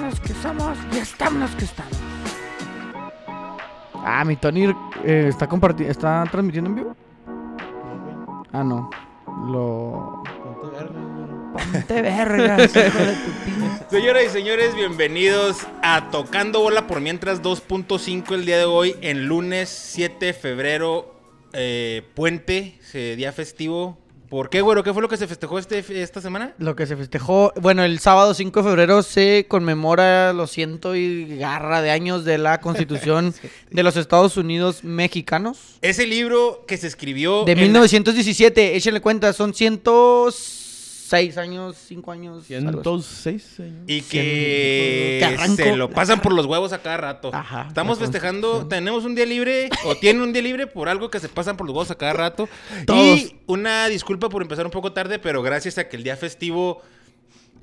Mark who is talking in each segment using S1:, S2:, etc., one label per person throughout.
S1: los que somos y estamos los que estamos. Ah, mi Tony eh, está comparti- está transmitiendo en vivo. Ah, no. Lo. Ponte vergas, hijo de tu pinche.
S2: Señoras y señores, bienvenidos a Tocando Bola por Mientras 2.5 el día de hoy, en lunes 7 de febrero, eh, puente, eh, día festivo. ¿Por qué, güero? ¿Qué fue lo que se festejó este, esta semana?
S1: Lo que se festejó, bueno, el sábado 5 de febrero se conmemora los ciento y garra de años de la Constitución de los Estados Unidos mexicanos.
S2: Ese libro que se escribió...
S1: De
S2: en-
S1: 1917, échenle cuenta, son 106 años, 5 años. algo así.
S3: 106, señor.
S2: Y que
S1: Carranco.
S2: se lo pasan por los huevos a cada rato.
S1: Ajá,
S2: Estamos
S1: la
S2: festejando, tenemos un día libre o tienen un día libre por algo que se pasan por los huevos a cada rato.
S1: Todos.
S2: Y una disculpa por empezar un poco tarde, pero gracias a que el día festivo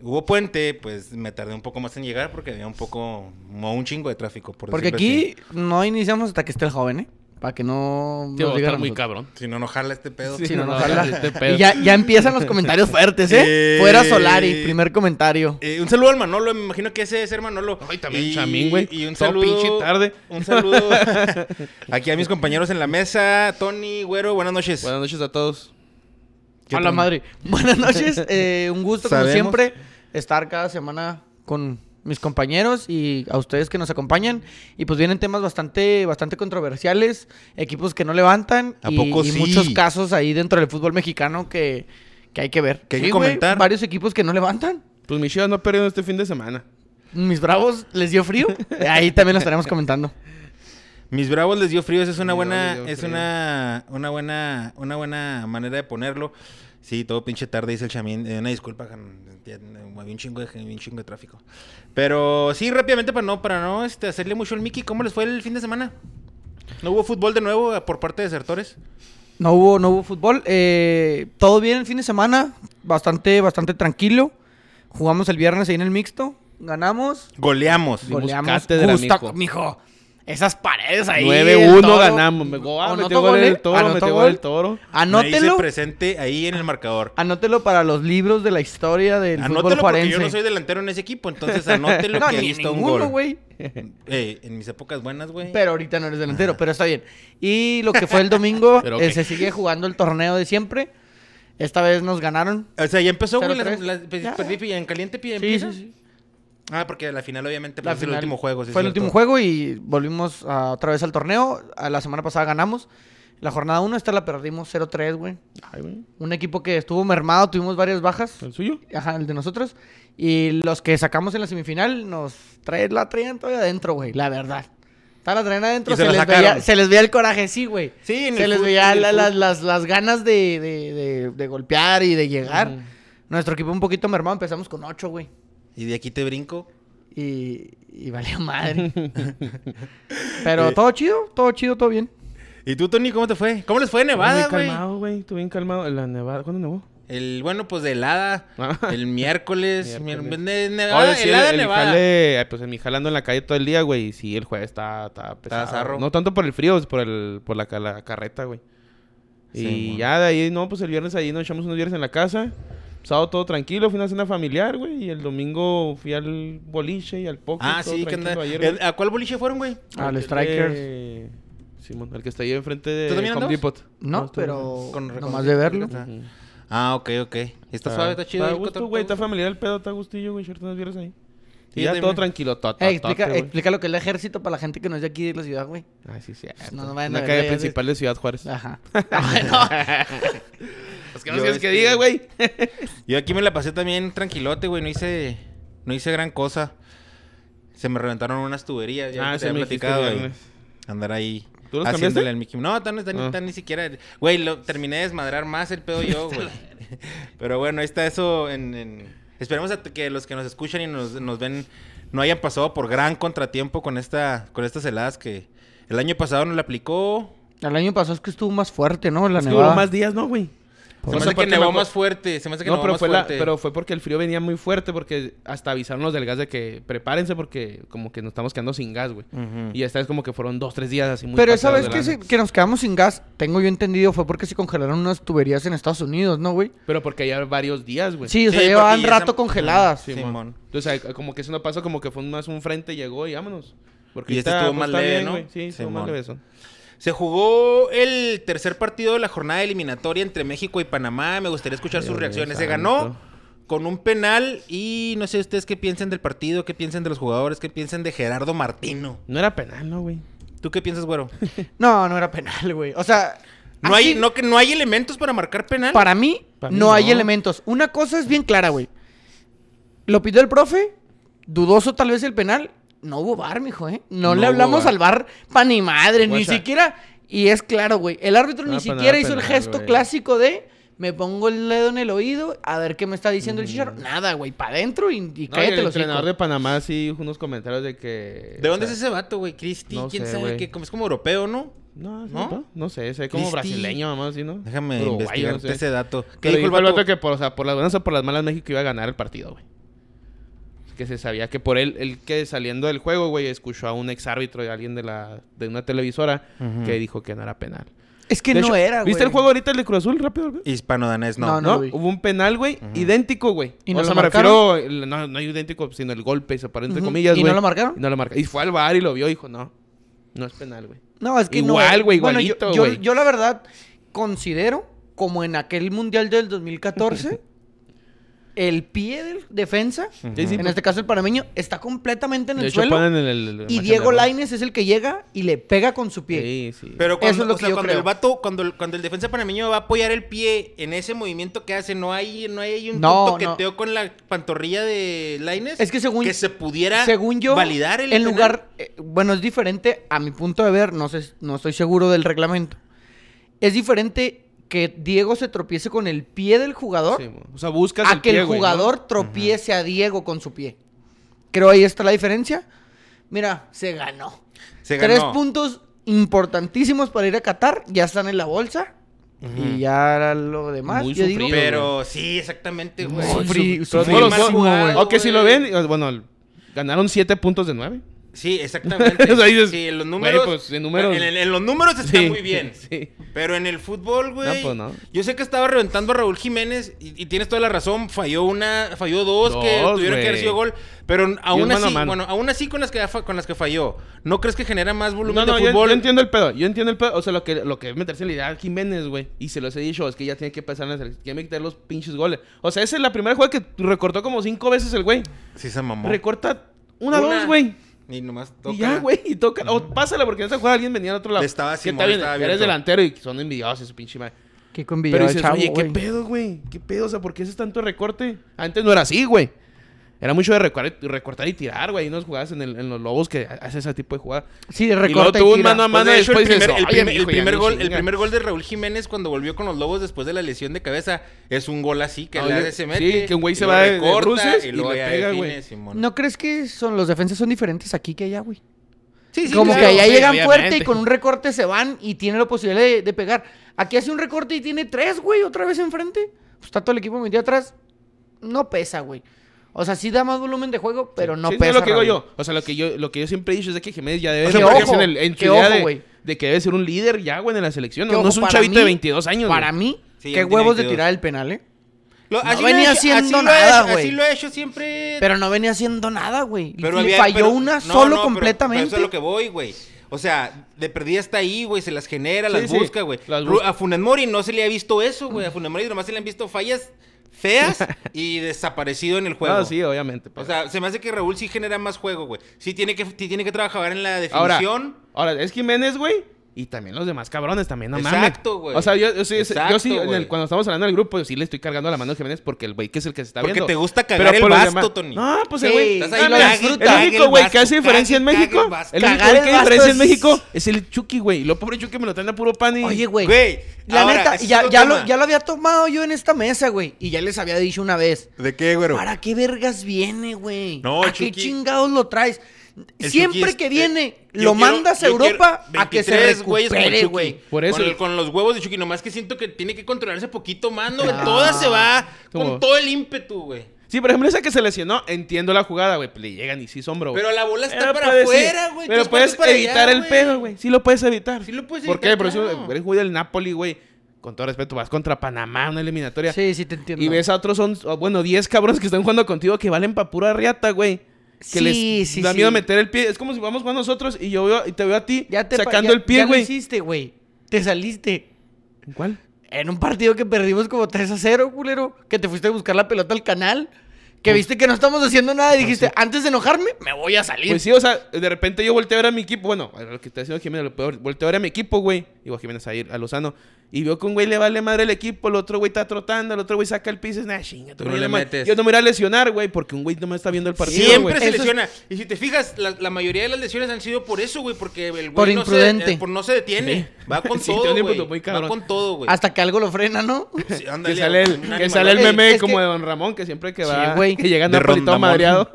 S2: hubo puente, pues me tardé un poco más en llegar porque había un poco, mo- un chingo de tráfico. Por
S1: Porque
S2: decirlo
S1: aquí no iniciamos hasta que esté el joven, ¿eh? Para que no nos
S3: Tío, va a estar
S1: digan
S3: muy
S1: a nosotros.
S3: cabrón.
S2: así. Si no, no jala este pedo.
S3: Sí,
S1: Sí, no,
S3: no,
S1: no,
S3: no,
S1: jala.
S3: este pedo.
S1: Y ya, ya empiezan los comentarios fuertes, ¿eh?
S2: Eh.
S1: Fuera Solari, primer comentario.
S2: Eh, un saludo al Manolo, me imagino que ese es el Manolo.
S3: Ay, también
S2: Y-
S3: Chamín, güey.
S2: Y un
S3: Todo
S2: saludo.
S3: pinche tarde.
S2: Un saludo aquí a mis compañeros en la mesa. Tony, güero, buenas noches.
S3: Buenas noches a todos.
S1: A la madre. Buenas noches, eh, un gusto como
S2: Sabemos.
S1: siempre estar cada semana con mis compañeros y a ustedes que nos acompañan. Y pues vienen temas bastante, bastante controversiales, equipos que no levantan
S2: ¿A
S1: y,
S2: poco
S1: y
S2: sí?
S1: muchos casos ahí dentro del fútbol mexicano que, que hay que ver.
S2: Que hay que
S1: Sí, güey,
S2: comentar.
S1: varios equipos que no levantan.
S3: Pues mis chivas no perdieron este fin de semana.
S1: Mis bravos les dio frío. Ahí también lo estaremos comentando.
S2: Mis bravos les dio frío, esa es una
S3: Mis
S2: buena,
S3: Bravos les dio
S2: es
S3: frío.
S2: una, una buena, una buena manera de ponerlo. Sí, todo pinche tarde, dice el chamín. Eh, una disculpa, Jan, ya, eh, había un chingo de, había un chingo de tráfico. Pero sí, rápidamente para no, para no este, hacerle mucho el Mickey, ¿cómo les fue el fin de semana? ¿No hubo fútbol de nuevo eh, por parte de desertores?
S1: No hubo, no hubo fútbol. Eh, todo bien el fin de semana. Bastante, bastante tranquilo. Jugamos el viernes ahí en el mixto. Ganamos.
S2: Goleamos.
S3: Dimos
S1: Goleamos.
S3: cátedra,
S1: Justa-
S3: mijo.
S1: mijo. Esas paredes ahí.
S3: 9-1
S1: todo.
S3: ganamos. Me go- ah,
S1: Anotó
S3: metió gol
S1: gol,
S3: el
S1: ¿eh?
S3: toro,
S1: Anotó
S3: metió
S1: gol.
S3: gol el toro.
S2: Me hice
S1: Anótelo.
S2: presente ahí en el marcador.
S1: Anótelo para los libros de la historia del fútbol
S2: Anótelo porque
S1: forense.
S2: yo no soy delantero en ese equipo, entonces anótelo
S1: No,
S2: que ahí
S1: ni
S2: está un
S1: ninguno,
S2: gol.
S1: güey.
S2: Eh, en mis épocas buenas, güey.
S1: Pero ahorita no eres delantero, pero está bien. Y lo que fue el domingo,
S3: Pero
S1: eh,
S3: ok.
S1: se sigue jugando el torneo de siempre. Esta vez nos ganaron.
S2: O sea, ya empezó, güey. las-
S1: 0-3.
S2: las- pues,
S1: Ya.
S2: perdí, y en caliente pide
S1: Sí,
S2: empieza.
S1: sí, sí.
S2: Ah, porque la final obviamente
S1: La
S2: pues, es el
S1: final
S2: último juego. sí,
S1: fue el
S2: cierto.
S1: último juego y volvimos a- otra vez al torneo. A la semana pasada ganamos. La jornada 1 esta la perdimos 0-3, güey.
S3: Ay, güey.
S1: Un equipo que estuvo mermado, tuvimos varias bajas.
S3: ¿El suyo?
S1: Ajá, el de nosotros. Y los que sacamos en la semifinal nos trae, la traían todavía adentro, güey, la verdad. Está la traían adentro,
S2: Y
S1: se,
S2: se la
S1: les
S2: sacaron.
S1: veía, se les veía el coraje, sí, güey.
S2: Sí, en
S1: Se
S2: el
S1: les
S2: fut-
S1: veía
S2: en el
S1: la-
S2: fut-
S1: las, las- las ganas de, de- de- de golpear y de llegar.
S3: Ujú.
S1: Nuestro equipo un poquito mermado, empezamos con 8, güey.
S2: Y de aquí te brinco.
S1: Y, y valió madre. Pero todo chido, todo chido, todo bien.
S2: ¿Y tú, Tony, cómo te fue? ¿Cómo les fue en Nevada,
S3: Estuve bien
S2: güey?
S3: calmado, güey. Estuve bien calmado. La nevada. ¿Cuándo nevó?
S2: El, bueno, pues de helada.
S3: Ah.
S2: El miércoles. mi-
S3: Miércoles.
S2: ne- nevada,
S3: Oye, sí, el-
S2: helada,
S3: el
S2: nevada.
S3: jale, eh, pues en mi jalando en la calle todo el día, güey. Y sí, el jueves está, está pesado.
S2: zarro.
S3: No tanto por el frío, es por, el, por la, ca- la carreta, güey.
S2: Sí,
S3: y
S2: mon.
S3: ya de ahí, no, pues el viernes ahí nos echamos unos viernes en la casa. Sábado todo tranquilo, fui a una cena familiar, güey. Y el domingo fui al boliche y al poker.
S2: Ah,
S3: todo
S2: sí, que anda.
S3: tranquilo ayer,
S2: ¿Eh,
S3: güey.
S2: ¿A cuál boliche fueron, güey?
S1: Al
S3: Aquel
S1: Strikers.
S3: ah, de- Simón, el que está ahí enfrente de
S2: ¿Tú también
S3: Home
S2: andabas?
S3: Depot.
S1: No,
S3: estuve-
S1: pero
S2: con
S1: nomás de verlo.
S2: reconocimiento.
S3: Ujú.
S2: Ah, ok, ok. Está suave, está chido.
S3: Está a
S2: el
S3: gusto,
S2: cotorreo,
S3: güey. Está
S2: gusto.
S3: familiar el pedo, está a gustillo, güey. Echarte unos viernes ahí.
S2: Sí,
S3: Y
S2: yo
S3: ya todo
S2: también.
S3: tranquilo, todo.
S1: Eh, explica, explica lo que es el ejército para la gente que no es de aquí de la ciudad, güey.
S3: Ah, sí, sí.
S1: no, no vayan
S3: la
S1: a
S3: calle
S1: ver, Ah, ya
S3: principal de Ciudad Juárez.
S1: Ajá. Bueno,
S3: Pues
S2: Yo, este,
S3: güey.
S2: Yo aquí me la pasé también tranquilote, güey. No hice, no hice gran cosa. Se me reventaron unas tuberías. Ya
S3: Ah,
S2: te
S3: se
S2: había
S3: me
S2: platicado,
S3: platicado,
S2: güey. Andar ahí.
S3: ¿Tú los cambiaste?
S2: haciéndole al Mickey. No, tan, tan-
S3: Ah.
S2: tan ni siquiera. Güey, lo, terminé de desmadrar más el pedo yo, güey. Pero bueno, ahí está eso. En, en- Esperemos a que los que nos escuchan y nos, nos ven no hayan pasado por gran contratiempo con, esta, con estas heladas que el año pasado nos la aplicó.
S1: el año pasado es que estuvo más fuerte, ¿no? La
S3: Es que duró
S1: nevada.
S3: más días, ¿no, güey?
S2: Se
S3: No
S2: me
S3: sé
S2: hace
S3: por
S2: que
S3: qué
S2: nevó
S3: me acu-
S2: más fuerte. Se me hace que
S3: No,
S2: nevó
S3: pero
S2: más
S3: fue, la-
S2: fuerte.
S3: pero fue porque el frío venía muy fuerte porque hasta avisaron los del gas de que prepárense porque como que nos estamos quedando sin gas, güey.
S2: Ujú.
S3: Y esta vez como que fueron dos, tres días así muy
S1: Pero esa vez
S3: pasados de
S1: que,
S3: lanza.
S1: se- que nos quedamos sin gas, tengo yo entendido, fue porque se congelaron unas tuberías en Estados Unidos, ¿no, güey?
S3: Pero porque ya varios días, güey.
S1: Sí, o sea,
S2: Sí,
S1: llevaban
S2: porque ya
S1: rato
S2: se-
S1: congeladas.
S2: Sí, Simón.
S3: Entonces, ah, como que eso no pasó, como que fue más un frente, llegó y vámonos. Porque
S2: Y este
S3: ahorita,
S2: estuvo
S3: pues,
S2: más
S3: está
S2: leve,
S3: bien,
S2: ¿no?
S3: güey. Sí, estuvo más
S2: Simón.
S3: leve eso.
S2: Se jugó el tercer partido de la jornada eliminatoria entre México y Panamá. Me gustaría escuchar sus
S3: Dios
S2: reacciones.
S3: santo.
S2: Se ganó con un penal y no sé ustedes qué piensan del partido, qué piensan de los jugadores, qué piensan de Gerardo Martino.
S3: No era penal, ¿no, güey?
S2: ¿Tú qué piensas, güero?
S1: No, no era penal, güey. O sea,
S2: No
S1: así-
S2: hay, no, que no hay elementos para marcar penal.
S1: para mí,
S3: Para mí
S1: no, hay
S3: no.
S1: elementos. Una cosa es bien clara, güey. Lo pidió el profe, dudoso tal vez el penal. No hubo bar, mijo, ¿eh? No,
S2: No
S1: le
S2: hubo
S1: hablamos
S2: VAR.
S1: al bar pa' ni madre, ni
S3: Guacha.
S1: siquiera. Y es claro, güey. El árbitro
S3: No
S1: ni
S3: era penal,
S1: siquiera hizo el
S3: penal,
S1: gesto
S3: güey.
S1: clásico de me pongo el dedo en el oído a ver qué me está diciendo el chicharro. Nada, güey, pa' adentro y, y
S3: Mm. No, y
S1: cállate
S3: el
S1: los
S3: entrenador de Panamá sí unos comentarios de que...
S2: ¿De dónde
S3: o sea,
S2: es ese vato, güey? Cristi,
S3: no
S2: quién
S3: sé,
S2: sabe
S3: güey.
S2: qué, como es como europeo, ¿no?
S3: No,
S2: ¿No?
S3: ¿No? no sé, se ve como
S2: Cristi.
S3: brasileño, mamá, así, ¿no?
S2: Déjame
S3: Uruguayo,
S2: investigarte
S3: no sé.
S2: ese dato. ¿Qué
S3: Pero
S2: dijo el vato?
S3: que por, o sea, por las buenas o por las malas México iba a ganar el partido, güey. Que se sabía que por él, él que saliendo del juego, güey, escuchó a un ex árbitro de alguien de la de una televisora
S2: Ujú.
S3: que dijo que no era penal.
S1: Es que
S3: De
S1: no
S3: hecho,
S1: era, güey.
S3: ¿Viste el juego ahorita el de Cruz Azul rápido? güey?
S2: Hispano-danés, no.
S1: No,
S3: No,
S1: lo vi.
S3: hubo un penal, güey, idéntico, güey.
S1: ¿Y no
S3: o
S1: lo
S3: sea, me
S1: marcaron?
S3: refiero, el- no, no idéntico, sino el golpe, se paró entre
S1: Ujú.
S3: comillas,
S1: ¿Y
S3: güey.
S1: no lo marcaron?
S3: Y no lo marca. Y fue al bar y lo vio y dijo, no, no es penal, güey.
S1: No, es que no.
S3: Igual, güey,
S1: Bueno, yo-
S3: igualito,
S1: yo,
S3: güey.
S1: yo la verdad considero, como en aquel mundial del 2014, el pie del defensa,
S3: Sí, sí,
S1: en
S3: pues,
S1: este caso el panameño, está completamente en
S3: de
S1: el
S3: hecho,
S1: suelo.
S3: ponen el- el- el
S1: Y
S3: margen
S1: Diego
S3: de error.
S1: Laines es el que llega y le pega con su pie.
S3: Sí, sí.
S2: Pero
S1: Eso
S2: cuando,
S1: es lo
S2: o
S1: que
S2: sea,
S1: yo
S2: cuando
S1: creo.
S2: el vato, cuando el, cuando el defensa panameño va a apoyar el pie en ese movimiento que hace, no hay, no hay un
S1: No,
S2: toqueteo con la pantorrilla de Laines.
S1: Es que según-
S2: se pudiera
S1: Según yo,
S2: validar el
S1: en
S2: penal?
S1: lugar, eh, bueno, es diferente a mi punto de ver, no sé, no estoy seguro del reglamento. Es diferente que Diego se tropiece con el pie del jugador
S3: Sí, mo. o sea, buscas
S1: a que
S3: pie,
S1: el
S3: güey, ¿no?
S1: jugador tropiece a Diego con su pie. Creo ahí está la diferencia. Mira, se ganó.
S2: se ganó.
S1: Tres puntos importantísimos para ir a Qatar. Ya están en la bolsa. Y ya era lo demás.
S3: Muy
S1: yo digo,
S3: sufrido,
S2: Pero sí, exactamente,
S1: Muy
S2: güey. Sufrí-
S1: sufrido,
S3: Pero
S2: sufrí
S1: Fue
S3: todos
S2: más
S3: los-
S2: jugado,
S1: güey.
S3: o que si lo
S2: güey.
S3: ven, y, bueno, ganaron 7 puntos de 9.
S2: Sí, exactamente.
S3: O sea, dices,
S2: sí, en los
S3: güey,
S2: números.
S3: pues, en números-
S2: En, en los números está
S3: Sí,
S2: muy bien.
S3: sí.
S2: Pero en el fútbol, güey.
S3: No, pues, no.
S2: Yo sé que estaba reventando a Raúl Jiménez y, y tienes toda la razón. Falló una, falló dos, que
S3: Dos,
S2: tuvieron
S3: güey.
S2: que haber sido gol. Pero aún
S3: mano a
S2: así,
S3: mano.
S2: bueno, aún así con las que fa- con las que falló. ¿No crees que genera más
S3: No,
S2: volumen
S3: no,
S2: de
S3: yo,
S2: fútbol?
S3: yo entiendo el pedo. Yo entiendo el pedo. O sea, lo que, lo que es meterse en la idea de Jiménez, güey. Y se los he dicho, es que ya tiene que pasar en la selección. Tiene que meter los pinches goles. O sea, esa es la primera jugada que recortó como 5 veces el güey.
S2: Sí, se mamó.
S3: Recorta una, dos, güey.
S2: Y nomás toca.
S3: Y ya, güey, y toca. O pásala, porque en esa jugada alguien venía al otro lado.
S2: Le estaba
S3: que
S2: Simón,
S3: está bien,
S2: estaba
S3: eres
S2: abierto.
S3: delantero y son envidiosos, su pinche madre.
S1: Qué
S3: Pero
S1: convivial
S3: dices,
S1: chavo,
S3: oye, ¿qué
S1: güey.
S3: pedo, güey? ¿Qué pedo? O sea, ¿por qué ese es tanto recorte? Antes no era así, güey. Era mucho de recuar- recortar y tirar, güey. Hay unas jugadas en, el- en los lobos que hace ese tipo de jugada.
S1: Sí, de
S3: y luego
S1: recorte
S3: tuvo
S1: y
S3: un
S1: tira.
S3: mano a
S2: Pues,
S3: mano
S2: de
S3: y
S2: hecho, el
S3: después dices,
S2: primer, el primer-
S3: "Oye,
S2: el
S3: mijo, ya
S2: primer
S3: ni
S2: gol, el
S3: chingas".
S2: primer gol de Raúl Jiménez cuando volvió con los Lobos después de la lesión de cabeza es un gol así que
S3: Ah,
S2: le
S3: oye,
S2: hace se mete.
S3: sí, que un güey
S2: y
S3: se
S2: lo
S3: va de- de
S2: recorta,
S3: bruces y
S2: luego
S3: le
S2: ya
S3: pega,
S2: define,
S3: güey.
S2: Simón.
S1: ¿No crees que son, los defensas son diferentes aquí que allá, güey?
S2: Sí, sí,
S1: Como
S2: claro.
S1: que allá
S3: sí,
S1: llegan fuerte y
S3: obviamente.
S1: con un recorte se van y tiene la posibilidad de, de pegar. Aquí hace un recorte y tiene tres, güey, otra vez enfrente. Pues está todo el equipo metido atrás. No pesa, güey. O sea, sí da más volumen de juego, pero no
S3: Sí,
S1: pesa.
S3: es lo que digo
S1: Raúl.
S3: yo. O sea, lo que yo, lo que yo siempre he dicho es de que Jiménez ya debe
S1: O sea,
S3: de
S1: que
S3: meterse
S1: ojo,
S3: en, el, en su
S1: que
S3: idea
S1: ojo,
S3: de-
S1: güey.
S3: de, que debe ser un líder ya, güey, en la selección.
S1: Que
S3: No,
S1: ojo,
S3: no es un
S1: para
S3: chavito
S1: mí-
S3: de 22 años.
S1: Para
S3: güey.
S1: mí,
S2: Sí,
S1: qué
S2: ya tiene
S1: huevos de
S2: 22.
S1: tirar el penal, ¿eh?
S2: Lo-
S1: No
S2: así
S1: venía
S2: lo ha hecho-
S1: haciendo
S2: así lo ha hecho-
S1: nada, güey.
S2: Así lo ha hecho siempre.
S1: Pero no venía haciendo nada, güey.
S2: Pero
S1: Le
S2: había-
S1: falló
S2: pero-
S1: una
S2: no,
S1: solo
S2: no, pero- pero
S1: completamente.
S2: eso es lo que voy, güey. O sea, de perdida está ahí, güey. Se las genera,
S3: Sí,
S2: las
S3: sí,
S2: busca, güey.
S3: las
S2: Ru-
S3: busca.
S2: A Funes Mori no se le ha visto eso, güey. A Funes Mori nomás se le han visto fallas feas y desaparecido en el juego.
S3: No, Pues, sí, obviamente.
S2: O
S3: pero-
S2: sea, se me hace que Raúl sí genera más juego, güey. Sí tiene que, sí tiene que trabajar en la
S3: ahora,
S2: definición.
S3: ahora, es Jiménez, güey. Y también los demás cabrones, también, no mames.
S2: Exacto, güey.
S3: O sea, yo, yo sí,
S2: Exacto,
S3: yo sí en el-
S2: güey.
S3: cuando estamos hablando del grupo, yo sí le estoy cargando la mano a Jiménez porque el güey que es el que se está
S2: Porque
S3: viendo.
S2: te gusta
S3: Pero
S2: cagar el
S3: por los
S2: basto,
S3: demás-
S2: Tony.
S3: No, pues el
S1: Sí,
S3: güey.
S1: estás
S3: no,
S1: ahí,
S3: el
S1: lo
S3: único-
S1: disfrutas.
S3: El
S2: Cague
S3: único
S2: el
S3: güey que
S2: basto,
S3: hace diferencia en
S2: cague, cague
S3: México.
S2: el basto.
S3: El único
S1: Cagar
S3: güey
S1: el
S3: que
S1: basto
S3: diferencia en
S1: es-
S3: México es el Chucky, güey. Y lo pobre Chucky me lo traen a puro pan y.
S1: Oye, güey.
S2: Güey,
S1: La
S2: ahora,
S1: neta,
S2: ese es
S1: ya,
S2: otro
S1: ya, lo,
S2: tema.
S1: ya lo había tomado yo en esta mesa, güey. Y ya les había dicho una vez.
S2: ¿De qué, güero?
S1: ¿Para qué vergas viene, güey?
S2: No,
S1: ¿A qué
S2: Chucky.
S1: chingados lo traes?
S2: El
S1: Siempre
S2: Chucky es-
S1: que
S2: eh,
S1: viene,
S2: yo
S1: lo
S2: quiero-
S1: mandas a
S2: yo quiero
S1: Europa a que se
S2: 23 güeyes con
S1: recupere,
S2: Chucky.
S1: güey.
S3: Por eso-
S2: Con, el- con los huevos de Chucky, nomás que siento que tiene que controlarse poquito más, ¿no? güey? Toda se va
S3: Como-
S2: con todo el ímpetu, güey.
S3: Sí, por ejemplo, esa que se lesionó, entiendo la jugada, güey. pues Le llegan y sí sombro, güey.
S2: Pero la bola está para
S3: Eh, puedes-
S2: afuera,
S3: sí,
S2: güey.
S3: Pero
S2: tú estás
S3: puedes
S2: para allá,
S3: evitar el pedo, güey. Sí lo puedes evitar.
S2: Sí lo puedes
S3: ¿Por
S2: evitar,
S3: qué? Por eso
S2: claro.
S3: eres güey del Napoli, güey. Con todo respeto, vas contra Panamá, una eliminatoria.
S1: Sí, sí, te entiendo.
S3: Y ves a otros, on- o, bueno, 10 cabrones que están jugando contigo que valen pa' pura riata, güey. Que
S1: Sí,
S3: les
S1: sí,
S3: da
S1: sí.
S3: miedo meter el pie. Es como si vamos con nosotros y yo veo, y te veo a ti
S1: Ya te pa-
S3: sacando
S1: ya-
S3: el pie,
S1: ya lo
S3: güey.
S1: hiciste, güey. Te saliste.
S3: ¿Cuál?
S1: En un partido que perdimos como 3 a 0, culero. Que te fuiste a buscar la pelota al canal.
S2: Pues
S1: Que viste que no estamos haciendo nada y dijiste, antes de enojarme, me voy a salir.
S3: Pues sí, o sea, de repente yo volteo a ver a mi equipo. Bueno, a lo que está haciendo Jiménez, lo peor. Volteo a ver a mi equipo, güey. Digo, a Jiménez, a ir a Lozano. Y veo que un güey le vale madre el equipo. El otro güey está trotando. El otro güey saca el piso. y dices, Nah, chinga,
S2: Tú
S3: me
S2: no le
S3: vale madre".
S2: metes.
S3: Yo no me voy a lesionar, güey, porque un güey no me está viendo el partido.
S2: Siempre
S3: güey.
S2: se
S1: Eso es-
S2: lesiona. Y si te fijas, la, la mayoría de las lesiones han sido por eso, güey, porque el güey
S1: Por
S2: no,
S1: imprudente.
S2: Se, eh, por no se detiene.
S3: Sí.
S2: Va con
S3: Sí,
S2: todo,
S3: tiene un punto muy
S2: güey.
S3: cabrón.
S2: Va con todo, güey.
S1: Hasta que algo lo frena, ¿no?
S2: Sí, ándale,
S3: Que sale
S2: un
S3: el, que
S2: animal.
S3: sale el
S1: Ey,
S3: meme
S1: es
S3: como
S1: que-
S3: de Don Ramón, que siempre que
S1: Sí,
S3: va,
S1: güey.
S3: que llega
S2: De
S3: Napoli todo
S2: Rondamón.
S3: madreado.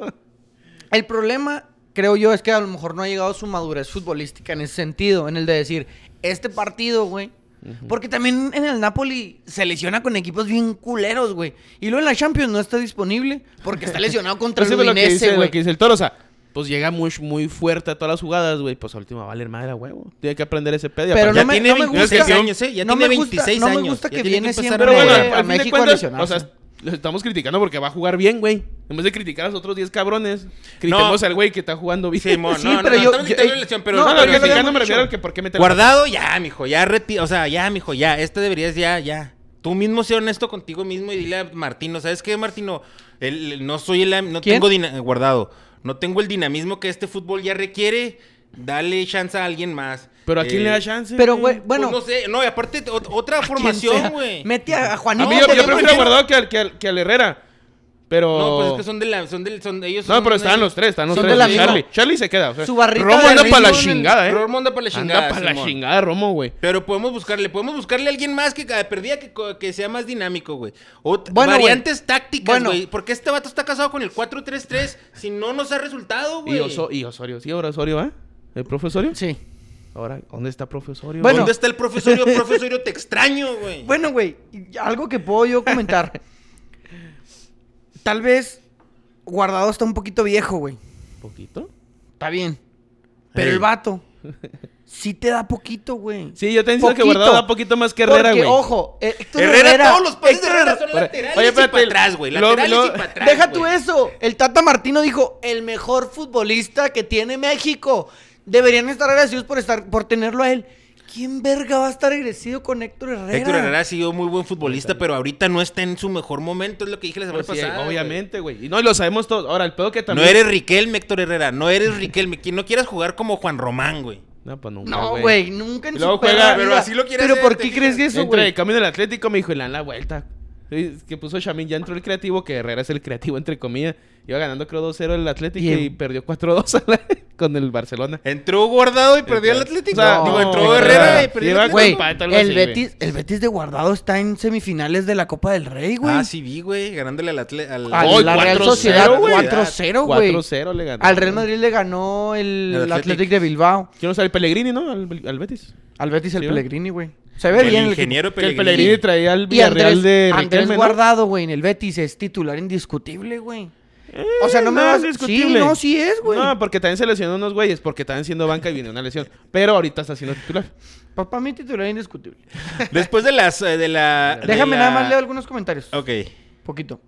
S1: El problema, creo yo, es que a lo mejor no ha llegado su madurez futbolística en ese sentido, en el de decir, este partido, güey. Porque también en el Napoli se lesiona con equipos bien culeros, güey. Y luego en la Champions no está disponible porque está lesionado contra el
S3: Entonces, lo que,
S1: Udinese,
S3: dice, lo
S1: güey.
S3: que dice el toro, o sea, pues llega muy, muy fuerte a todas las jugadas, güey. Pues a última va a valer madre a huevo. Tiene que aprender ese pedo. y
S1: Pero
S3: aprender.
S1: no me,
S2: tiene
S1: no me
S2: 26
S1: gusta.
S2: años, ¿eh? Ya
S1: no
S2: tiene
S1: me gusta-
S2: 26
S1: no me
S2: años.
S1: gusta
S2: Ya
S1: que
S2: tiene que
S1: viene
S2: empezar
S1: siempre
S3: Pero bueno,
S2: Eh,
S3: al
S1: a
S3: fin de
S1: México a
S3: cuentas, o
S1: lesionarse.
S3: sea, los estamos criticando porque va a jugar bien, güey. En vez de criticar a los otros 10 cabrones, critiquemos al güey que está jugando bien.
S2: Simón,
S1: Sí,
S2: no, no,
S1: pero
S2: no,
S1: yo- yo-
S2: estamos quitando
S1: ey,
S2: la lesión, pero...
S3: eh, no,
S1: no,
S3: no,
S2: pero
S1: yo lo habíamos
S2: sí.
S3: criticando me refiero
S1: dicho.
S3: al que por qué meter
S2: Guardado, ya, mijo, ya reti- o sea, ya, mijo, ya, este deberías ya, ya. Tú mismo sé honesto contigo mismo y dile a Martino, ¿sabes qué, Martino? El- el- no soy el, no
S1: ¿Quién?
S2: tengo dina- eh, guardado, no tengo el dinamismo que este fútbol ya requiere. Dale chance a alguien más.
S3: Pero a quién
S2: Eh,
S3: le da chance.
S1: Pero, güey,
S2: pues
S1: bueno.
S2: no sé, no, y aparte ot- otra
S1: quien sea,
S2: formación, güey.
S1: Mete a a
S3: A
S1: Juanito.
S3: mí yo, yo
S1: porque-
S3: prefiero a Guardado que al, que al, que al Herrera. Pero.
S2: No, pues es que son de la, son del, son ellos.
S3: No,
S2: son
S3: pero
S2: de-
S3: estaban los tres, están los
S1: Son
S3: tres.
S1: de la
S3: sí,
S1: misma-
S3: Charlie, Charlie se queda. O sea,
S1: Su barrita
S3: Romo
S1: de
S3: anda para
S1: ritmo
S3: la
S1: en el-
S3: chingada, ¿eh?
S2: Romo anda para la chingada.
S3: Anda para la
S2: Simón.
S3: chingada, Romo, güey.
S2: Pero podemos buscarle, podemos buscarle a alguien más que cada perdida que, co- que sea más dinámico, güey. Ot-
S1: Bueno,
S2: variantes tácticas,
S1: Bueno.
S2: güey. Porque este vato está casado con el 4-3-3 si no nos ha resultado, güey.
S3: Y, Oso- y Osorio, sí, ahora Osorio, ¿eh? ¿El profe Osorio?
S1: Sí.
S3: Ahora, ¿dónde está profe Osorio?
S1: Bueno.
S2: ¿Dónde está el profesorio? profesorio, te extraño, güey.
S1: Bueno, güey, algo que puedo yo comentar. Tal vez Guardado está un poquito viejo, güey.
S3: Un poquito.
S1: Está bien. Pero
S2: Ey.
S1: el vato sí te da poquito, güey.
S3: Sí, yo te entiendo que
S1: Poquito.
S3: Guardado da poquito más que Herrera,
S1: Porque,
S3: güey.
S1: ojo, eh, Héctor
S2: Herrera, todos los pases de
S1: Héctor
S2: Herrera
S1: Herrera-
S2: son
S3: Oye,
S2: laterales y
S3: espérate,
S2: para atrás, güey.
S3: lo-
S2: Laterales
S3: lo-
S2: y para atrás,
S1: Deja tú
S2: güey.
S1: eso. El Tata Martino dijo, el mejor futbolista que tiene México. Deberían estar agradecidos por, estar, por tenerlo a él. ¿Quién verga va a estar agradecido con Héctor Herrera?
S2: Héctor Herrera ha sido muy buen futbolista, pero ahorita no está en su mejor momento, es lo que dije la semana
S3: Pues sí,
S2: pasada. güey.
S3: obviamente, güey. Y no, y lo sabemos todos. Ahora, el pedo que
S2: No
S3: también.
S2: eres Riquelme, Héctor Herrera. No eres Riquelme. Que No quieras jugar como Juan Román, güey.
S3: No, pues nunca.
S1: No, güey, nunca en
S3: Y luego
S1: su perra
S3: juega- pero
S1: vida.
S2: así lo quiere
S1: Pero
S2: hacer,
S1: ¿por
S2: te
S1: qué
S2: fijas.
S1: crees que eso,
S3: Entre el
S1: güey?
S3: cambio del Atlético, me dijo, y le dan la vuelta. Sí, Que puso Chamín, ya entró el creativo, que Herrera es el creativo, entre comillas. Iba ganando, creo, 2-0 el Atlético
S1: Bien.
S3: y perdió 4-2 a la- con el Barcelona.
S2: Entró guardado y perdió el
S3: Entró-
S2: Atlético.
S3: O sea,
S2: Digo,
S1: no,
S2: entró
S1: Héctor
S2: Herrera y
S3: Herrera.
S2: perdió el
S3: Lleva-
S2: Atlético.
S1: Güey,
S3: Empate, algo
S1: el,
S3: así, güey.
S1: Betis, el Betis de Guardado está en semifinales de la Copa del Rey, güey.
S2: Ah, sí vi, güey, ganándole al Atlético. Al...
S1: A
S3: Hoy,
S1: la Real
S3: 4-0,
S1: Sociedad
S3: güey.
S1: 4-0, güey.
S3: 4-0 le ganó.
S1: Al Real Madrid le ganó el,
S2: El
S1: el
S2: Athletic.
S1: Athletic de Bilbao.
S3: Quiero saber, Pellegrini, ¿no? Al, al Betis.
S1: Al Betis el
S3: Sí, ¿no?
S1: Pellegrini, güey. Se ve bien
S2: el
S1: el
S2: ingeniero
S3: Que el
S2: Pellegrini.
S3: Pellegrini traía al
S1: equipo. Y
S3: Villarreal
S1: Andrés,
S3: de
S1: Andrés
S3: Riquelme, ¿no?
S1: Guardado, güey, en el Betis es titular indiscutible, güey. O sea, no me
S3: Eh, no,
S1: vas
S3: es discutible.
S1: Sí, no, sí es, güey.
S3: No, porque también se lesionó unos güeyes, porque estaban siendo banca y vino una lesión. Pero ahorita está siendo titular.
S1: Papá, mi titular indiscutible.
S2: Después de las... eh, De la, de
S1: Déjame
S2: la-
S1: nada más leo algunos comentarios.
S2: Ok.
S1: Poquito.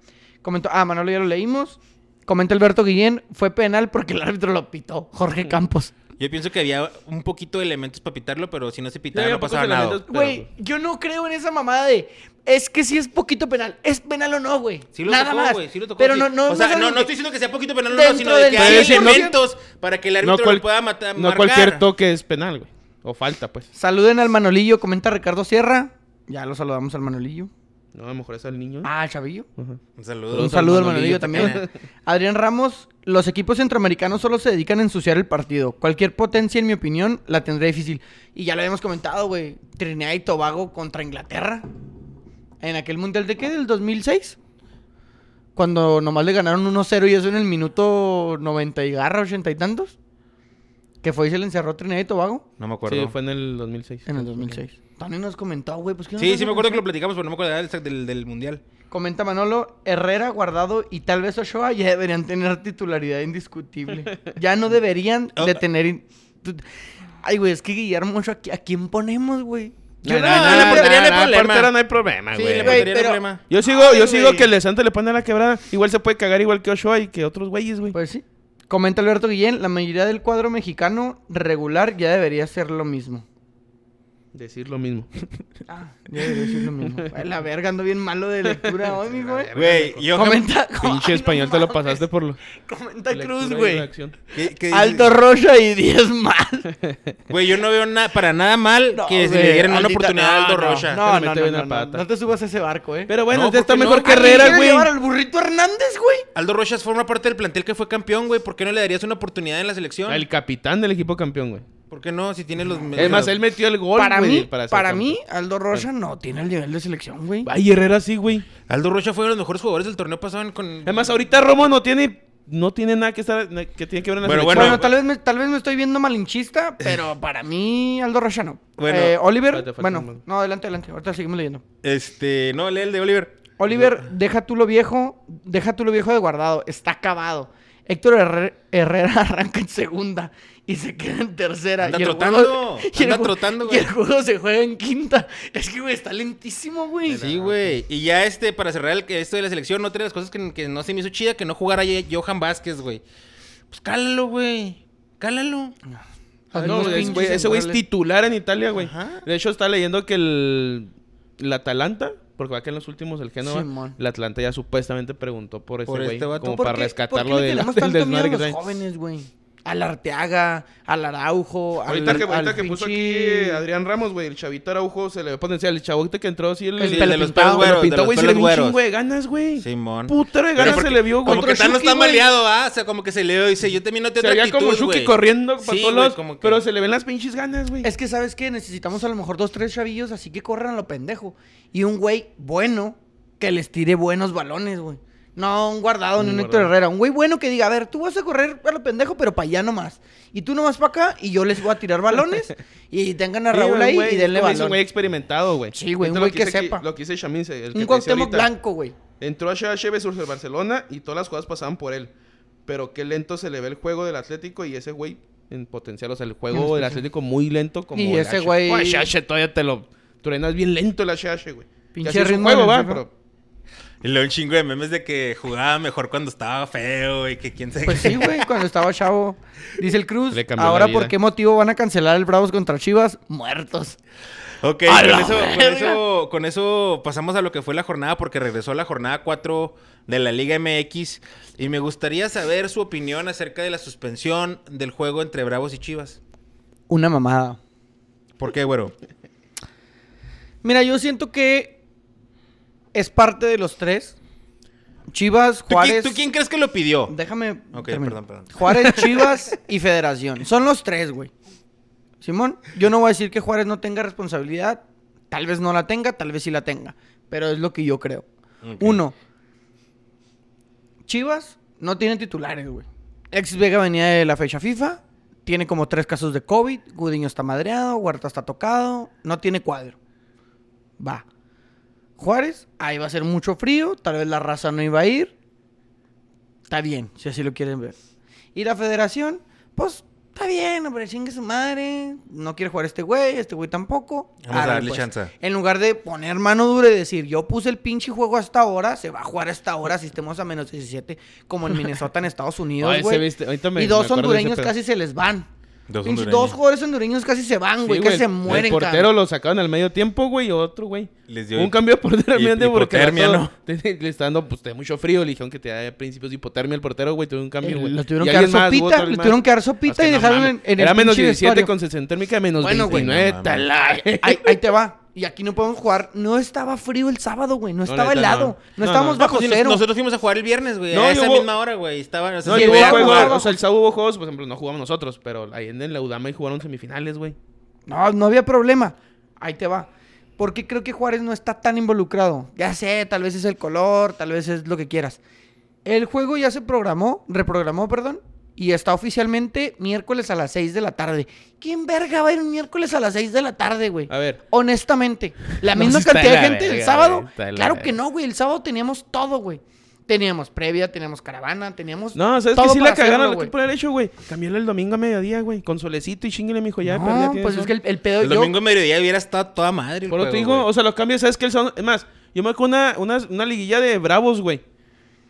S1: Comentó, ah, Manolo ya lo leímos. Comenta Alberto Guillén, fue penal porque el árbitro lo pitó. Jorge Campos.
S2: Yo pienso que había un poquito de elementos para pitarlo, pero si no se pitaba
S3: Sí,
S2: no
S3: pocos
S2: pasaba nada.
S3: elementos. Pero-
S1: Güey,
S2: pues,
S1: yo no creo en esa mamada de. Es que si es poquito penal. ¿Es penal o no, güey.
S2: Sí lo
S1: Nada
S2: tocó,
S1: más.
S2: güey. Sí lo tocó.
S1: Pero
S2: sí.
S1: no, no,
S2: O sea,
S1: es
S2: no,
S1: algo
S2: no
S1: que-
S2: estoy diciendo que sea poquito penal, no,
S1: Dentro
S2: no, sino de
S1: del
S2: que hay
S3: 100%.
S2: elementos para que el árbitro
S3: cual-
S2: lo pueda matar,
S3: no
S2: marcar.
S3: cualquier toque es penal, güey. O falta, pues.
S1: Saluden al Manolillo, comenta Ricardo Sierra. Ya lo saludamos al Manolillo.
S2: ¿Mm?
S3: No, a lo mejor es al niño. ¿eh?
S1: Ah, al Chavillo.
S3: Ajá.
S2: Un
S1: Un,
S2: saludo.
S3: Saludos
S1: saludo al
S3: Manolillo
S1: Manolillo también. Adrián Ramos, los equipos centroamericanos solo se dedican a ensuciar el partido. Cualquier potencia, en mi opinión, la tendría difícil. Y ya lo habíamos comentado, güey. Trinidad y Tobago contra Inglaterra. En aquel mundial de qué? Del 2006. Cuando nomás le ganaron 1-0 y eso en el minuto 90 y garra, 80 y tantos. Que fue y se le encerró a Trinidad y Tobago
S2: No me acuerdo.
S3: Sí, fue en el 2006.
S1: en el 2006. Tony nos comentó, güey. Pues, ¿qué no
S2: Sí,
S1: nos
S2: sí me acuerdo que lo platicamos, pero no me acuerdo del, del, del mundial.
S1: Comenta Manolo, Herrera, Guardado y tal vez Ochoa ya deberían tener titularidad indiscutible. Ya no deberían de tener... in- tu- Ay, güey, es que Guillermo Ochoa, ¿a quién ponemos, güey?
S2: No, no, no, en la portería no hay problema.
S3: portera no hay problema,
S2: Sí,
S3: güey.
S2: le
S1: güey,
S2: portería no hay
S1: pero-
S2: problema.
S3: Yo sigo, yo
S1: Ay,
S3: sigo
S1: güey.
S3: que el Santo le pone a la quebrada. Igual se puede cagar igual que Ochoa y que otros güeyes, güey.
S1: Pues sí. Comenta Alberto Guillén, la mayoría del cuadro mexicano regular ya debería ser lo mismo.
S3: Decir lo mismo.
S1: Ah, ya debería ser lo mismo. Ay, la verga, ando bien malo de lectura hoy, mi güey.
S2: Güey, yo...
S1: Comenta...
S3: Pinche
S1: Ay,
S3: español
S1: no
S3: te lo
S1: mames.
S3: pasaste por lo.
S1: Comenta
S3: lectura
S1: Cruz,
S3: y
S1: güey.
S3: redacción.
S2: ¿Qué- qué dices?
S1: Alto Rocha y 10 más.
S2: Güey, yo no veo na- para nada mal
S1: No,
S2: que se
S1: güey,
S2: le dieran una
S1: Aldita,
S2: oportunidad a Aldo Rocha.
S1: No, no, no,
S3: Te
S1: no,
S3: mete
S1: no,
S3: una pata.
S1: no te subas a ese barco, eh.
S3: Pero bueno,
S2: No,
S3: este está
S2: ¿por qué
S3: mejor
S2: no?
S3: que
S1: Ay,
S3: Herrera,
S1: quiero
S3: güey.
S1: llevar al burrito Hernández, güey.
S2: Aldo Rochas forma parte del plantel que fue campeón, güey. ¿Por qué no le darías una oportunidad en la selección?
S3: El capitán del equipo campeón, güey.
S2: ¿Por qué no? Si tienes los...
S3: Es más, él metió el gol,
S1: para
S3: güey,
S1: mí,
S3: para
S1: para,
S3: ser
S1: mí, Aldo Rocha no tiene el nivel de selección, güey.
S3: Ay, Herrera sí, güey.
S2: Aldo Rocha fue uno de los mejores jugadores del torneo pasado en- con...
S3: Además, ahorita Romo no tiene, no tiene nada que estar, que tiene que ver en la
S2: Bueno,
S1: Bueno,
S3: selección.
S1: tal vez me, tal vez me estoy viendo malinchista, pero para mí Aldo Rocha no.
S2: Bueno.
S1: Eh, Oliver,
S3: Espérate, falta
S1: bueno,
S3: un-
S1: no, adelante, adelante. Ahorita seguimos leyendo.
S2: Este... No, lee el de Oliver.
S1: Oliver, deja tú lo viejo, deja tú lo viejo de guardado, está acabado. Héctor Herre- Herrera arranca en segunda y se queda en tercera.
S2: Anda
S1: y el
S2: trotando,
S1: juego- y el
S2: anda
S1: ju-
S2: trotando,
S1: Y
S2: güey.
S1: el juego se juega en quinta. Es que, güey, está lentísimo, güey.
S2: Sí, güey. Y ya este, para cerrar el, esto de la selección, otra de las cosas que, que no se me hizo chida, que no jugara Ye- Johan Vázquez, güey. Pues cálalo, güey. Cálalo.
S1: A ver,
S3: No,
S1: los
S3: güey,
S1: pinches
S3: güey, ese güey es
S1: centrales.
S3: titular en Italia, güey.
S2: Ajá.
S3: De hecho, está leyendo que el, el Atalanta, porque va que en los últimos el Génova,
S1: Simón.
S3: el Atlanta ya supuestamente preguntó por ese
S2: Por
S3: güey.
S2: este vato.
S3: como
S1: ¿Por
S3: para
S1: qué-
S3: rescatarlo
S1: por qué le
S3: de la-
S1: tenemos
S3: del
S1: tanto miedo
S3: desmadre que
S1: a los
S3: trae.
S1: jóvenes, güey? Al Arteaga, al Araujo, al
S3: Ahorita que, ahorita
S1: al
S3: que puso aquí
S1: pinche-
S3: eh, Adrián Ramos, güey, el chavito Araujo se le ve potencial. El chavito que entró así, el,
S1: El
S3: el
S1: pelo
S3: de los
S1: pintado,
S3: pelos güeros,
S2: de
S3: pintó,
S2: los
S3: güey, se le
S2: pelos
S3: vio un
S2: güeros.
S3: chingo de ganas, güey.
S2: Simón.
S3: Putero de
S2: Pero
S3: ganas
S2: porque-
S3: se le vio, güey.
S2: Como que
S1: Otro
S2: está no
S1: Shuki,
S2: está
S1: güey.
S2: maleado, ¿ah? O sea, como que se le dice, yo también no te
S3: Se veía como Shuki corriendo para
S2: Sí,
S3: todos
S2: güey,
S3: lados,
S2: como que-
S3: pero se le ven las pinches ganas, güey.
S1: Es que, ¿sabes qué? Necesitamos a lo mejor dos, tres chavillos, así que corran a lo pendejo. Y un güey bueno que les tire buenos balones, güey. No, un guardado, ni
S3: Un
S1: un Héctor
S3: guardado.
S1: Herrera. Un güey bueno que diga, a ver, tú vas a correr a lo pendejo, pero para allá nomás. Y tú nomás para acá, y yo les voy a tirar balones. y tengan a
S3: Sí,
S1: Raúl
S3: güey,
S1: ahí
S3: güey,
S1: y denle
S3: es como dice
S1: balón.
S3: Un güey experimentado, güey.
S1: Sí, güey,
S3: Ahorita
S1: un
S3: lo
S1: güey que
S3: hice aquí-
S1: sepa.
S3: Lo que hice Chamin, el que
S1: Un
S3: te
S1: Cuauhtémoc
S3: decía ahorita.
S1: blanco, güey.
S3: Entró a Shebe versus el Barcelona y todas las jugadas pasaban por él. Pero qué lento se le ve el juego del Atlético y ese güey en potencial. O sea, el juego del Atlético muy lento como
S1: Y
S3: el
S1: ese
S3: Ashe-
S1: güey-
S3: Oh, el Ashe todavía te lo truenas bien lento el Ashe, güey.
S1: Pinche
S3: Pinche
S1: ritmo
S3: juego,
S1: del
S3: va,
S1: FIFA.
S3: pero...
S2: Y luego un chingo de memes de que jugaba mejor cuando estaba feo y que quién sabe
S1: Pues
S2: qué.
S1: sí, güey, cuando estaba chavo. Dice el Cruz,
S3: Le cambió la
S1: ahora
S3: vida.
S1: por qué motivo van a cancelar el Bravos contra Chivas? Muertos.
S2: Ok,
S1: A la
S2: con eso, con,
S1: verga.
S2: eso, con eso pasamos a lo que fue la jornada, porque regresó la jornada 4 de la Liga MX. Y me gustaría saber su opinión acerca de la suspensión del juego entre Bravos y Chivas.
S1: Una mamada.
S2: ¿Por qué, güero?
S1: Mira, yo siento que es parte de los tres. Chivas,
S2: ¿Tú, qui-
S1: Juárez.
S2: tú quién crees que lo pidió?
S1: Déjame.
S2: Ok, perdón, perdón.
S1: Juárez, Chivas y Federación. Son los tres, güey. Simón, yo no voy a decir que Juárez no tenga responsabilidad. Tal vez no la tenga, tal vez sí la tenga. Pero es lo que yo creo.
S2: Ok.
S1: Uno, Chivas no tiene titulares, güey. Ex Vega venía de la fecha FIFA. Tiene como tres casos de COVID. Gudiño está madreado. Huerta está tocado. No tiene cuadro. Va. Juárez, ahí va a ser mucho frío. Tal vez la raza no iba a ir. Está bien, si así lo quieren ver. Y la federación, pues, está bien, hombre, chingue su madre. No quiere jugar este güey, este güey tampoco.
S2: Vamos a
S1: Árale, pues.
S2: darle chance.
S1: En lugar de poner mano dura y decir, yo puse el pinche juego hasta ahora, se va a jugar hasta ahora si estemos a menos 17, como en Minnesota, en Estados Unidos,
S3: Ay,
S1: güey.
S3: ese viste- ahorita me-
S1: y dos
S3: me acuerdo de ese
S1: hondureños
S3: pedo.
S1: casi se les van.
S2: Dos
S1: Pinche-
S2: hondureños.
S1: dos jugadores hondureños casi se van, güey,
S3: Sí,
S1: que
S3: güey,
S1: se mueren,
S3: El portero
S1: cabrón.
S3: lo sacaron al medio tiempo, güey, y otro, güey.
S2: Les dio
S3: un
S2: hip-
S3: cambio de portero
S2: hip-
S3: también de porque
S2: hipotermia,
S3: el vato
S2: ¿no?
S3: te- te- Le está dando, pues, te da mucho frío. Le dijeron que te da principios de hipotermia el portero, güey. Tuvieron un cambio,
S1: Eh,
S3: güey.
S1: lo tuvieron
S3: Y
S1: que dar
S3: alguien más,
S1: sopita,
S3: hubo otro
S1: le
S3: más.
S1: tuvieron que dar sopita
S3: Es que
S1: y dejaron
S3: mames.
S1: en- en el
S3: Era menos
S1: pinche
S3: 17
S1: vestuario.
S3: con sensación térmica, menos
S1: Bueno, güey.
S3: 29.
S2: No mames.
S3: tala.
S1: Ahí, ahí te va. Y aquí no podemos jugar. No estaba frío el sábado, güey. No estaba
S3: neta,
S1: helado.
S3: no.
S1: No,
S3: No,
S1: estábamos
S3: no.
S1: bajo
S2: Pues si nos-
S1: cero.
S2: nosotros fuimos a jugar el viernes, güey.
S3: No,
S2: a
S3: y
S2: esa
S3: hubo-
S2: misma hora, güey. Estaba, no sé
S3: No,
S2: si
S3: y
S1: llegó
S3: hubo
S2: podía
S1: a
S3: juegos,
S1: jugar.
S3: o sea, el sábado hubo juegos, por ejemplo, no jugamos nosotros, pero ahí en la Udama y jugaron semifinales, güey.
S1: No, no había problema. Ahí te va. ¿Por qué creo que Juárez no está tan involucrado? Ya sé, tal vez es el color, tal vez es lo que quieras. El juego ya se programó, reprogramó, perdón, Y está oficialmente miércoles a las 6 de la tarde. ¿Quién verga va a ir un miércoles a las 6 de la tarde, güey?
S3: A ver.
S1: Honestamente, la
S3: No,
S1: misma
S3: sí está
S1: cantidad de
S3: la
S1: gente el
S3: verga,
S1: sábado.
S3: güey, está la
S1: Claro
S3: verga.
S1: que no, güey. El sábado teníamos todo, güey. Teníamos previa, teníamos caravana, teníamos.
S3: No, ¿sabes
S1: todo
S3: que sí
S1: para
S3: la cagaron
S1: hacerlo,
S3: lo que
S1: güey.
S3: por el hecho, güey? Cambiarlo el domingo a mediodía, güey. Con solecito y chinguele, mijo, ya. pero ya
S1: No,
S3: tienes
S1: pues
S3: sol.
S1: es que el, el pedo.
S2: El
S1: yo-
S2: domingo mediodía hubiera estado toda madre. el
S3: Por lo que
S2: juego,
S3: digo,
S2: güey.
S3: o sea, los cambios, ¿sabes qué? El sábado- Es más, yo me acuerdo una, una, una liguilla de Bravos, güey.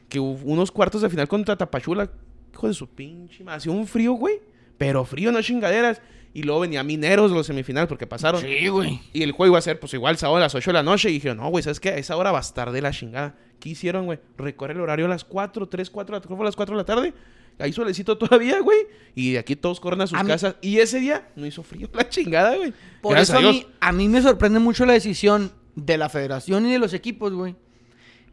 S3: Que hubo unos cuartos de final contra Tapachula. Hijo de su pinche madre. Hacía un frío, güey. Pero frío, no chingaderas. Y luego venía Mineros los semifinales porque pasaron.
S1: Sí, güey.
S3: Y el juego iba a ser, pues igual, sábado a las 8 de la noche. Y dijeron, no, güey, ¿sabes qué? A esa hora va a estar de la chingada. ¿Qué hicieron, güey? Recorre el horario a las 4, 3, 4, a las 4 de la tarde. Ahí solecito todavía, güey. Y de aquí todos corren a sus
S1: A mí-
S3: casas. Y ese día no hizo frío la chingada, güey.
S1: Por
S3: Gracias
S1: eso
S3: a
S1: a
S3: Dios.
S1: mí, a mí me sorprende mucho la decisión de la federación y de los equipos, güey.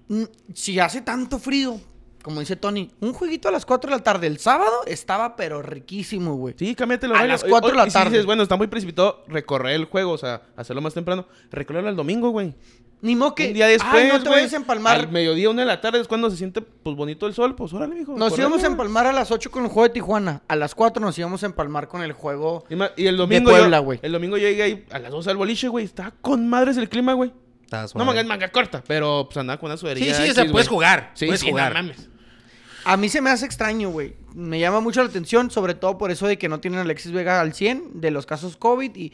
S1: Mm, Si hace tanto frío, como dice Tony, un jueguito a las 4 de la tarde el sábado estaba pero riquísimo, güey.
S3: Sí, cámbiate el
S1: A
S3: horario.
S1: las cuatro de la
S3: Y si
S1: tarde.
S3: dices, bueno, está muy precipitado recorrer el juego, o sea, hacerlo más temprano. Recorrerlo al domingo, güey.
S1: Ni modo que
S3: Un día después,
S1: "Ay, no te
S3: güey,
S1: vayas a empalmar.
S3: Al mediodía, una de la tarde es cuando se siente, pues, bonito el sol. Pues, órale, mijo.
S1: Nos
S3: correle,
S1: íbamos a
S3: güey.
S1: empalmar a las 8 con el juego de Tijuana. A las 4 nos íbamos a empalmar con el juego.
S3: Y, ma- y el domingo.
S1: Puebla,
S3: yo,
S1: güey.
S3: el domingo yo llegué ahí a las 12 al boliche, güey. Estaba con madres el clima, güey.
S2: Estaba
S3: No
S2: suave.
S3: manga, manga corta, pero pues andaba con una sudería.
S2: Sí, sí, o
S3: X,
S2: sea,
S3: güey.
S2: puedes jugar.
S3: Sí,
S2: puedes
S3: sí,
S2: jugar.
S3: No mames.
S1: A mí se me hace extraño, güey. Me llama mucho la atención, sobre todo por eso de que no tienen a Alexis Vega al 100, de los casos COVID y...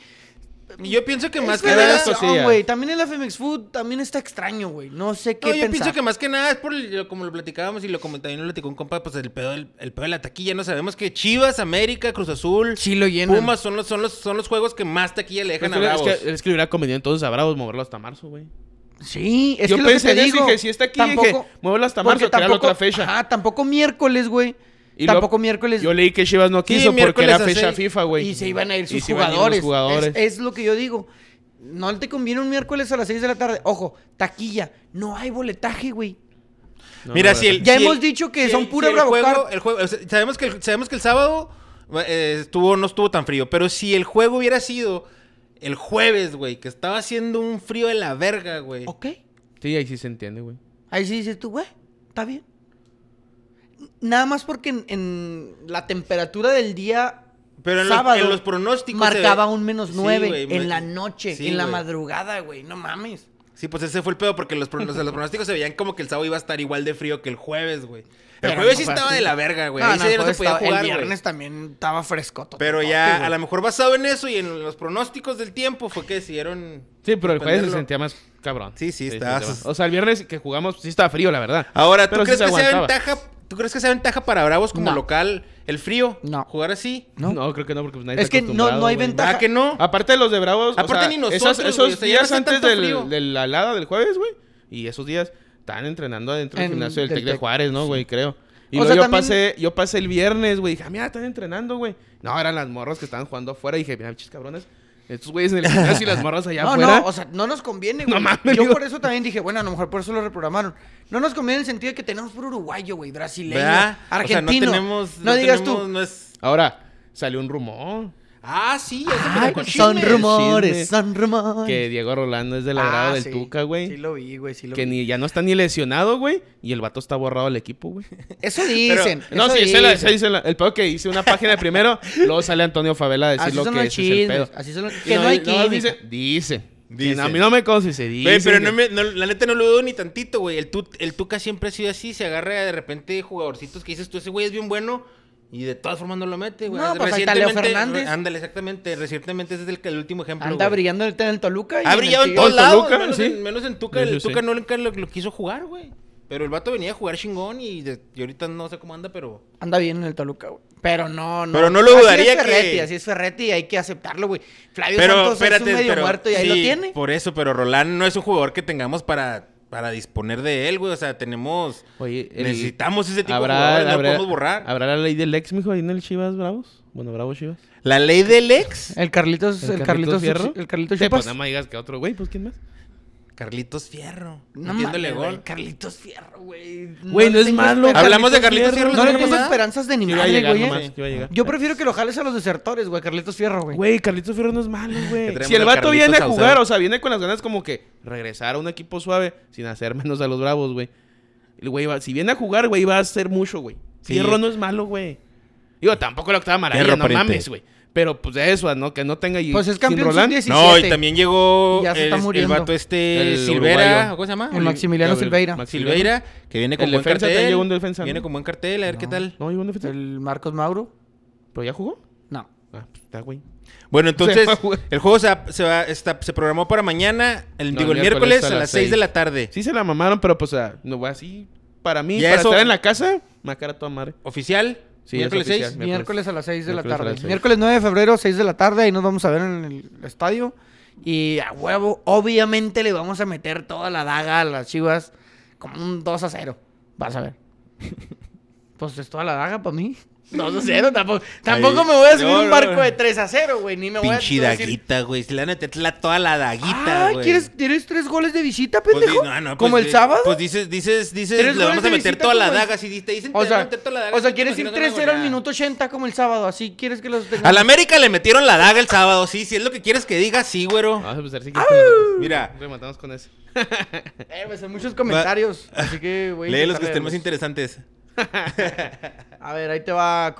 S2: yo pienso que más
S1: Es
S2: que
S3: verdad.
S2: nada.
S1: federación,
S3: cosillas.
S1: güey. También en la Femex Food también está extraño, güey. No sé qué
S2: No, yo
S1: pensar.
S2: pienso que más que nada es por el- como lo platicábamos y lo como también lo platicó un compa, pues el pedo, del- el pedo de la taquilla, no sabemos que Chivas, América, Cruz Azul,
S1: Sí lo llenan.
S2: Pumas son los, son los, son los juegos que más taquilla le dejan a
S3: Pues Es
S2: Bravos.
S3: que, es que le hubiera convenido entonces a Bravos moverlo hasta marzo, güey.
S1: Sí, es
S3: Yo
S1: que
S3: pensé
S1: lo que te
S3: en eso y
S1: digo,
S3: dije, si está aquí, dije, muévelo hasta marzo,
S1: porque
S3: que era la otra fecha.
S1: Ajá, tampoco miércoles, güey.
S3: Y lo-
S1: tampoco miércoles.
S3: Yo leí que Chivas no quiso porque
S2: miércoles
S3: era
S2: a
S3: fecha
S2: seis.
S3: FIFA, güey.
S1: Y se iban a ir
S3: Y
S1: sus
S3: se iban a ir los
S1: jugadores. Es-
S3: jugadores.
S1: Es, lo que yo digo. No te conviene un miércoles a las 6 de la tarde. Ojo, taquilla. No hay boletaje, güey.
S3: No,
S2: Mira,
S3: no,
S2: si el,
S1: Ya
S2: si
S1: hemos
S2: el-
S1: dicho que
S2: si
S1: son
S2: el-
S1: pura
S2: si el
S1: Bravo
S2: juego,
S1: Card.
S2: el juego- o sea, sabemos, que el, sabemos que el sábado eh, estuvo, no estuvo tan frío, pero si el juego hubiera sido el jueves, güey, que estaba haciendo un frío de la verga, güey.
S1: Ok.
S3: Sí, ahí sí se entiende, güey.
S1: Ahí sí dices tú, güey, está bien. Nada más porque en, en la temperatura del día
S2: Pero en, los-
S1: sábado
S2: en los, pronósticos. se
S1: marcaba
S2: ve-
S1: un menos
S2: Sí,
S1: nueve
S2: güey, me-
S1: en la noche,
S2: sí,
S1: en la
S2: güey.
S1: madrugada, güey. No mames.
S2: Sí, pues ese fue el pedo, porque los, prono- o sea, los pronósticos se veían como que el sábado iba a estar igual de frío que el jueves, güey. El
S1: Pero
S2: jueves
S1: no
S2: sí
S1: fue
S2: estaba
S1: así.
S2: de la verga, güey.
S1: No,
S2: Ahí
S1: no,
S2: sí ya no
S1: jueves
S2: se podía
S1: estaba-
S2: jugar,
S1: El
S2: güey.
S1: viernes también estaba fresco.
S2: Pero ya, a lo mejor basado en eso y en los pronósticos del tiempo, fue que decidieron.
S3: Sí, pero el jueves se
S2: Ponerlo.
S3: sentía más cabrón.
S2: Sí, sí,
S3: se
S2: estaba-
S3: sentía más. O sea, el viernes que jugamos sí estaba frío, la verdad.
S2: Ahora, ¿tú
S3: Pero sí
S2: crees
S3: se
S2: que sea
S3: aguantaba.
S2: ventaja? ¿Tú crees que sea ventaja para Bravos como
S1: No.
S2: local el frío?
S1: No.
S2: Jugar así.
S3: ¿No?
S1: ¿No?
S3: creo que no, porque pues nadie
S1: Es
S3: está
S1: que no-
S3: acostumbrado,
S1: no hay
S3: güey.
S1: ventaja.
S2: ¿Verdad que no?
S3: Aparte de los de Bravos, o
S2: Aparte
S3: sea,
S2: ni nosotros,
S3: esos,
S2: güey,
S3: esos
S2: o sea, ya no
S3: días
S2: hace
S3: antes
S2: tanto
S3: del-
S2: frío.
S3: de la alada del jueves, güey, y esos días estaban entrenando adentro del
S1: En-
S3: gimnasio del
S1: del
S3: Tec de
S1: Tec.
S3: Juárez, ¿no, güey? Creo. Y
S1: O
S3: luego
S1: sea,
S3: yo,
S1: también-
S3: pasé, yo pasé el viernes, güey, dije, ah, mira, están entrenando, güey. No, eran las morras que estaban jugando afuera, y dije, mira, chis cabrones, estos güeyes en el gimnasio y las morras allá
S1: No,
S3: afuera.
S1: no, o sea, no nos conviene, güey.
S3: No mames,
S1: Yo
S3: digo.
S1: por eso también dije, bueno, a lo mejor por eso lo reprogramaron. No nos conviene en el sentido de que tenemos puro uruguayo, güey, brasileño,
S2: ¿Verdad? O sea,
S1: argentino.
S2: no tenemos.
S1: No digas
S2: tenemos-
S1: tú.
S2: No es...
S3: Ahora, salió un rumor
S2: Ah, sí, ya se
S1: Ay,
S2: empezó con
S1: son
S2: chismes.
S1: rumores,
S3: chisme.
S1: son rumores.
S3: que Diego Rolando es del
S1: Ah,
S3: agrado del
S1: sí,
S3: Tuca, güey.
S1: Sí lo vi, güey, sí lo
S3: que
S1: vi.
S3: ni, ya no está ni lesionado, güey, y el vato está borrado del equipo, güey.
S1: Eso dicen.
S3: No,
S1: eso
S3: sí, hice la,
S1: dicen.
S3: sí, hice la- el pedo que hice una página primero, luego sale Antonio Favela a decir
S1: Así
S3: lo
S1: son
S3: que
S1: los
S3: ese es el
S1: chismes.
S3: pedo.
S1: Así son los...
S3: Y
S1: Que no, hay
S3: nomás
S1: química.
S3: Dice, dice.
S2: Dicen.
S3: Que A mí no me consta, dice, dice.
S2: Güey, pero no me- no, la neta no lo dudo ni tantito, güey. El, Tut- el Tuca siempre ha sido así, se agarra de repente jugadorcitos que dices tú, ese güey es bien bueno y de todas formas no lo mete, güey.
S1: No, pues ahí está Leo Fernández.
S2: re- Ándale, exactamente. Recientemente ese es el, el último ejemplo.
S1: Anda
S2: güey.
S1: brillando ahorita en el Toluca. y
S2: Ha
S1: el
S2: brillado en
S1: Tigres.
S2: todos
S3: Tigres.
S2: lados,
S3: Toluca,
S2: menos,
S3: sí.
S2: en, menos en Tuca.
S3: Eso
S2: El
S3: sí.
S2: Tuca no nunca lo, lo quiso jugar, güey. Pero el vato venía a jugar chingón y, de- y ahorita no sé cómo anda, pero...
S1: Anda bien en el Toluca, güey. Pero no, no.
S2: Pero no lo dudaría
S1: así es Ferretti,
S2: que-
S1: Así es Ferretti y hay que aceptarlo, güey. Flavio
S2: Pero
S1: Santos
S2: espérate,
S1: es un medio
S2: pero-
S1: muerto y ahí lo
S2: sí,
S1: tiene.
S2: Por eso, pero Roland no es un jugador que tengamos para, para disponer de él, güey. O sea, tenemos...
S3: Oye, el-
S2: Necesitamos ese tipo
S3: ¿Habrá,
S2: de jugadores, no
S3: habrá-
S2: podemos borrar.
S3: ¿Habrá la ley del ex, mijo, ahí en el Chivas Bravos? Bueno, Bravos Chivas.
S2: La ley del ex.
S3: Eh.
S1: El Carlitos, el, Carlitos, Fierro. El Carlitos
S3: Sí,
S1: Chupas.
S3: pues nada más digas que otro güey, pues ¿quién más?
S2: Carlitos Fierro.
S1: No
S2: metiéndole
S1: mames,
S2: gol.
S1: güey, Carlitos Fierro, güey.
S3: Güey, no es
S1: tengo
S3: malo.
S1: esperanzas.
S2: Hablamos de Carlitos Fierro,
S1: No
S2: la
S1: le
S2: semana
S1: tengo
S2: pasada.
S1: esperanzas de ni
S3: Yo iba a
S1: madre,
S3: llegar
S1: güey.
S3: nomás,
S1: eh.
S3: yo iba a llegar.
S1: Yo prefiero que lo jales a los desertores, güey. Carlitos Fierro, güey.
S3: Güey, Carlitos Fierro no es malo,
S2: Que
S3: güey.
S2: traemos
S3: Si el
S2: al
S3: vato
S2: Carlitos
S3: viene a
S2: Saucedo.
S3: jugar, o sea, viene con las ganas como que regresar a un equipo suave sin hacer menos a los bravos, güey. El güey va, si viene a jugar, güey, va a hacer mucho, güey.
S2: Sí.
S3: Fierro no es malo, güey. Digo, tampoco la octava maravilla,
S2: Fierro,
S3: no
S2: pariente.
S3: mames, güey. Pero pues de eso, ¿no? Que no tenga... y-
S1: Pues es
S3: sin
S1: campeón
S3: Roland.
S1: sub-17.
S2: No, y también llegó
S1: Ya se
S2: el,
S1: está
S2: el
S1: muriendo.
S2: vato este
S3: El
S2: Silvera,
S3: uruguayo.
S2: ¿cómo se llama?
S1: El Maximiliano
S3: Gabriel
S1: Silveira.
S3: Max-
S2: Silveira, que viene con
S3: El
S2: buen
S3: defensa,
S2: cartel.
S3: también llegó un defensa,
S2: viene
S3: ¿no?
S2: con buen cartel, a ver qué tal.
S3: No, llegó un defensa.
S1: pues, ¿El Marcos Mauro?
S3: ¿Pero ya jugó?
S1: No.
S3: Ah, pues está, güey.
S2: Bueno, entonces,
S3: va a jugar.
S2: el juego se, va- se va- está- se programó para mañana, el,
S3: No,
S2: digo, el miércoles a las 6 de
S3: seis.
S2: la tarde.
S3: Sí se la mamaron, pero pues, ah, no va así. Para mí,
S2: Ya
S3: para
S2: eso-
S3: estar en la casa, me cara toda madre.
S2: ¿Oficial?
S3: Sí, es
S2: ¿Miércoles 6?
S3: oficial. Miércoles.
S1: Miércoles a las 6 de la
S3: Miércoles a
S1: tarde.
S3: las seis.
S1: Miércoles 9 de febrero, 6 de la tarde. Ahí nos vamos a ver en el estadio. Y a huevo, obviamente le vamos a meter toda la daga a las chivas como un 2 a 0. Vas a ver. pues es toda la daga para mí. 2 a 0. Tampoco, tampoco
S2: Ahí.
S1: me voy a subir
S2: No,
S1: un
S2: no,
S1: barco
S2: no.
S1: de 3 a 0, güey. Ni me voy a.
S2: Pinche
S1: decir,
S2: daguita, güey. Se le van a meter la- toda la daguita,
S1: Ah,
S2: güey.
S1: ¿quieres, ¿Tienes tres goles de visita,
S2: Pues di-
S1: pendejo?
S2: no, no, pues
S1: ¿Como el
S2: di-
S1: sábado?
S2: Pues dices, dices, dices,
S1: Tres
S2: le vamos
S1: goles de
S2: a meter
S1: visita
S2: toda la
S1: como el-
S2: daga. Si diste, dicen,
S1: o
S2: te van a
S1: sea,
S2: meter toda la daga.
S1: o sea,
S2: pues,
S1: quieres ir
S2: imagino que no
S1: 3-0 al
S2: ganan.
S1: minuto 80 como el sábado. Así quieres que los
S2: A
S1: tengamos.
S2: la América le metieron la daga el sábado. Sí, si es lo que quieres que diga, sí, güero.
S3: Vamos a empezar si quieres.
S2: Mira,
S3: Rematamos con eso.
S1: Eh, pues hay muchos comentarios. así que, güey.
S2: lee los que estén más interesantes.
S1: A ver, ahí te va.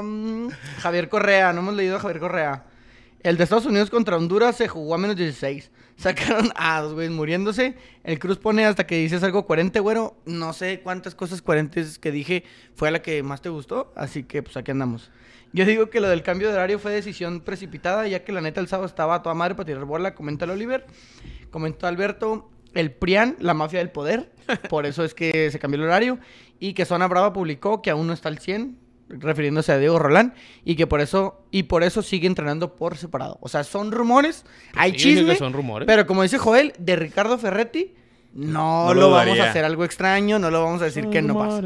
S1: Comenta. mm, Javier Correa. No hemos leído a Javier Correa. El de Estados Unidos contra Honduras se jugó a menos 16. Sacaron a dos güeyes muriéndose. El Cruz pone hasta que dices algo coherente, güero. No sé cuántas cosas coherentes que dije fue a la que más te gustó. Así que, pues aquí andamos. Yo digo que lo del cambio de horario fue decisión precipitada, ya que la neta el sábado estaba a toda madre para tirar bola. Comenta el Oliver. Comentó Alberto, el PRIAN, la mafia del poder, por eso es que se cambió el horario, y que Zona Brava publicó que aún no está al 100, refiriéndose a Diego Rolán, y que por eso, y por eso sigue entrenando por separado. O sea, son rumores, hay
S3: Pues sí, yo digo que
S1: chisme,
S3: son rumores.
S1: pero como dice Joel, de Ricardo Ferretti, no,
S2: No lo
S1: lo vamos a
S2: dudaría.
S1: hacer algo extraño, no lo vamos a decir que no pasa.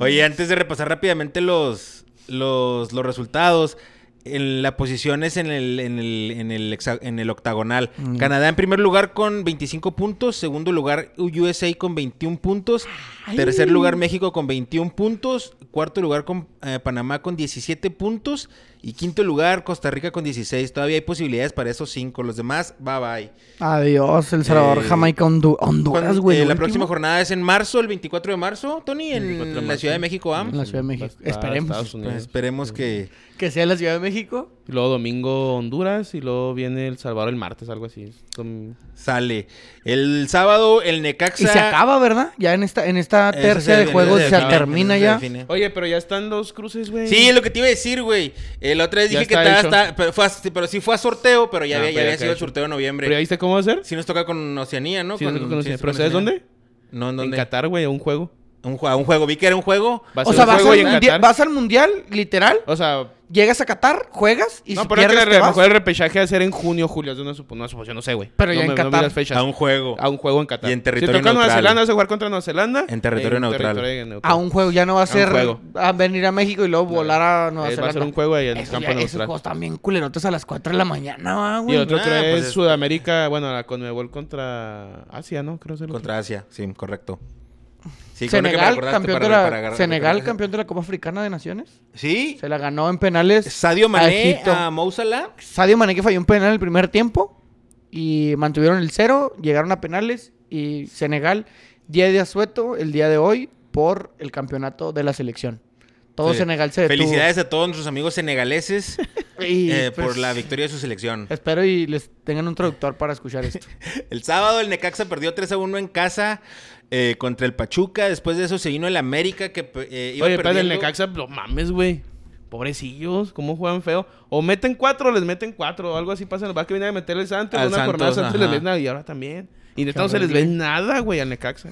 S2: Oye, antes de repasar rápidamente los, los, los resultados, en la posición es en el, en el, en el, hexa- en el octagonal.
S1: Mm.
S2: Canadá en primer lugar con 25 puntos, segundo lugar USA con 21 puntos, tercer lugar México con 21 puntos, cuarto lugar con eh, Panamá con 17 puntos y quinto lugar Costa Rica con 16. Todavía hay posibilidades para esos cinco, los demás bye bye.
S1: Adiós, El Salvador,
S2: Eh,
S1: Jamaica, Hondu- Honduras,
S2: Cuando-
S1: güey.
S2: eh, la
S1: último.
S2: próxima jornada es en marzo, el 24 de marzo, Tony, en
S3: 24 de
S2: la
S3: marzo.
S2: Ciudad de México, ¿am?
S1: En la Ciudad de México.
S3: Va- va a
S1: Esperemos.
S3: Estados
S2: Pues
S3: Unidos.
S2: esperemos que...
S1: Que sea la Ciudad de México.
S3: Y luego domingo Honduras y luego viene El Salvador el martes, algo así. Dom-
S2: Sale. El sábado el Necaxa.
S1: Y se acaba, ¿verdad? Ya en esta, en esta
S2: Ese
S1: tercia
S2: se-
S1: de juegos
S2: ese
S1: se,
S2: se define,
S1: termina
S2: ese se
S1: ya.
S2: define.
S3: Oye, pero ya están los cruces, güey.
S2: Sí, es lo que te iba a decir, güey. Eh, La otra vez
S3: Ya
S2: dije que
S3: está
S2: estaba
S3: hecho.
S2: hasta- pero, fue a- pero sí fue a sorteo, pero ya
S3: Ah,
S2: había, ya
S3: pero ya
S2: había
S3: está
S2: sido el
S3: hecho.
S2: sorteo de noviembre.
S3: ¿Pero ya viste cómo va a ser?
S2: Sí nos toca con Oceanía, ¿no?
S3: Sí,
S2: Con-
S3: no conocía.
S2: sí,
S3: ¿Pero
S2: con
S3: sabes
S2: Oceanía.
S3: dónde?
S2: No, ¿en
S3: En
S2: dónde?
S3: Qatar, güey, a un juego.
S2: Un, ju- a un juego. Vi que era un juego.
S3: Va a
S1: O
S3: ser
S1: sea,
S3: un
S1: vas
S3: juego y
S1: al,
S3: en
S1: mundial,
S3: Qatar.
S1: vas al mundial, literal,
S3: O sea,
S1: llegas a Qatar, juegas y
S3: no,
S1: si
S3: pero es que
S1: pierdes
S3: la-
S1: te
S3: a lo
S1: vas.
S3: mejor el repechaje va a ser en junio, julio. Es una, supo- una suposición, no sé, güey.
S1: Pero
S3: No
S1: ya en
S3: me- no vi
S1: Qatar.
S3: las fechas.
S2: A un juego.
S3: A un juego en Qatar.
S2: Y en territorio
S3: Si toca Nueva
S2: neutral.
S3: Zelanda, vas a jugar contra Nueva Zelanda.
S2: En territorio neutral.
S3: territorio neutral.
S1: A un juego, ya no va a ser
S3: juego.
S1: a venir a México y luego volar a Nueva
S3: Eh,
S1: Zelanda.
S3: Va a ser un juego ahí en el
S1: Eso
S3: campo
S1: ya- esos
S3: neutral.
S1: juegos también culerotes a las 4 de la mañana, ah,
S3: Y
S1: güey.
S3: el otro
S2: Ah,
S3: creo
S2: pues
S3: es
S2: es-
S3: Sudamérica, bueno, la Conmebol contra Asia, ¿no? Creo que es el otro.
S2: Contra Asia. Sí, correcto. Sí, qué bueno que me
S1: Senegal,
S2: recordaste
S1: campeón,
S2: para-
S1: de la,
S2: para agarrar-
S1: Senegal
S2: recordar-
S1: campeón de la Copa Africana de Naciones.
S2: Sí.
S1: Se la ganó en penales.
S2: Sadio Mané
S1: Egipto.
S2: a Mo Salah.
S1: Sadio Mané que falló un penal el primer tiempo y mantuvieron el cero, llegaron a penales y Senegal día de asueto el día de hoy por el campeonato de la selección. Todo
S2: Sí.
S1: Senegal se detuvo.
S2: Felicidades a todos nuestros amigos senegaleses
S1: Y,
S2: eh,
S1: pues,
S2: por la victoria de su selección.
S3: eh,
S1: Espero y les tengan un traductor para escuchar esto.
S2: El sábado el Necaxa perdió 3 a 1 en casa eh, contra el Pachuca. Después de eso se vino el América que eh, iba
S3: Oye, pero
S2: perdiendo.
S3: el Necaxa, lo mames, güey. Pobrecillos, cómo juegan feo. O meten cuatro, les meten cuatro, o algo así pasa. Va que viene a meterle Santos,
S2: Al
S3: una
S2: Santos,
S3: jornada Santos les
S2: ajá.
S3: ves nada y ahora también. Y neta
S1: Qué
S3: no se les ve
S1: horrible.
S3: nada, güey, al Necaxa.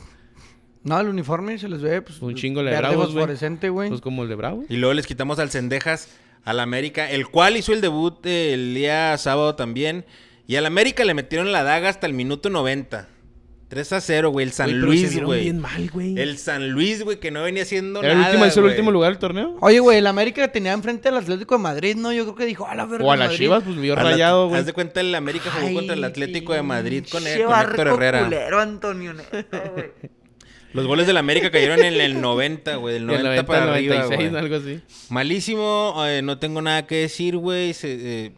S1: No, el uniforme se les ve pues,
S3: Un chingo de
S1: verde
S3: bravos, güey.
S1: fosforescente, güey.
S3: Pues como el de Bravo.
S2: Y luego les quitamos al Cendejas, al América, el cual hizo el debut eh, el día sábado también. Y al América le metieron la daga hasta el minuto 90. 3 a 0, güey. El San
S3: Güey, pero se
S2: Luis,
S3: vieron
S2: güey.
S3: bien mal, güey.
S2: El San Luis, güey, que no venía haciendo
S3: Era el
S2: nada.
S3: último, es el
S2: güey.
S3: último lugar del torneo.
S1: Oye, güey, el América tenía enfrente al Atlético de Madrid, ¿no? Yo creo que dijo, a la verga.
S3: O a las
S1: Madrid".
S3: Chivas, pues vio
S2: Al At-
S3: rayado, güey.
S2: Haz de cuenta, el América jugó contra el
S1: Ay,
S2: Atlético de Madrid con,
S1: pinche
S2: el, con Héctor
S1: barco
S2: Herrera.
S1: culero, Antonio Neto, güey.
S2: Los goles del América cayeron en el 90, güey. Del
S3: Del
S2: 90, para
S3: al
S2: arriba,
S3: 96,
S2: güey.
S3: algo así.
S2: Malísimo, eh, no tengo nada que decir, güey. Se- eh,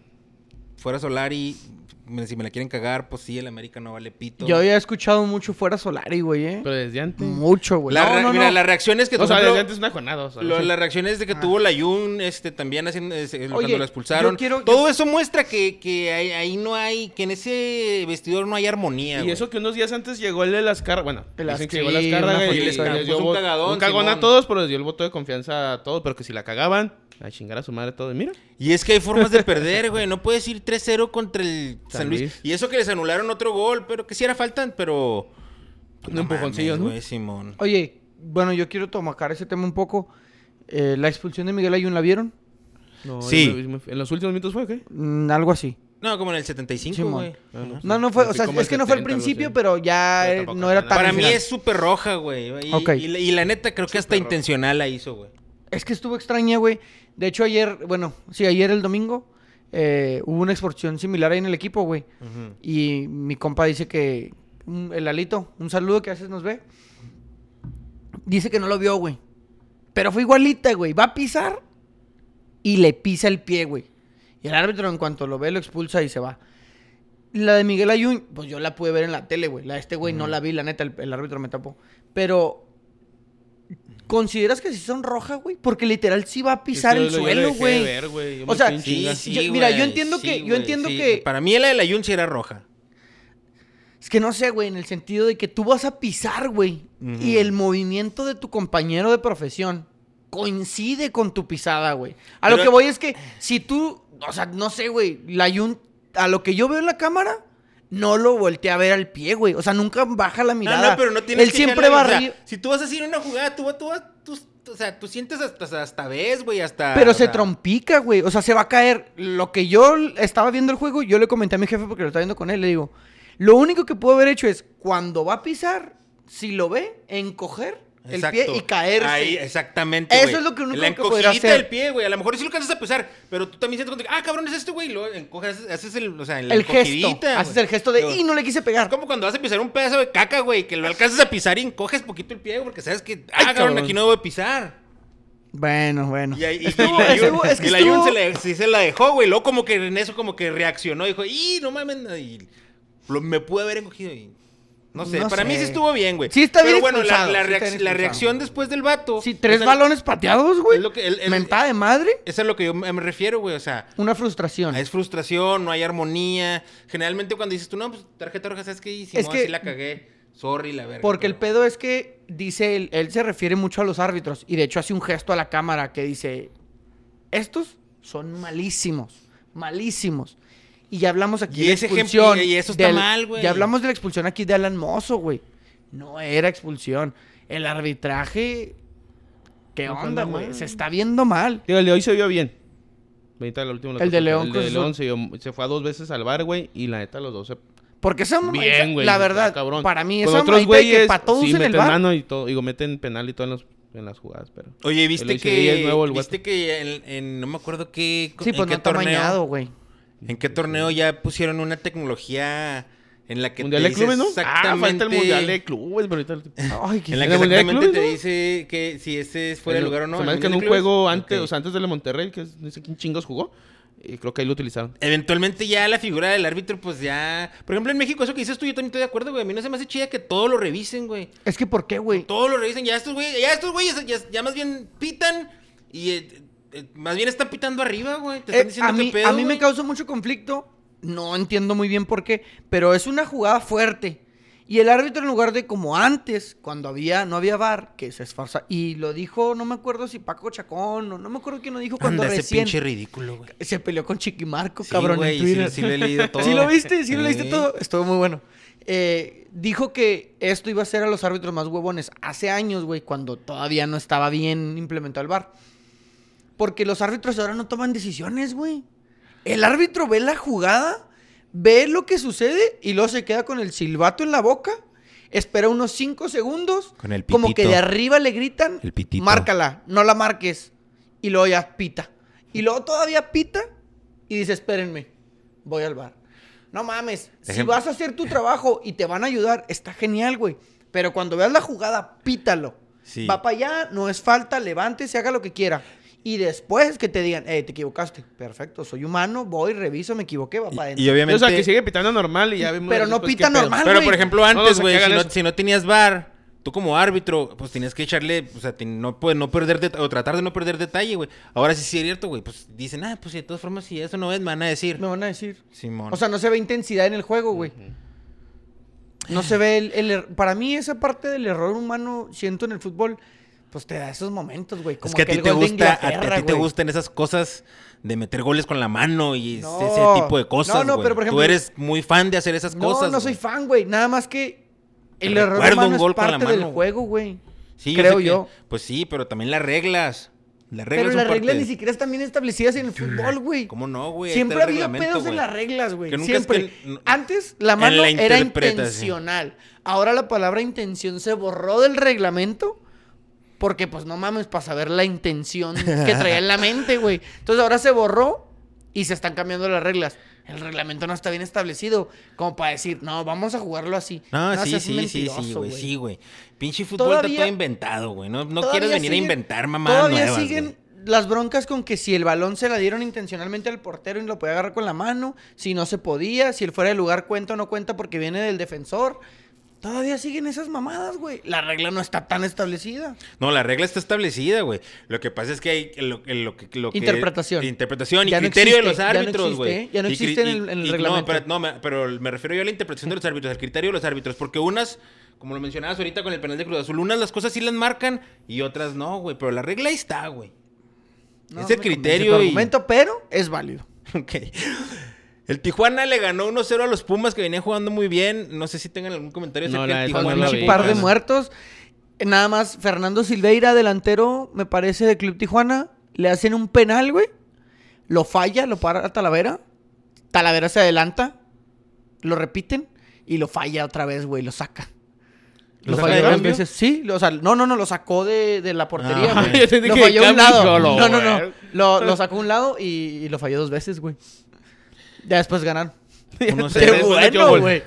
S2: fuera Solari, me- si me la quieren cagar, pues sí, el América no vale pito.
S1: Yo había escuchado mucho fuera Solari, güey, ¿eh?
S3: Pero desde antes.
S1: Mucho, güey.
S2: La
S1: No,
S2: re-
S1: no,
S2: mira,
S1: no.
S2: las reacciones que
S3: o sea,
S2: por ejemplo,
S3: desde antes una jornada. O sea,
S2: Lo-
S3: sí. Ah.
S2: las reacciones de que tuvo la Yun, este, también haciendo, es- es-
S1: Oye,
S2: cuando la expulsaron.
S1: yo quiero-
S2: Todo eso muestra que, que ahí, ahí no hay, que en ese vestidor no hay armonía.
S3: Y
S2: güey.
S3: eso que unos días antes llegó el de las cargas. Bueno,
S1: El
S3: dicen
S1: Ascri,
S3: que llegó las cargas
S1: una
S3: y,
S1: foto-
S3: les,
S1: y les
S3: les
S2: puso
S3: dio
S2: un
S3: vo-
S2: cagadón,
S3: un cagón
S2: Simón.
S3: a todos, pero les dio el voto de confianza a todos. Pero que si la cagaban, a chingar a su madre todo. Mira,
S2: Y es que hay formas de perder, güey. No puedes ir 3-0 contra el San,
S3: San
S2: Luis.
S3: Luis.
S2: Y eso que les anularon otro gol, pero que sí era falta, pero.
S3: Un empujoncillo, ¿no?
S2: güey, Simón.
S1: Oye, bueno, yo quiero tomacar ese tema un poco. Eh, la expulsión de Miguel Ayun, ¿la vieron?
S3: No,
S2: Sí.
S3: yo me- en los últimos minutos fue, ¿o ¿qué?
S1: Mm, algo así.
S2: No, como en el 75,
S1: Simón.
S2: güey.
S3: Ah, no,
S1: No,
S3: sí.
S1: no fue, o
S3: Así
S1: sea,
S3: como
S1: es que no fue al
S3: 70, algo
S1: principio,
S3: así.
S1: pero ya
S3: Pero
S1: eh,
S3: tampoco
S1: no era
S3: tan
S1: tan...
S2: Para mí
S1: final.
S2: es súper roja, güey. Y,
S1: Ok.
S2: y la, y la neta, creo que hasta intencional la hizo, güey.
S1: Es que estuvo extraña, güey. De hecho, ayer, bueno, sí, ayer el domingo eh, hubo una expulsión similar ahí en el equipo, güey. Y mi compa dice que. mm, El Alito, un saludo que a veces nos ve. Dice que no lo vio, güey. Pero fue igualita, güey. Va a pisar y le pisa el pie, güey. Y el árbitro, en cuanto lo ve, lo expulsa y se va. La de Miguel Ayun, pues yo la pude ver en la tele, güey. La de este güey no la vi, la neta, el, el árbitro me tapó. Pero. ¿Consideras que sí son rojas, güey? Porque literal sí va a pisar
S3: Yo-
S1: el
S3: yo lo
S1: suelo,
S3: dejé de
S1: güey.
S3: ver, güey. Yo
S1: O
S3: me
S1: sea,
S3: fui en chinga.
S1: sí, yo- mira,
S2: güey,
S1: yo entiendo que- yo
S2: güey,
S1: entiendo que-
S2: Para mí la de la Yun sí era roja.
S1: Es que no sé, güey, en el sentido de que tú vas a pisar, güey.
S2: Ujú.
S1: Y el movimiento de tu compañero de profesión coincide con tu pisada, güey. A lo
S2: Pero-
S1: que voy es que si tú, o sea, no sé, güey, la yun, a lo que yo veo en la cámara, no lo volteé a ver al pie, güey. O sea, nunca baja la mirada.
S2: No, no, pero no tienes
S1: Él
S2: que
S1: siempre va
S2: jalar, o sea,
S1: arriba.
S2: si tú vas a hacer una jugada, tú, tú, tú, o sea, tú sientes hasta, hasta ves, güey, hasta...
S1: Pero
S2: o
S1: se
S2: sea,
S1: trompica, güey. O sea, se va a caer. Lo que yo l- estaba viendo el juego, yo le comenté a mi jefe porque lo estaba viendo con él. Le digo, lo único que pudo haber hecho es, cuando va a pisar, si lo ve, encoger el pie
S2: exacto.
S1: y caerse.
S2: Ahí, exactamente,
S1: Eso
S2: güey.
S1: es lo que uno
S2: La
S1: creo que podría
S2: encogidita
S1: hacer.
S2: del pie, güey. A lo mejor sí lo cansas a pesar, pero tú también sientes cuando... Ah, cabrón, es este, güey. y Luego encoges, haces el... O sea, la
S1: el gesto.
S2: encogidita,
S1: Haces
S2: güey.
S1: el gesto de,
S2: Luego-
S1: y no le quise pegar.
S2: Es como cuando vas a pisar un pedazo de caca, güey, que lo alcanzas a pisar y encoges poquito el pie, güey, porque sabes que... Ah, cabrón,
S3: cabrón.
S2: aquí no debo de pisar.
S1: Bueno, bueno.
S2: Y, ahí, y,
S1: Estuvo-
S2: y la
S1: estuvo-
S2: Jun-
S1: es que
S2: y la Jun
S1: estuvo-
S2: se, la- sí se la dejó, güey. Luego como que en eso como que reaccionó. Dijo, ¡y no mames! Y lo- me pude haber encogido y... No sé,
S1: No
S2: para mí
S1: sé.
S2: sí estuvo bien, güey.
S1: Sí está
S2: Pero
S1: bien
S2: bueno, la,
S1: expulsado,
S2: la
S1: sí está
S2: reac-
S1: bien
S2: la
S1: expulsado.
S2: reacción después del vato...
S1: Sí, tres
S2: esa-
S1: balones pateados, güey.
S2: Es lo que- el- el-
S1: Mentada de madre.
S2: Eso es lo que yo me me refiero, güey. O sea,
S1: Una frustración.
S2: es frustración, no hay armonía. Generalmente cuando dices tú, no, pues tarjeta roja, ¿sabes qué? Y si
S1: Es
S2: no,
S1: que-
S2: así la cagué. Sorry, la verga.
S1: Porque el
S2: pero-
S1: pedo es que dice él, él se refiere mucho a los árbitros y de hecho hace un gesto a la cámara que dice, estos son malísimos, malísimos. Y ya hablamos aquí
S2: Y
S1: de la
S2: ese ejemplo-
S1: expulsión.
S2: y eso está
S1: del-
S2: mal, güey.
S1: Ya hablamos de la expulsión aquí de Alan Mozo, güey. No era expulsión. El arbitraje... ¿Qué
S3: No,
S1: onda,
S3: anda
S1: güey?
S3: mal.
S1: Se está viendo mal.
S3: Digo, el de hoy se vio bien. Ahorita la última, la
S1: El de
S3: que-
S1: León
S3: El
S1: Cruz
S3: de
S1: Azul.
S3: León se, dio- se fue a dos veces al bar, güey. Y la neta, los dos se.
S1: Porque esa mamadita-
S3: Bien, güey.
S1: la
S3: está
S1: verdad,
S3: cabrón.
S1: para mí
S3: Con
S1: esa
S3: otros
S1: mamadita de que
S3: güeyes,
S1: para todos
S3: sí,
S1: en el
S3: meten
S1: bar.
S3: mano y todo. Digo, meten penal y todo en, los- en las jugadas, pero.
S2: Oye,
S3: El
S2: ¿viste
S3: Luis Sevilla
S2: que,
S3: es nuevo, el
S2: ¿viste que en, en- no me acuerdo qué,
S1: Sí,
S2: en
S1: pues
S2: qué
S1: no está mañado, güey.
S2: en qué torneo ya pusieron una tecnología en la que
S3: mundial
S2: te
S3: de
S2: dice
S3: clubes, ¿no? Ah, falta
S2: exactamente
S3: el mundial de clubes, pero ahorita. el-
S1: Ay, qué
S2: en la
S3: ¿En
S2: que
S3: el Mundial de
S2: exactamente
S3: Clubes,
S2: te
S3: no?
S2: dice que si ese es fuera de
S3: el-
S2: lugar o no.
S3: Se me
S2: en
S3: hace
S2: el
S3: que en un
S2: Mundial de Clubes.
S3: juego antes,
S2: Ok.
S3: o sea, antes del Monterrey, que es, no sé quién chingos jugó. Y creo que ahí lo utilizaron.
S2: Eventualmente ya la figura del árbitro, pues ya. Por ejemplo, en México, eso que dices tú, yo también estoy de acuerdo, güey. A mí no se me hace chida que todo lo revisen, güey.
S1: Es que ¿por qué, güey?
S2: Todo lo revisen. Ya estos güeyes, ya estos güeyes, ya, ya más bien pitan y eh, eh, más bien están pitando arriba, güey. Te
S1: Eh,
S2: están diciendo
S1: a mí,
S2: qué pedo.
S1: a mí me
S2: güey.
S1: causó mucho conflicto. No entiendo muy bien por qué, pero es una jugada fuerte. Y el árbitro, en lugar de como antes, cuando había, no había bar, que se esforza. Y lo dijo, no me acuerdo si Paco Chacón, o no me acuerdo quién lo dijo cuando
S2: Anda, ese
S1: recién
S2: pinche ridículo, güey.
S1: se peleó con Chiquimarco,
S2: Sí,
S1: cabrón,
S2: güey,
S1: en
S2: sí,
S1: Twitter.
S2: Sí, lo he leído todo.
S1: ¿Sí lo viste? ¿Sí lo leíste
S2: Sí.
S1: todo? Estuvo muy bueno. Eh, dijo que esto iba a ser a los árbitros más huevones hace años, güey, cuando todavía no estaba bien implementado el VAR. Porque los árbitros ahora no toman decisiones, güey. El árbitro ve la jugada, ve lo que sucede y luego se queda con el silbato en la boca. Espera unos 5 segundos.
S2: Con el
S1: Como que
S2: pitito.
S1: de arriba le gritan.
S2: El pitito.
S1: Márcala, no la marques. Y luego ya pita. Y luego todavía pita y dice, espérenme, voy al bar. No mames, si
S2: Dejen-
S1: vas a hacer tu trabajo y te van a ayudar, está genial, güey. Pero cuando veas la jugada, pítalo.
S2: Sí.
S1: Va para allá, no es falta, levántese, haga lo que quiera. Y después que te digan, hey, te equivocaste. Perfecto, soy humano, voy, reviso, me equivoqué, va para
S2: Y, y obviamente...
S3: O sea, que sigue pitando normal y ya vemos.
S1: Pero no
S3: después
S1: pita
S3: qué pedo.
S1: normal.
S2: Pero,
S1: güey.
S2: por ejemplo,
S3: No, o
S2: antes,
S3: sea,
S2: güey,
S3: que
S2: si,
S3: hagan
S2: no,
S3: eso.
S2: si no tenías bar, tú como árbitro, pues tenías que echarle, o sea, te- no, puedes no perder det- o tratar de no perder detalle, güey. Ahora sí sí es cierto, güey, pues dicen, ah, pues de todas formas, si eso no es, me van a decir.
S1: Me van a decir.
S2: Simón.
S1: O sea, no se ve intensidad en el juego, güey. No se ve el, el er- Para mí, esa parte del error humano, siento en el fútbol, pues te da esos momentos, güey.
S2: es
S1: como
S2: que a ti
S1: aquel
S2: te
S1: gol de
S2: gusta, a, ti- a
S1: Inglaterra,
S2: ti te
S1: güey.
S2: gustan esas cosas de meter goles con la mano y es-
S1: No.
S2: ese tipo de cosas,
S1: No, no,
S2: güey.
S1: pero, por
S2: Tú
S1: ejemplo-
S2: eres muy fan de hacer esas
S1: No,
S2: cosas.
S1: no soy
S2: güey.
S1: fan, güey. Nada más que el error
S2: Recuerdo
S1: humano
S2: un gol
S1: es
S2: con la
S1: parte del
S2: mano.
S1: juego, güey.
S2: Sí,
S1: creo
S2: sé que-
S1: yo.
S2: Pues sí, pero también las reglas. Las reglas
S1: Pero
S2: son
S1: las
S2: parte
S1: reglas
S2: de-
S1: ni siquiera están bien establecidas en el fútbol, güey.
S2: ¿Cómo no, güey? Ahí
S1: Siempre ha
S2: está el
S1: habido
S2: reglamento,
S1: pedos en
S2: güey.
S1: las reglas, güey.
S2: Que nunca es
S1: Siempre.
S2: que n-
S1: Antes la
S2: en
S1: mano
S2: la
S1: era
S2: interpretación.
S1: intencional. Ahora la palabra intención se borró del reglamento. Porque, pues, no mames, para saber la intención que traía en la mente, güey. Entonces ahora se borró y se están cambiando las reglas. El reglamento no está bien establecido. Como para decir, no, vamos a jugarlo así.
S2: No, sí,
S1: seas
S2: sí, sí, sí,
S1: mentiroso,
S2: güey, sí, güey. Pinche fútbol
S1: Todavía-
S2: está todo inventado, güey. No, no
S1: Todavía
S2: quieres venir
S1: siguen-
S2: a inventar mamadas
S1: Todavía
S2: nuevas,
S1: siguen
S2: güey.
S1: las broncas con que si el balón se la dieron intencionalmente al portero y lo podía agarrar con la mano, si no se podía, si él fuera de lugar cuenta o no cuenta porque viene del defensor. Todavía siguen esas mamadas, güey. La regla no está tan establecida.
S2: No, la regla está establecida, güey. Lo que pasa es que hay lo, lo que, lo que-
S1: Interpretación.
S2: Interpretación y
S1: Ya no
S2: criterio de los
S1: existe, ya no
S2: árbitros,
S1: existe,
S2: güey.
S1: ¿eh? Ya no
S2: Y cri-
S1: existe en
S2: y-
S1: el- en el
S2: y no,
S1: reglamento.
S2: pero- No, me- pero me refiero yo a la interpretación de los árbitros, al criterio de los árbitros. Porque unas, como lo mencionabas ahorita con el penal de Cruz Azul, unas las cosas sí las marcan y otras no, güey. Pero la regla ahí está, güey.
S1: No
S2: es el
S1: me convence
S2: criterio
S1: tu
S2: y-
S1: argumento, pero es válido.
S2: Ok. El Tijuana le ganó 1-0 a los Pumas que venían jugando muy bien. No sé si tengan algún comentario
S3: No,
S2: acerca
S3: la
S2: del
S3: neta no
S2: Tijuana.
S3: la
S1: Un
S3: vi.
S1: par de
S3: Tijuana.
S1: muertos. Eh, Nada más, Fernando Silveira, delantero, me parece, de Club Tijuana. Le hacen un penal, güey. Lo falla, lo para Talavera. Talavera se adelanta. Lo repiten. Y lo falla otra vez, güey. Lo saca.
S2: ¿Lo
S1: Lo,
S2: saca
S1: falla
S2: de
S1: dos
S2: cambio?
S1: veces. Sí, lo- o sea, no, no, no, lo sacó de, de la portería,
S2: Ah,
S1: güey.
S3: yo te dije,
S1: Lo falló a un
S3: cambio,
S1: lado.
S3: lo-
S1: No, no, no. Lo, lo sacó a un lado y, y lo falló dos veces, güey. Ya después ganaron.
S2: Uno
S3: Qué
S2: cero.
S3: bueno,
S1: güey.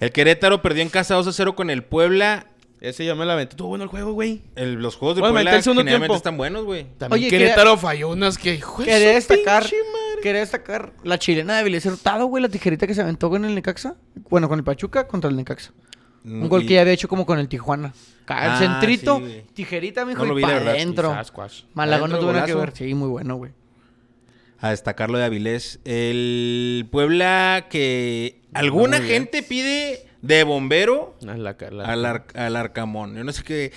S2: El Querétaro perdió en casa 2-0 con el Puebla.
S3: Ese yo me la aventé. Tuvo bueno el juego, güey.
S2: El- los juegos de
S3: Bueno,
S2: Puebla
S3: metí el segundo
S2: generalmente
S3: tiempo.
S2: están buenos, güey.
S3: También
S1: Oye,
S3: Querétaro falló unas que, hijo de
S1: Quería
S3: Pues su pinche
S1: destacar,
S3: madre.
S1: quería destacar la chilena de Vilés Hurtado, güey, la tijerita que se aventó con el Necaxa. Bueno, con el Pachuca contra el Necaxa. Un gol
S2: Mm, Y-
S1: que ya había hecho como con el Tijuana. Ca- El
S2: Ah,
S1: centrito,
S2: sí, güey.
S1: tijerita, mijo,
S2: No lo
S1: y
S2: vi, la
S1: para
S2: verdad.
S1: adentro.
S3: Quizás, cuas.
S1: Malagón no
S2: Adentro,
S1: tuvo nada que
S2: golazo.
S1: ver. Sí, muy bueno, güey.
S2: A destacarlo de Avilés. El Puebla que alguna
S3: muy bien.
S2: gente pide de bombero
S3: Ah, la ca- la-
S2: al, ar- al Arcamón. Yo no sé qué.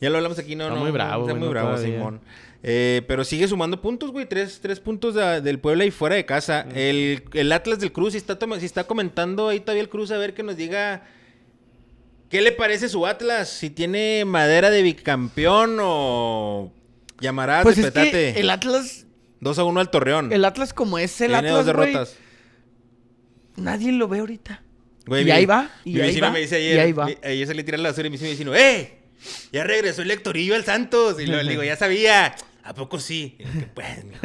S2: Ya lo hablamos aquí, no,
S3: Está
S2: no.
S3: muy bravo,
S2: Está
S3: güey,
S2: muy
S3: no,
S2: bravo,
S3: todavía.
S2: Simón. Eh, pero sigue sumando puntos, güey. Tres, tres puntos de- del Puebla y fuera de casa. El, el Atlas del Cruz, si está, toma- si está comentando ahí todavía el Cruz, a ver que nos diga. ¿Qué le parece su Atlas? Si tiene madera de bicampeón o llamarás
S1: Pues
S2: de
S1: es que
S2: petate.
S1: el Atlas,
S2: 2 a 1 al Torreón.
S1: el Atlas como es el
S2: Tiene
S1: Atlas,
S2: dos
S1: güey,
S2: derrotas.
S1: nadie lo ve ahorita.
S2: Güey,
S1: Y
S2: mi-
S1: ahí va, y
S2: mi
S1: ahí
S2: vecino
S1: va,
S2: me dice
S1: y
S2: ayer.
S1: ahí va.
S2: mi- ayer se le tira la basura y me dice mi vecino, ¡eh! Ya regresó el lectorillo al Santos. Y luego le digo, ya sabía. ¿A poco sí? Y yo, "Que pues, mijo".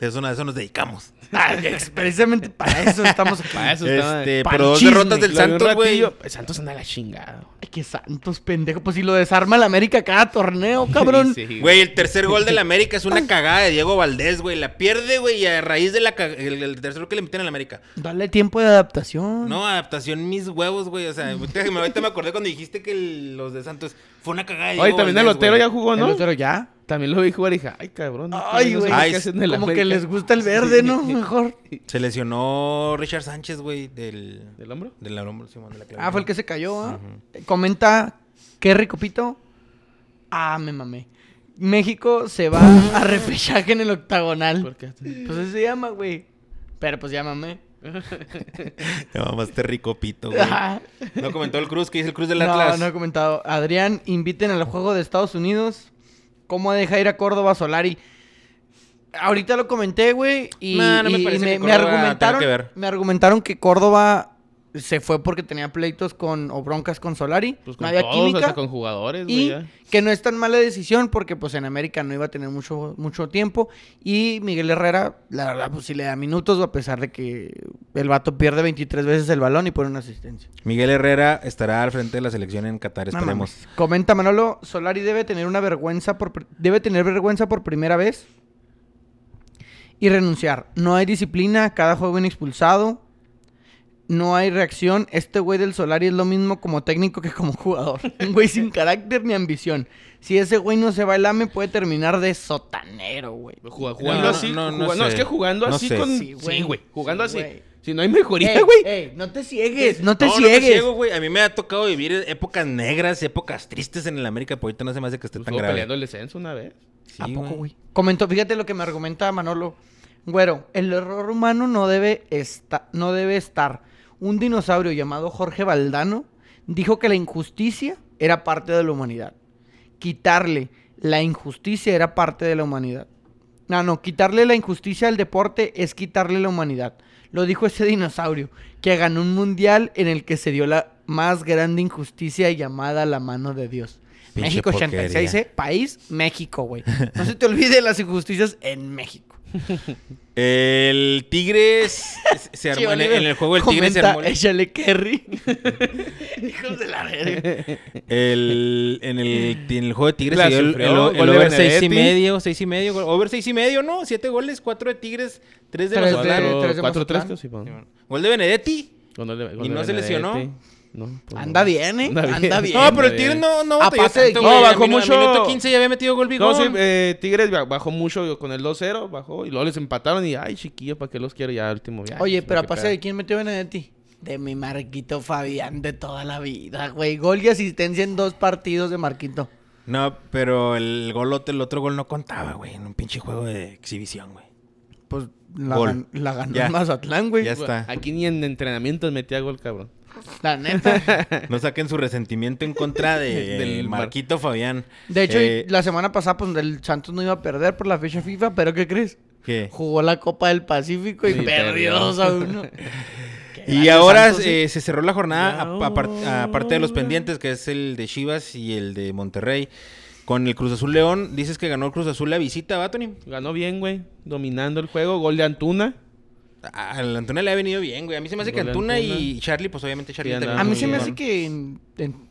S2: De eso, de eso nos dedicamos.
S1: Ah, es precisamente para eso estamos aquí.
S3: Para eso está-
S2: Este,
S1: pa'l
S2: pero dos
S1: chisme.
S2: derrotas del
S3: Lo vi un
S2: Santos, güey.
S3: ratillo. El Santos anda a la chingada.
S1: Ay, qué santos, pendejo. Pues si lo desarma el América cada torneo, cabrón.
S3: Sí, sí,
S2: Güey, el tercer gol del América es una cagada de Diego Valdés, güey. La pierde, güey, y a raíz del el, el tercer gol que le meten al América.
S1: Dale tiempo de adaptación.
S2: No, adaptación mis huevos, güey. O sea, ahorita me- ahorita me acordé cuando dijiste que el- los de Santos fue una cagada de
S3: Oye,
S2: Diego
S3: también el
S2: Valdés,
S3: Otero
S2: güey.
S3: ya jugó,
S1: El
S3: ¿no?
S1: otro ya.
S3: También lo vi jugar y dije, ay, cabrón. este
S1: Ay,
S3: no sé
S1: güey.
S3: qué
S2: Ay,
S3: hacen en el
S1: Como que
S3: América".
S1: les gusta el verde, ¿no? Mejor.
S2: Se lesionó Richard Sánchez, güey, del...
S3: ¿Del hombro?
S2: Del hombro, Simón, de la clavícula.
S1: Ah, fue el que se cayó, ¿ah? Comenta, qué rico pito. Ah, me mamé. México se va a repechaje en el octagonal.
S3: ¿Por qué?
S1: Pues así se llama, güey. Pero pues ya mamé.
S2: Te mamaste rico pito, güey.
S1: Ajá.
S2: No comentó el Cruz, que dice el Cruz del
S1: No,
S2: Atlas.
S1: no he comentado. Adrián, inviten al juego de Estados Unidos. ¿Cómo deja ir a Córdoba Solari? Ahorita lo comenté, güey. Y,
S2: No, no me
S1: y- y
S2: parece que
S1: me, me
S2: Córdoba tenga
S1: argumentaron,
S2: que ver.
S1: me argumentaron que Córdoba se fue porque tenía pleitos con o broncas con Solari. no
S3: Pues con
S1: había
S3: todos,
S1: química.
S3: hasta con jugadores, güey.
S1: Y
S3: ya.
S1: que no es tan mala decisión porque pues en América no iba a tener mucho, mucho tiempo. Y Miguel Herrera, la verdad, pues sí le da minutos a pesar de que el vato pierde 23 veces el balón y pone una asistencia.
S2: Miguel Herrera estará al frente de la selección en Qatar,
S1: No
S2: esperemos.
S1: mames. Comenta Manolo, Solari debe tener una vergüenza por pr- debe tener vergüenza por primera vez y renunciar. No hay disciplina, cada juego un expulsado. No hay reacción. Este güey del Solari es lo mismo como técnico que como jugador. Un güey sin carácter ni ambición. Si ese güey no se va el AME, puede terminar de sotanero, güey.
S3: Juga-
S2: No,
S3: jugando
S2: no,
S3: así.
S2: no,
S3: No,
S2: no
S3: no, es
S2: sé.
S3: que jugando
S2: No
S3: así
S2: sé.
S3: con.
S1: Sí,
S3: Sí,
S1: güey.
S3: güey. jugando
S1: Sí,
S3: así.
S1: güey.
S3: Si no hay mejoría,
S1: Ey,
S3: güey.
S1: ey, no te ciegues, no te
S2: No, no me
S1: ciegues.
S2: ciego, güey. A mí me ha tocado vivir épocas negras, épocas tristes en el América, pero ahorita no se me hace que esté
S3: Pues Estuvo
S2: tan grave.
S3: peleando el descenso una vez.
S2: Sí,
S1: ¿A poco, güey? Comentó, fíjate lo que me argumenta Manolo. Güero, el error humano no debe, esta- no debe estar. Un dinosaurio llamado Jorge Valdano dijo que la injusticia era parte de la humanidad. Quitarle la injusticia era parte de la humanidad. No, no, quitarle la injusticia al deporte es quitarle la humanidad. Lo dijo ese dinosaurio que ganó un mundial en el que se dio la más grande injusticia llamada la mano de Dios.
S2: Pinche
S1: México 86,
S2: porquería.
S1: ¿eh? país México, güey. No se te olvide las injusticias en México.
S2: El Tigres se armó en, en el juego del Tigres se
S1: Comenta,
S2: armó el-
S1: Échale Kerry. Hijos de la verga.
S2: el- en, el, en el juego de Tigres
S3: La
S2: se dio el,
S3: sufrió,
S2: el-
S3: gol
S2: el
S3: de
S2: over seis y
S3: Benedetti.
S2: medio, seis y medio, gol- over seis y medio, ¿no? Siete goles, cuatro de Tigres, tres de
S1: Tres de-
S2: los
S1: tres de
S3: 4-3,
S1: Mazatlán.
S3: creo, sí, pon.
S2: Gol de Benedetti.
S3: Cuando le- cuando
S2: ¿Y no
S3: le
S2: se lesionó?
S3: Benedetti. No, pues
S1: Anda
S3: no.
S1: bien, ¿eh?
S3: Anda bien.
S1: Anda bien.
S2: No, pero el
S3: bien.
S2: Tigres no,
S3: Ah,
S2: no
S1: Aparte
S2: batalló
S1: de
S2: tanto,
S1: que-
S2: güey.
S3: No,
S2: A
S3: bajó
S2: mí no- a
S3: mucho-
S2: minuto 15 ya había metido gol Bigón.
S3: No, sí, eh, Tigres ba- bajó mucho con el 2-0, bajó y luego les empataron y, ay, chiquillo, ¿para qué los quiero ya último?
S2: pues,
S3: Ya,
S1: Oye,
S3: no sé
S1: pero a
S3: qué
S1: pase
S3: pedo.
S1: de quién metió Benedetti. De mi Marquito Fabián de toda la vida, güey. Gol y asistencia en dos partidos de Marquito.
S2: No, pero el gol, ot- el otro gol no contaba, güey. En un pinche juego de exhibición, güey.
S1: Pues la,
S2: Gol.
S1: gan- la ganó
S2: Ya.
S1: Mazatlán, güey.
S2: Ya está.
S3: Aquí ni en entrenamientos metía gol, cabrón.
S1: La neta.
S2: No saquen su resentimiento en contra de, del
S3: Del Mar-
S2: Marquito Fabián.
S1: De hecho,
S2: Eh,
S1: la semana pasada, pues el Santos no iba a perder por la fecha FIFA, pero ¿qué crees?
S2: ¿qué?
S1: Jugó la Copa del Pacífico y
S3: Sí,
S1: perdió
S3: perdió.
S1: 2 a 1.
S2: Y ahora
S1: Santos, sí. oh,
S2: eh, se cerró la jornada,
S3: Y
S2: a- apar-
S3: ahora-
S2: aparte de los pendientes, que es el de Chivas y el de Monterrey. Con el Cruz Azul León, dices que ganó el Cruz Azul la visita, ¿va, Tony?
S3: Ganó bien, güey, dominando el juego, gol de Antuna.
S2: A- Al Antuna le ha venido bien, güey. A mí se me hace que
S3: Gol de
S2: Antuna y
S3: Antuna.
S2: Charlie, pues obviamente Charlie
S3: Sí,
S2: también.
S3: andaba
S1: a mí
S3: Ah, muy
S1: se me
S3: bien.
S1: hace que en, en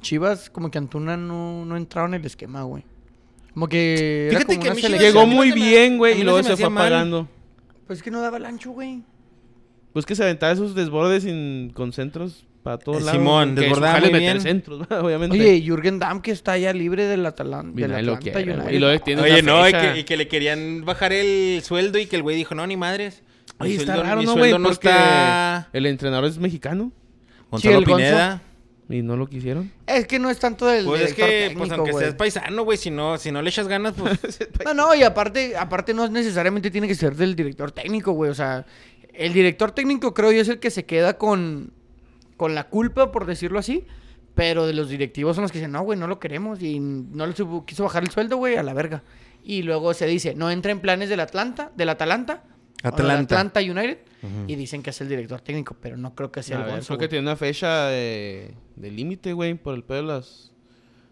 S1: Chivas, como que Antuna no, no entraba en el esquema, güey. Como que. era
S2: Fíjate
S1: como
S2: que
S1: una
S2: a mí sí me-
S1: selección.
S3: Llegó
S2: a mí no
S3: muy
S2: se me-
S3: bien,
S2: a
S3: güey,
S2: mí
S3: y
S2: no se
S3: luego
S2: me
S3: se fue
S2: hacía mal.
S3: apagando.
S1: Pues es que no daba el ancho, güey.
S3: Pues que se aventaba esos desbordes sin, con centros para todos
S2: Eh,
S3: lados.
S2: Simón,
S3: que
S2: desbordaba
S3: su jale es
S2: muy
S3: meter
S2: bien.
S3: centros, obviamente.
S1: Oye, Jürgen Damm, que está ya libre del Atalanta.
S3: Y
S1: Del
S3: nadie lo
S1: Atlanta
S3: quiere, güey.
S1: United.
S3: Y luego tiene
S2: Oye,
S3: una
S2: no, y
S3: fecha.
S2: que, y que le querían bajar el sueldo y que el güey dijo, no, ni madres. Mi
S3: Oye, está
S2: sueldo-
S3: raro,
S2: mi
S3: ¿no, güey?
S2: sueldo no
S3: Porque
S2: está...
S3: el entrenador es mexicano
S2: Gonzalo
S1: el Gonzo.
S2: Pineda.
S3: y no lo quisieron.
S1: Es que no es tanto del.
S2: Pues es que,
S1: director
S2: pues
S1: técnico,
S2: aunque
S1: güey.
S2: seas paisano, güey, si no, si no le echas ganas, pues...
S1: No, no, y aparte, aparte no necesariamente tiene que ser del director técnico, güey. O sea, el director técnico creo yo es el que se queda con, con la culpa, por decirlo así. Pero de los directivos son los que dicen, no, güey, no lo queremos. Y no le supo- quiso bajar el sueldo, güey, a la verga. Y luego se dice, no entra en planes del Atlanta, del Atalanta. o del
S2: Atlanta.
S1: Atlanta United. Y dicen que es el director técnico, pero no creo que sea
S3: A
S1: el
S3: ver,
S1: Gonzo,
S3: creo que
S1: güey.
S3: tiene una fecha de, de límite, güey, por el pedo de las,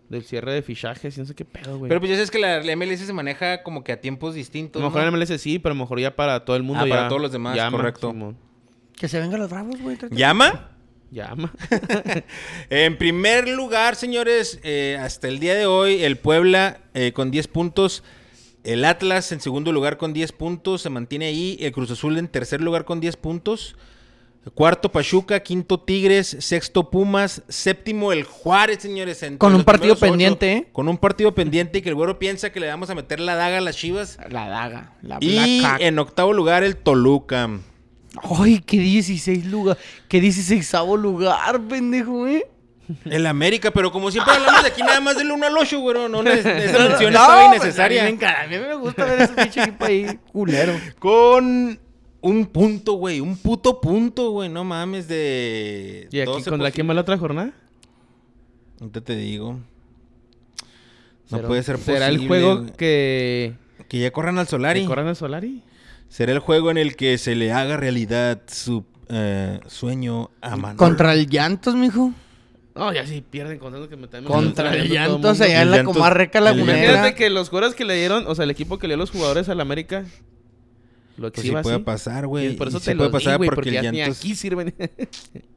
S3: del cierre de fichajes y no sé qué pedo, güey.
S2: Pero pues ya sabes que la, la MLS se maneja como que a tiempos
S3: a
S2: distintos,
S3: lo
S2: ¿no?
S3: mejor en MLS sí, pero a lo mejor ya para todo el mundo.
S2: Ah, para
S3: ya-
S2: todos los demás,
S3: llama,
S2: correcto.
S3: Simón.
S1: Que se vengan los bravos, güey. trata-
S2: ¿Llama?
S3: Llama.
S2: En primer lugar, señores, eh, hasta el día de hoy, el Puebla eh, con 10 puntos. El Atlas en segundo lugar con 10 puntos, se mantiene ahí. El Cruz Azul en tercer lugar con 10 puntos. Cuarto Pachuca, quinto Tigres, sexto Pumas, séptimo el Juárez, señores. entre
S1: Con un
S2: los
S1: partido
S2: primeros ocho.
S1: pendiente, ¿eh?
S2: Con un partido pendiente y que el güero piensa que le vamos a meter la daga a las Chivas.
S1: La daga, la
S2: Y
S1: blaca.
S2: en octavo lugar el Toluca.
S1: Ay, qué 16 lugar. Qué 16 lugar, pendejo, eh.
S2: El América, pero como siempre hablamos de aquí nada más del 1 al 8, güero. No, neces- esa mención
S1: No,
S2: estaba
S1: pues,
S2: innecesaria.
S1: a mí me encar- A mí me gusta ver ese pinche equipo ahí culero.
S2: Con un punto, güey. Un puto punto, güey. No mames de...
S3: ¿Y aquí
S2: 12
S3: contra
S2: posi-
S3: quién va la otra jornada?
S2: Ahorita te digo. No
S3: ¿Será-
S2: puede ser posible.
S3: ¿Será el juego
S2: güey.
S3: que,
S2: Que ya corran al
S3: que
S2: Solari.
S3: corran a Solari?
S2: Será el juego en el que se le haga realidad su eh, sueño a mano.
S1: Contra el llantos, mijo.
S3: No, ya sí pierden contando que me también.
S1: Contra el
S3: Todo mundo.
S1: llantos allá en la
S2: Mm. Llantos-
S1: comarca
S2: el
S1: lagunera.
S3: Imagínate que los jugadores que le dieron, o sea, el equipo que le dio los jugadores al América, lo
S2: Pues sí
S3: exhiba
S2: puede
S3: así.
S2: pasar,
S3: Y
S2: güey.
S3: por eso
S2: sí
S3: te lo
S2: puede pasar
S3: di, güey,
S2: porque,
S3: porque,
S2: el
S3: ya ni
S2: llantos...
S3: aquí sirven.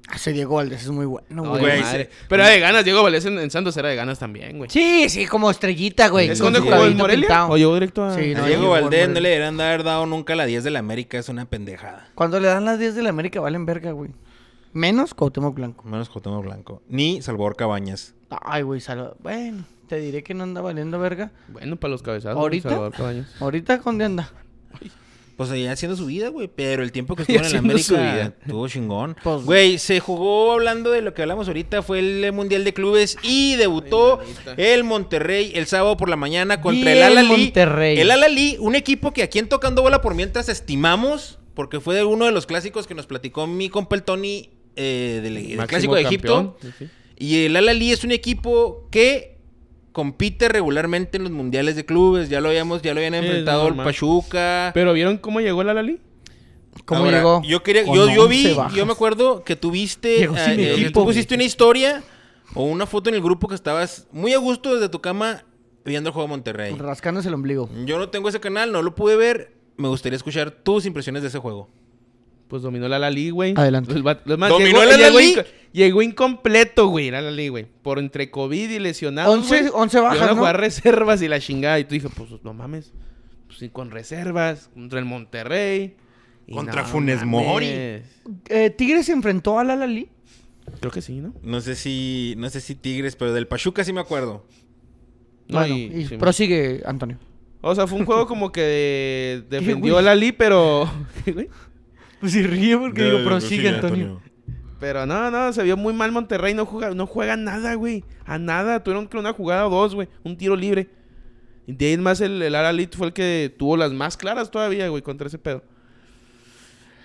S1: Ah, Ese Diego Valdés es muy bueno,
S3: No,
S1: güey.
S2: Güey,
S3: de madre. Pero era de ganas, Diego Valdés en, en Santos era de ganas también, güey.
S1: Sí, sí, como estrellita, güey.
S3: ¿Es
S1: con
S3: cuando
S1: su
S3: jugó en
S1: cabellito
S3: Morelia?
S1: pintado.
S3: ¿O llegó directo a...?
S1: Sí,
S2: A
S1: no,
S2: Diego
S1: llegó al
S2: Valdés no
S1: Morelia.
S2: le deberían haber dado nunca la 10 de la América, es una pendejada.
S1: Cuando le dan las 10 de la América, valen verga, güey. Menos Cuauhtémoc Blanco.
S2: Menos Cotemo Blanco. Ni Salvador Cabañas.
S1: Ay, güey, salva. Bueno, te diré que no anda valiendo verga.
S3: Bueno, para los cabezazos.
S1: ¿Ahorita?
S3: Salvador Cabañas.
S1: Ahorita, ¿con dónde anda?
S2: Pues allá haciendo su vida, güey. Pero el tiempo que estuvo en el
S3: Haciendo su
S2: América
S3: vida.
S2: estuvo chingón.
S1: Pues-
S2: Güey, se jugó hablando de lo que hablamos ahorita. Fue el Mundial de Clubes y debutó
S3: manita.
S2: el Monterrey el sábado por la mañana contra el
S1: Bien,
S2: Alalí.
S1: Monterrey.
S2: El Alalí, un equipo que aquí en Tocando Bola por mientras estimamos, porque fue de uno de los clásicos que nos platicó mi compa el Tony eh, del, del
S3: Máximo
S2: clásico de Egipto.
S3: campeón. Sí, sí.
S2: Y el Al-Ali es un equipo que compite regularmente en los mundiales de clubes. Ya lo habíamos, ya lo habían
S3: Sí, es
S2: enfrentado el
S3: normal.
S2: Pachuca.
S3: Pero ¿vieron cómo llegó el Alali?
S1: ¿Cómo
S2: Ahora,
S1: llegó?
S2: Yo quería,
S1: Con
S2: yo, yo vi,
S1: 11 bajas.
S2: yo me acuerdo que tuviste,
S1: Llegó sin
S2: eh,
S1: equipo,
S2: tú
S1: güey.
S2: pusiste una historia o una foto en el grupo que estabas muy a gusto desde tu cama viendo el juego de Monterrey.
S1: Rascándose el ombligo.
S2: Yo no tengo ese canal, no lo pude ver. Me gustaría escuchar tus impresiones de ese juego.
S3: Pues dominó el Alali, güey.
S1: Adelante.
S3: El vato- es más,
S2: ¿Dominó
S3: llegó,
S2: el
S3: llegó
S2: Al-Ahly?
S3: inco- Llegó incompleto, güey, el Alali, güey. Por entre COVID y lesionado.
S1: 11, 11
S3: Bajan
S1: bajas,
S3: a
S1: ¿no?
S3: jugar reservas y la chingada. Y tú dije, pues no mames. Pues sí, con reservas. Contra el Monterrey. Y
S2: Contra
S3: no
S2: Funes Mori.
S3: mames.
S1: Eh, Tigres se enfrentó al Alali.
S3: Creo que sí, ¿no?
S2: No sé si, no sé si Tigres, pero del Pachuca sí me acuerdo.
S3: No,
S1: bueno,
S3: y-
S1: y
S3: sí,
S1: prosigue, Antonio.
S3: O sea, fue un juego como que de-
S1: güey?
S3: defendió al Alali, pero. ¿Qué, güey?
S1: Pues sí, ríe porque digo,
S2: Del-
S1: prosigue,
S2: prosigue,
S1: Antonio.
S3: Pero no, no, se vio muy mal Monterrey, no juega, no juega nada, güey. A nada, tuvieron creo una jugada o dos, güey, un tiro libre. Y de ahí en más el, el Aralit fue el que tuvo las más claras todavía, güey, contra ese pedo.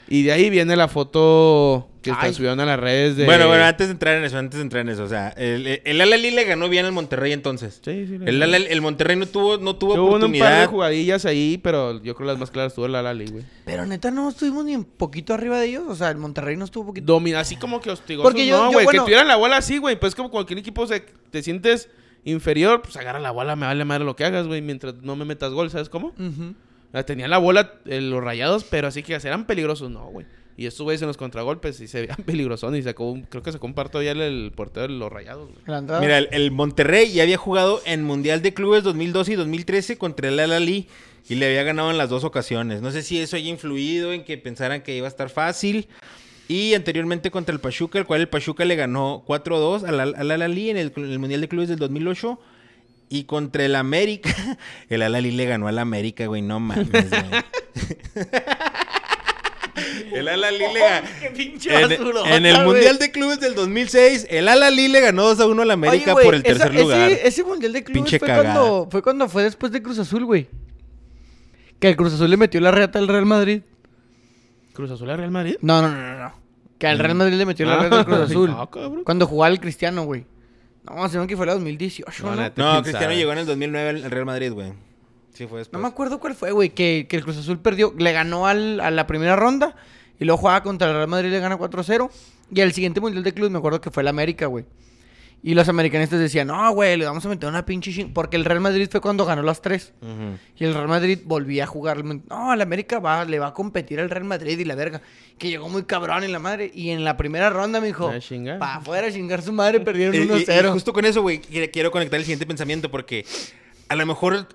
S3: Y de ahí viene la foto que hasta
S1: Ay.
S3: subieron a las redes de...
S2: Bueno, bueno, antes de entrar en eso, antes de entrar en eso, o sea, el, el, el Al-Ahly le ganó bien al Monterrey entonces.
S3: Sí, sí,
S2: El, Al-Ahly- el Monterrey no tuvo, no tuvo
S3: Hubo un par de
S2: oportunidad.
S3: jugadillas ahí, pero yo creo las más claras tuvo el Aralit, güey.
S1: Pero neta, no estuvimos ni un poquito arriba de ellos. O sea, el Monterrey no estuvo poquito.
S3: Domina, así como que hostigoso.
S1: Porque yo-
S3: no,
S1: yo,
S3: güey,
S1: bueno-
S3: que tuvieran la bola así, güey. Pues como cualquier equipo se, te sientes inferior, pues agarra la bola, me vale madre lo que hagas, güey, mientras no me metas gol, ¿sabes cómo?
S1: Ujú.
S3: La tenían la bola eh, los rayados, pero así que eran peligrosos, no, güey. Y estos güeyes en los contragolpes y se veían peligrosos y sacó un, creo que sacó un parto ya el, el portero de los rayados, güey.
S1: La entrada.
S2: Mira, el, el Monterrey ya había jugado en Mundial de Clubes 2012 y 2013 contra el Al-Ahly y le había ganado en las dos ocasiones. No sé si eso haya influido en que pensaran que iba a estar fácil. Y anteriormente contra el Pachuca, el cual el Pachuca le ganó 4-2 al Al- al Al-Ahly en el, en el Mundial de Clubes del 2008. Y contra el América, el Al-Ahly le ganó al América, güey, no mames, güey. El Al-Ahly le ganó.
S1: ¡Qué pinche
S2: En,
S1: basurota,
S2: en el
S1: güey!
S2: Mundial de Clubes del 2006, el Al-Ahly le ganó 2 a 1 al América
S1: Oye, güey,
S2: por el
S1: esa- eh,
S2: tercer lugar.
S1: Ese, ese mundial de clubes
S2: Pinche
S1: fue
S2: cagada.
S1: cuando, fue cuando fue después de Cruz Azul, güey. Que el Cruz Azul le metió la reata al Real Madrid.
S3: Cruz Azul al Real Madrid.
S1: No, no, no, no. no. Que al Real Madrid le metió la
S3: Ah,
S1: reata al Cruz
S3: sí.
S1: Azul.
S3: Ah, cabrón.
S1: cuando jugaba el Cristiano, güey. No, se me hace que fue la 2018,
S3: No,
S1: ¿no?
S3: neta.
S2: No,
S3: ¿Quién
S2: Cristiano
S3: sabe?
S2: llegó en el 2009 al al Real Madrid, güey. Sí, fue
S1: No
S2: después.
S1: me acuerdo cuál fue, güey, que, que el Cruz Azul perdió, le ganó al- a la primera ronda y luego jugaba contra el Real Madrid y le gana 4-0. Y al siguiente Mundial de Club me acuerdo que fue el América, güey. Y los americanistas decían, no, güey, le vamos a meter una pinche ching... Porque el Real Madrid fue cuando ganó las tres.
S2: Ujú.
S1: Y el Real Madrid volvía a jugar. No, el América va, le va a competir al Real Madrid y la verga. Que llegó muy cabrón en la madre. Y en la primera ronda me dijo,
S3: A chingar.
S1: para afuera a chingar su madre, perdieron
S2: Y- y- y
S1: 1-0.
S2: justo con eso, güey, quiero quiero conectar el siguiente pensamiento porque a lo mejor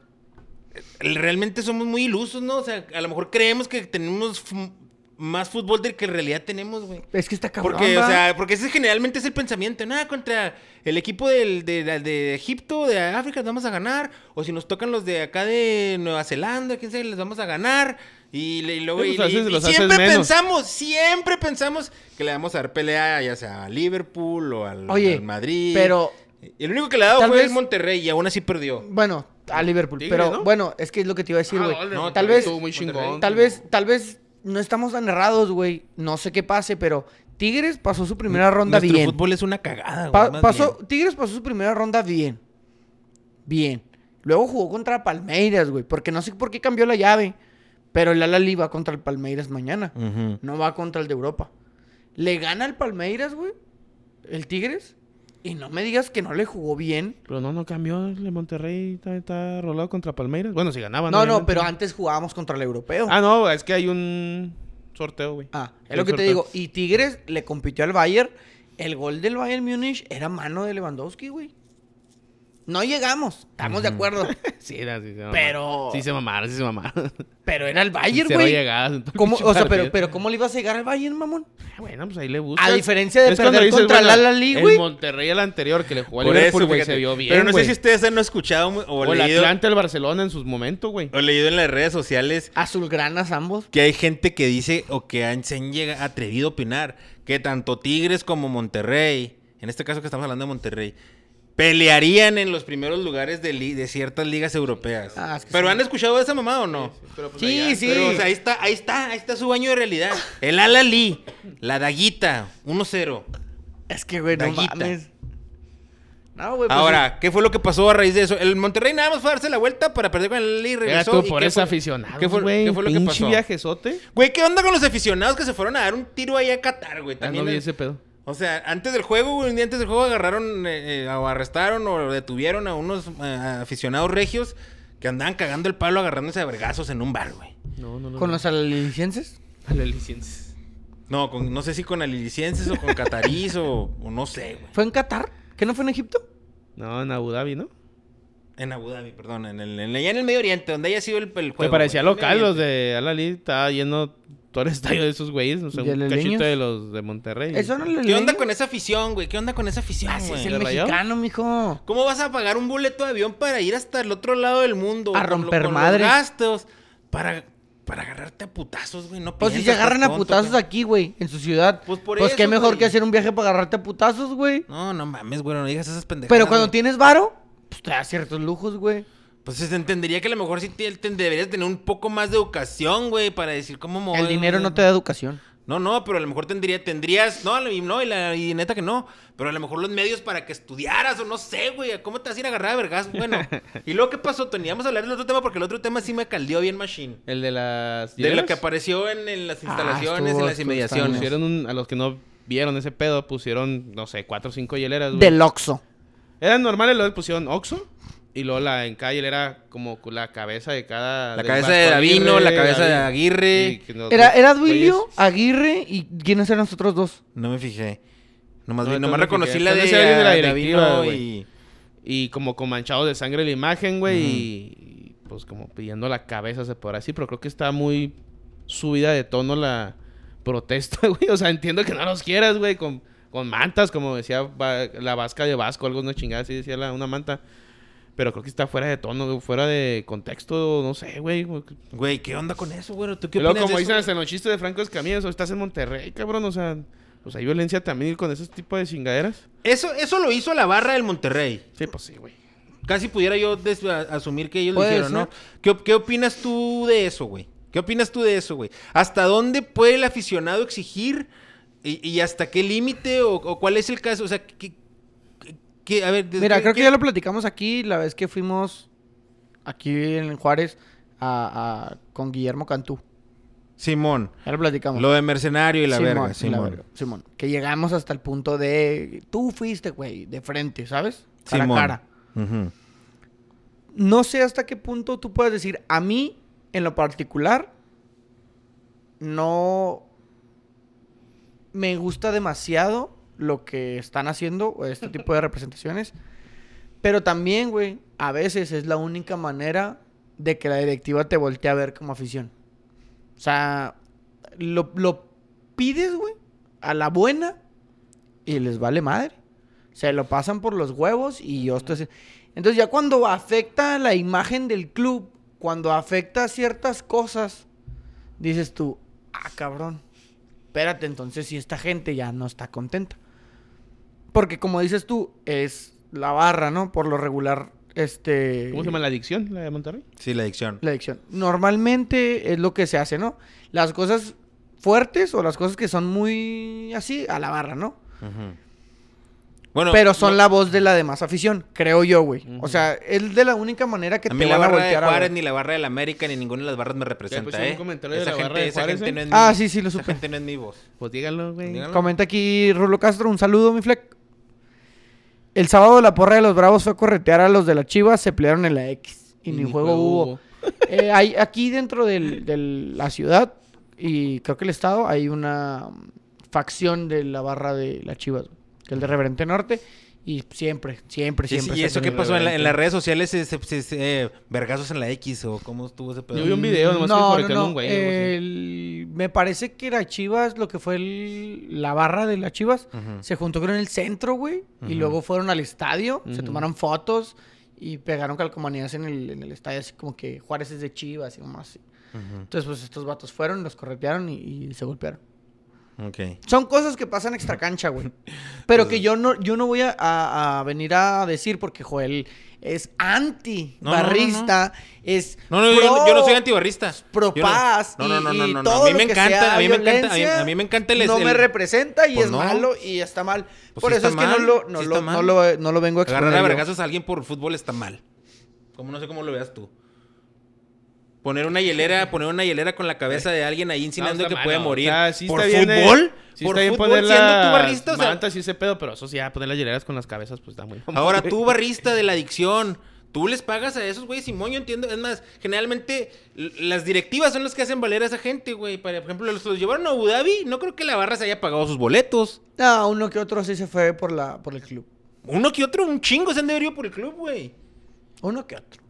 S2: eh, realmente somos muy ilusos, ¿no? O sea, a lo mejor creemos que tenemos fu- más fútbol del que en realidad tenemos, güey.
S1: Es que está cabrón.
S2: Porque, o
S1: ¿va?
S2: sea, porque ese generalmente es el pensamiento, nada, contra el equipo del, de, de- de Egipto, de África, les vamos a ganar, o si nos tocan los de acá de Nueva Zelanda, quién sabe, les vamos a ganar, y, le- y luego,
S3: Sí,
S2: y-
S3: pues, haces-
S2: y- y
S3: los haces
S2: siempre
S3: menos.
S2: pensamos, siempre pensamos que le vamos a dar pelea, ya sea a Liverpool o al,
S1: Oye,
S2: al Madrid.
S1: pero-
S2: El único que le ha dado
S1: Tal
S2: fue el
S1: vez-
S2: Monterrey y aún así perdió.
S1: Bueno, a Liverpool.
S3: Tigres,
S1: pero
S3: ¿no?
S1: bueno, es que es lo que te iba a decir,
S3: Ah,
S1: güey.
S3: dale,
S2: No,
S1: tal
S2: Monterrey
S1: vez.
S3: estuvo muy chingón.
S1: Tal vez, tal vez no estamos tan errados, güey. No sé qué pase, pero Tigres pasó su primera ronda
S2: Nuestro
S1: bien.
S2: fútbol es una cagada, güey,
S1: Pa-
S2: más
S1: pasó,
S2: bien.
S1: Tigres pasó su primera ronda bien. Bien. Luego jugó contra Palmeiras, güey. Porque no sé por qué cambió la llave. Pero el Alali va contra el Palmeiras mañana.
S2: Ujú.
S1: No va contra el de Europa. Le gana al Palmeiras, güey. El Tigres. Y no me digas que no le jugó bien.
S3: Pero no, no cambió. El Monterrey está, está rolado contra Palmeiras. Bueno, si ganaban.
S1: No, no,
S3: obviamente.
S1: pero antes jugábamos contra el europeo.
S3: Ah, no, es que hay un sorteo, güey.
S1: Ah, es
S3: Hay
S1: lo
S3: un
S1: que te
S3: sorteo.
S1: digo. Y Tigres le compitió al Bayern. El gol del Bayern Múnich era mano de Lewandowski, güey. No llegamos, estamos de acuerdo.
S3: Sí, era, sí, se mamaron.
S1: Pero-
S3: Sí, se mamaron, sí, se mamaron.
S1: Pero era el Bayern,
S3: Cero
S1: güey.
S3: llegadas en todo el
S1: ¿Cómo-
S3: pinche
S1: O sea, pero,
S3: partido.
S1: pero ¿cómo le ibas a llegar al Bayern, mamón?
S3: Ah, Bueno, pues ahí le busca.
S1: A diferencia de perder contra el Al Ahly, güey.
S3: El Monterrey, el anterior que le jugó al
S2: Por eso,
S3: Liverpool, güey,
S2: fíjate.
S3: se vio bien.
S2: Pero no
S3: güey.
S2: sé si ustedes han escuchado mu- o,
S3: O el
S2: leído,
S3: Atlanta, el Barcelona en sus momentos, güey.
S2: o leído en las redes sociales
S1: Azulgranas ambos.
S2: que hay gente que dice o que han, se han llega- atrevido a opinar que tanto Tigres como Monterrey, en este caso que estamos hablando de Monterrey, pelearían en los primeros lugares de, li- de ciertas ligas europeas.
S1: Ah, es que
S2: pero
S1: sí.
S2: han escuchado esa mamá o no?
S1: Sí, sí.
S2: Pero, o sea, ahí está, ahí está, ahí está su baño de realidad. El Alali, la daguita, 1-0.
S1: Es que, güey, no
S2: Daguita.
S1: mames. No, güey. pues sí.
S2: Ahora, ¿qué fue lo que pasó a raíz de eso? El Monterrey nada más fue a darse la vuelta para perder con el Alali y
S3: Era
S2: regresó.
S3: tú
S2: ¿Y
S3: por
S2: qué
S3: ese
S2: fue?
S3: aficionado,
S2: ¿Qué fue,
S3: güey.
S2: qué fue lo que
S3: Pinche
S2: pasó?
S3: viajezote.
S2: Güey, ¿qué onda con los aficionados que se fueron a dar un tiro ahí a Qatar, güey?
S3: Ah, no
S2: También
S3: vi
S2: el-
S3: ese pedo.
S2: O sea, antes del juego, güey, un día antes del juego agarraron eh, eh, o arrestaron o detuvieron a unos eh, aficionados regios que andaban cagando el palo agarrándose a vergazos en un bar, güey.
S3: No, no, no.
S1: ¿Con los alicienses?
S3: alicienses.
S2: No, con- no sé si con alilicienses o con catarís o, o no sé, güey.
S1: ¿Fue en Qatar? ¿Que no fue en Egipto?
S3: No, en Abu Dhabi, ¿no?
S2: En Abu Dhabi, perdón, en el, en, allá en el Medio Oriente, donde haya sido el, el
S3: Me
S2: juego.
S3: parecía
S2: güey.
S3: local,
S2: Medio
S3: los de Al Ahly estaba lleno todo el estadio de esos güeyes, o sea,
S1: ¿Y el
S3: un
S1: del
S3: cachito
S1: Niños?
S3: de los de Monterrey.
S1: Eso no le
S2: Oriente. ¿Qué onda con esa afición, güey? ¿Qué onda con esa afición,
S3: Ah,
S1: Así
S2: güey?
S1: es el
S3: ¿Le rayó?
S1: mexicano, mijo.
S2: ¿Cómo vas a pagar un boleto de avión para ir hasta el otro lado del mundo?
S1: A
S2: con lo-
S1: romper
S2: con
S1: madres.
S2: Los gastos para, para agarrarte a putazos, güey. No
S1: Pues si se
S2: piensas,
S1: agarran a
S2: tonto,
S1: putazos
S2: cabrón.
S1: aquí, güey, en su ciudad.
S2: Pues
S1: Pues,
S2: por
S1: qué
S2: eso,
S1: mejor
S2: güey.
S1: que hacer un viaje para agarrarte a putazos, güey.
S2: No, no mames, güey, no digas esas pendejadas.
S1: Pero cuando
S2: güey.
S1: tienes varo, pues te da ciertos lujos, güey.
S2: Pues se entendería que a lo mejor sí te, te- deberías tener un poco más de educación, güey, para decir cómo mover.
S1: El dinero no te da educación.
S2: No, no, pero a lo mejor tendría, tendrías. No, y no, y, la, y neta que no. Pero a lo mejor los medios para que estudiaras o no sé, güey. ¿Cómo te vas a ir a agarrar a vergas? Bueno. y luego, ¿qué pasó, Tony? Vamos a hablar del otro tema porque el otro tema sí me caldeó bien, Machine.
S3: El de las
S2: De lo
S3: hieleras.
S2: que apareció en, en las
S1: Ah,
S2: instalaciones,
S1: estuvo-
S2: en las
S1: estuvo-
S2: inmediaciones.
S3: pusieron un- a los que no vieron ese pedo, pusieron, no sé, cuatro o cinco hieleras, güey.
S1: Del Oxxo.
S3: Eran normales, luego le pusieron Oxxo. Y luego la en cada era como con la cabeza de cada...
S2: La
S3: del
S2: cabeza
S3: Vasco
S2: de Davino,
S3: Aguirre,
S2: la cabeza de Aguirre.
S3: y que los-
S1: Era, era
S3: los güeyes-
S1: Duilio,
S2: Pues,
S1: Aguirre y ¿quiénes eran nosotros dos?
S2: No me fijé. Nomás,
S3: No,
S2: vi-
S3: entonces
S2: nomás
S3: no me
S2: reconocí
S3: fijé.
S2: la de,
S3: Entonces era de la
S2: de
S3: directiva,
S2: Davino
S3: güey.
S2: y...
S3: Y como con manchado de sangre la imagen, güey. y- y, pues como pidiendo la cabeza, se podrá decir. Pero creo que está muy subida de tono la protesta, güey. O sea, entiendo que no los quieras, güey. Con, con mantas, como decía Va- la vasca de Vasco, algo no chingada, así decía la, una manta. Pero creo que está fuera de tono, güey, fuera de contexto, no sé, güey.
S2: Güey, ¿qué onda con eso, güey? ¿Tú qué
S3: Y luego,
S2: opinas
S3: como
S2: de
S3: dicen
S2: eso?
S3: hasta en los chistes de Franco Escamilla, eso estás en Monterrey, cabrón. O sea, pues hay violencia también con ese tipo de chingaderas.
S2: eso? Eso lo hizo la barra del Monterrey.
S3: Sí, pues sí, güey.
S2: Casi pudiera yo des- a- asumir que ellos lo
S1: Puede
S2: hicieron, ¿no? ¿Qué, op- qué opinas tú de eso, güey? ¿Qué opinas tú de eso, güey? ¿Hasta dónde puede el aficionado exigir y, y hasta qué límite o, o cuál es el caso? O sea, ¿qué... qué- qué- a ver, desde
S1: Mira,
S2: qué-
S1: creo que
S2: qué-
S1: ya lo platicamos aquí la vez que fuimos aquí en Juárez a- a- con Guillermo Cantú.
S2: Simón,
S1: Ya lo platicamos.
S2: lo de mercenario y la
S1: Simón,
S2: verga,
S1: y la
S2: Simón.
S1: verga, Simón. Que llegamos hasta el punto de. Tú fuiste, güey, de frente, ¿sabes? Cara
S2: Simón.
S1: a cara.
S2: Ujú.
S1: No sé hasta qué punto tú puedes decir, a mí, en lo particular, no me gusta demasiado lo que están haciendo o este tipo de representaciones. Pero también, güey, a veces es la única manera de que la directiva te voltee a ver como afición. O sea, lo, lo pides, güey, a la buena y les vale madre. Se lo pasan por los huevos y yo estoy... así. Entonces ya cuando afecta la imagen del club, cuando afecta ciertas cosas, dices tú, ah, cabrón, espérate, entonces si esta gente ya no está contenta. Porque como dices tú, es la barra, ¿no? Por lo regular, este...
S3: ¿Cómo se llama la adicción, la de Monterrey?
S2: Sí, la adicción.
S1: La adicción. Normalmente es lo que se hace, ¿no? Las cosas fuertes o las cosas que son muy así, a la barra, ¿no?
S2: Ujú. Bueno,
S1: pero son
S2: no-
S1: la voz de la demás afición, creo yo, güey. O sea, es de la única manera que
S2: A
S1: te
S2: mí la
S1: van a
S2: barra de
S1: voltear a
S2: Juárez,
S1: ver.
S2: ni la barra del América, ni ninguna de las barras me representa,
S3: pusieron un
S2: ¿eh?
S3: comentario de
S2: Esa
S3: la
S2: gente,
S3: barra de
S2: esa
S3: Juárez,
S2: gente
S3: ¿eh?
S2: no es
S1: Ah,
S2: mi-
S1: sí, sí, lo
S2: Esa
S1: supe.
S2: gente no es mi voz.
S3: Pues díganlo, güey.
S2: Díganlo.
S1: Comenta aquí Rulo Castro, un saludo, mi fleck. El sábado la porra de los Bravos fue a corretear a los de la Chivas, se pelearon en la X y, ni, juego, hubo. Eh, hay, aquí dentro del- de la ciudad y creo que el estado hay una mm, facción de la barra de la Chivas, güey, que el de Reverente Norte y siempre, siempre,
S2: Sí, sí,
S1: siempre.
S2: ¿Y
S1: se
S2: eso qué
S1: pelean.
S2: pasó? En, la- en las redes sociales, se, se- se- se- eh, vergazos en la X, o cómo estuvo ese pedo.
S3: Yo vi un video nomás que
S1: no, no,
S3: corretearon a
S1: no,
S3: un güey, algo así.
S1: el- me parece que la Chivas, lo que fue el- la barra de las Chivas,
S2: Ujú.
S1: se juntó creo, en el centro, güey, y
S2: Ujú.
S1: luego fueron al estadio, se
S3: Ujú.
S1: tomaron fotos y pegaron calcomanías en el, en el estadio, así como que Juárez es de Chivas y más así.
S2: Ujú.
S1: Entonces, pues estos vatos fueron, los corretearon y, y se golpearon.
S2: Ok.
S1: Son cosas que pasan extra cancha, güey. Pero que yo no, yo no voy a, a- a venir a decir porque Joel es anti barrista, es
S2: No, no, yo, no- yo no soy
S1: pro-
S2: antibarrista.
S1: pro
S2: Yo no-
S1: paz
S2: No, no, no,
S1: y-
S2: no,
S1: y
S2: no, no.
S1: todo
S2: A mí
S1: lo
S2: me
S1: que sea
S2: encanta, a mí me encanta, a mí,
S1: violencia,
S2: a mí me encanta el...
S1: no
S2: el-
S1: me representa y
S2: Pues
S1: es
S2: no.
S1: malo y está mal.
S2: Pues
S1: Por
S2: sí
S1: eso es
S2: está
S1: que no
S2: mal,
S1: lo, no,
S2: sí
S1: lo,
S2: está
S1: no,
S2: mal.
S1: lo, no lo vengo a exponer.
S2: Agarrar a
S1: yo.
S2: vergazos a alguien por fútbol está mal. Como no sé cómo lo veas tú. Poner una hielera, poner una hielera con la cabeza de alguien ahí insinuando
S3: está
S2: que
S3: mal,
S2: puede
S3: no.
S2: morir.
S3: O sea, sí
S2: ¿Por
S3: está bien, eh,
S2: fútbol?
S3: sí
S2: ¿Por
S3: está bien
S2: fútbol
S3: poner
S2: siendo tú
S3: las
S2: barrista? O sea,
S3: mantas y ese pedo, pero eso sí, ya poner las hieleras con las cabezas, pues está muy...
S2: Ahora, tú, barrista de la adicción, tú les pagas a esos güeyes Simón, yo entiendo. Es más, generalmente l- las directivas son las que hacen valer a esa gente, güey. Por ejemplo, los, los llevaron a Abu Dhabi, no creo que la barra se haya pagado sus boletos.
S1: No, Ah, uno que otro sí se fue por, la, por el club.
S2: Uno que otro, un chingo se han debido por el club, güey.
S1: Uno que otro.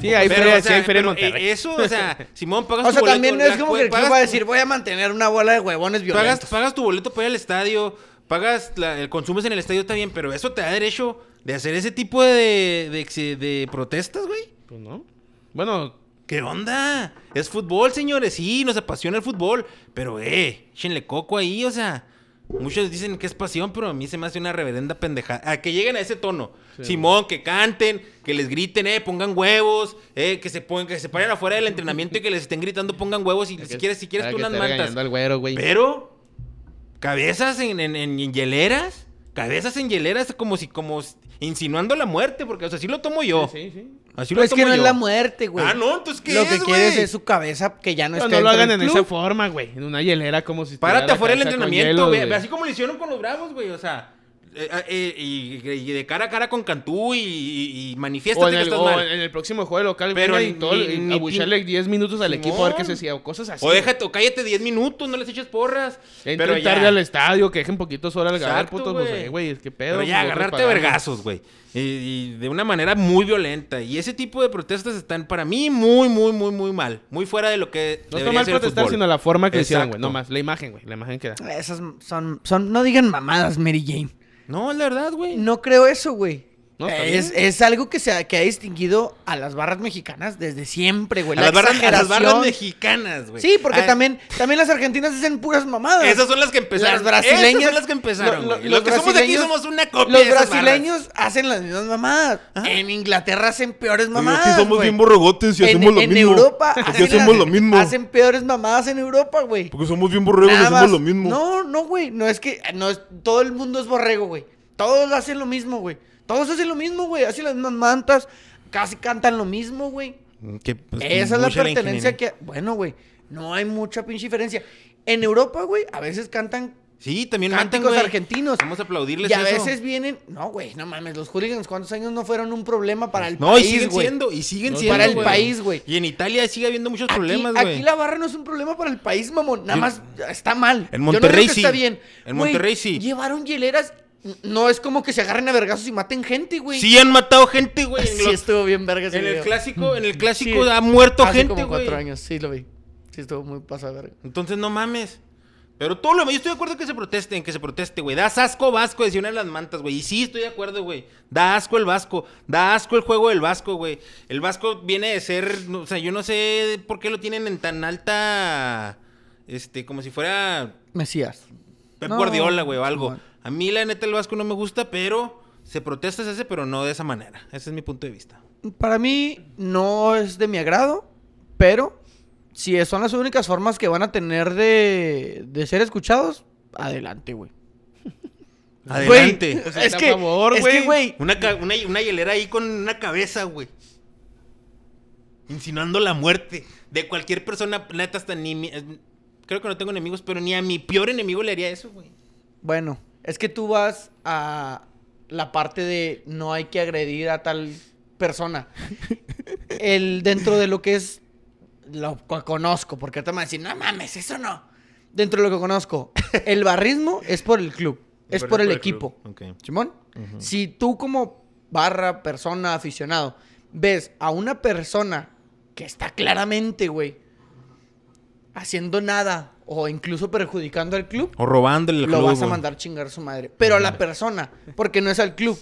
S3: Sí, hay
S2: Pero,
S3: feria,
S2: o sea,
S3: sí hay feria en
S2: pero,
S3: Monterrey.
S2: eh, Eso, o sea, Simón, pagas
S1: O sea,
S2: tu boleto,
S1: también no es
S2: la-
S1: como que el club
S2: pagas
S1: va a
S2: tu-
S1: decir, voy a mantener una bola de huevones
S2: Pagas,
S1: violentos.
S2: pagas tu boleto para ir al estadio, pagas la- el consumes en el estadio, está bien, pero eso te da derecho de hacer ese tipo de, de, ex- de protestas, güey.
S3: Pues no. Bueno,
S2: ¿Qué onda? Es fútbol, señores. Sí, nos apasiona el fútbol. Pero, eh, échenle coco ahí, o sea. Muchos dicen que es pasión, pero a mí se me hace una reverenda pendejada. A que lleguen a ese tono. Simón, que canten, que les griten, eh, pongan huevos, eh, que se pongan, que se paren afuera del entrenamiento y que les estén gritando, pongan huevos. Y si quieres, si quieres,
S3: Ahora
S2: tú
S3: que
S2: unas
S3: está regañando
S2: mantas.
S3: al güero, güey.
S2: Pero, cabezas en, en, en- en hieleras, cabezas en hieleras, como si, como si- insinuando la muerte, porque, o sea, así lo tomo yo.
S3: Sí, sí.
S2: Así
S1: Pero
S2: lo
S1: es que
S2: tomo
S1: no es
S2: yo.
S1: la muerte, güey.
S2: Ah, no, entonces, ¿qué
S1: Lo
S2: es,
S1: que quieres
S2: güey?
S1: es su cabeza que ya no
S3: Pero
S1: está
S3: no lo
S1: dentro
S3: hagan
S1: del
S3: en
S1: club.
S3: esa forma, güey. En una hielera como si... estuviera
S2: Párate
S3: la
S2: afuera del
S3: cabeza con
S2: entrenamiento,
S3: hielo,
S2: güey. Así como lo hicieron con los bravos, güey. O sea, eh, eh, y, y de cara a cara con Cantú y, y, y manifiéstate
S3: O en,
S2: que
S3: el,
S2: estás
S3: o
S2: mal.
S3: en el próximo juego local,
S2: Pero
S3: pero y
S2: ni-
S3: todo, y
S2: ni-
S3: abuchearle 10 minutos al equipo a ver qué se
S2: Simón.
S3: hacía o cosas así.
S2: O déjate, o cállate 10 minutos, no les eches porras.
S3: Que
S2: pero
S3: entren
S2: ya,
S3: tarde al estadio, que dejen poquitos horas al ganar,
S2: Exacto,
S3: putos, pues,
S2: güey.
S3: eh, güey, qué pedo.
S2: pero
S3: pues,
S2: ya
S3: nosotros
S2: agarrarte a
S3: pagamos.
S2: vergazos, güey. Y, y de una manera muy violenta. Y ese tipo de protestas están para mí muy, muy, muy, muy mal. Muy fuera de lo que
S3: No está
S2: debería
S3: mal
S2: ser el
S3: protestar,
S2: fútbol.
S3: sino la forma que hicieron, güey.
S2: Exacto.
S3: No más, la imagen, güey. La imagen que da.
S1: Esas son, son, no digan mamadas, Mary Jane.
S2: No, es la verdad, güey.
S1: No creo eso, güey.
S3: No, está
S1: es,
S3: bien.
S1: es algo que, se ha, que ha distinguido a las barras mexicanas desde siempre, güey.
S2: A
S1: La
S2: las, barras, a las barras
S1: exageración.
S2: mexicanas, güey. Ah,
S1: Sí, porque
S2: A-
S1: también, también las argentinas dicen puras mamadas.
S2: Esas son las que empezaron.
S1: Pues Las brasileñas.
S2: Esas son las que empezaron.
S1: Lo- lo-
S2: güey. Los, que somos de aquí
S1: brasileños-
S2: somos una copia.
S1: Los
S2: de esas
S1: brasileños hacen las mismas mamadas.
S2: Ajá.
S1: En Inglaterra hacen peores
S2: barras.
S1: mamadas. güey.
S2: borregotes
S1: en, en Europa hacen, las-
S2: Porque
S1: hacen peores mamadas en Europa, güey.
S2: somos bien borregos
S1: Nada más. No, no, güey. No es que no es, todo el mundo es borrego, güey. Todos hacen lo mismo, güey. Todos hacen lo mismo, güey. Hacen las mismas mantas. Casi cantan lo mismo, güey.
S2: Que, pues,
S1: Esa es la
S2: mucha
S1: pertenencia
S2: ingeniería.
S1: que. Bueno, güey. No hay mucha pinche diferencia. En Europa, güey, a veces cantan
S2: Sí, también matan,
S1: cánticos
S2: güey.
S1: argentinos.
S2: Vamos a aplaudirles
S1: Y a
S2: eso.
S1: veces vienen. No, güey, no mames. Los hooligans, ¿cuántos años no fueron un problema para el
S2: No, y
S1: país,
S2: siguen
S1: güey?
S2: siendo. Y siguen
S3: No,
S2: siendo,
S1: para el
S2: güey.
S1: país, güey.
S2: Y en Italia sigue habiendo muchos
S1: Aquí-
S2: problemas,
S1: aquí,
S2: güey.
S1: la barra no es un problema para el país, mamón. Nada
S2: Yo-
S1: más está mal. Yo
S2: En
S1: no digo
S2: Monterrey
S1: que
S2: sí.
S1: está bien.
S2: En
S1: Güey,
S2: Monterrey sí.
S1: Llevaron hieleras. No es como que se agarren a vergazos y maten gente, güey.
S2: Sí han matado gente, güey. en
S1: Sí,
S2: los-
S1: estuvo bien verga ese
S2: En
S1: video.
S2: el clásico, en el clásico
S1: Sí.
S2: ha muerto
S1: Hace
S2: gente,
S1: como
S2: güey.
S1: cuatro años, sí lo vi. Sí estuvo muy pasado de verga.
S2: Entonces no mames. Pero todo lo yo estoy de acuerdo que se proteste, en que se proteste, güey. Das asco vasco, decía una de las mantas, güey. Y sí, estoy de acuerdo, güey. Da asco el vasco. Da asco el juego del vasco, güey. El vasco viene de ser, no, o sea, yo no sé por qué lo tienen en tan alta, este, como si fuera
S1: Mesías.
S2: Pep
S1: No,
S2: Guardiola, güey, o algo.
S1: no.
S2: A mí la neta el vasco no me gusta, pero se protesta ese, pero no de esa manera. Ese es mi punto de vista.
S1: Para mí no es de mi agrado, pero si son las únicas formas que van a tener de, de ser escuchados, adelante, güey.
S2: Adelante.
S1: Güey,
S3: O sea,
S1: es,
S3: está a
S1: que,
S3: favor,
S1: es
S3: güey.
S1: que, güey,
S2: Una, ca- una, una hielera ahí con una cabeza, güey. Insinuando la muerte de cualquier persona. Neta, hasta ni. mi- eh, creo que no tengo enemigos, pero ni a mi peor enemigo le haría eso, güey.
S1: Bueno, es que tú vas a la parte de no hay que agredir a tal persona. El dentro de lo que es lo que conozco, porque ahorita me van a decir, no mames, eso no. Dentro de lo que conozco, el barrismo es por el club, es por, el, equipo. Simón, si tú como barra, persona, aficionado, ves a una persona que está claramente, güey, haciendo nada o incluso perjudicando al club,
S2: O robándole el
S1: lo
S2: club,
S1: vas a
S2: güey.
S1: mandar chingar a su madre. Pero a la persona, porque no es al club.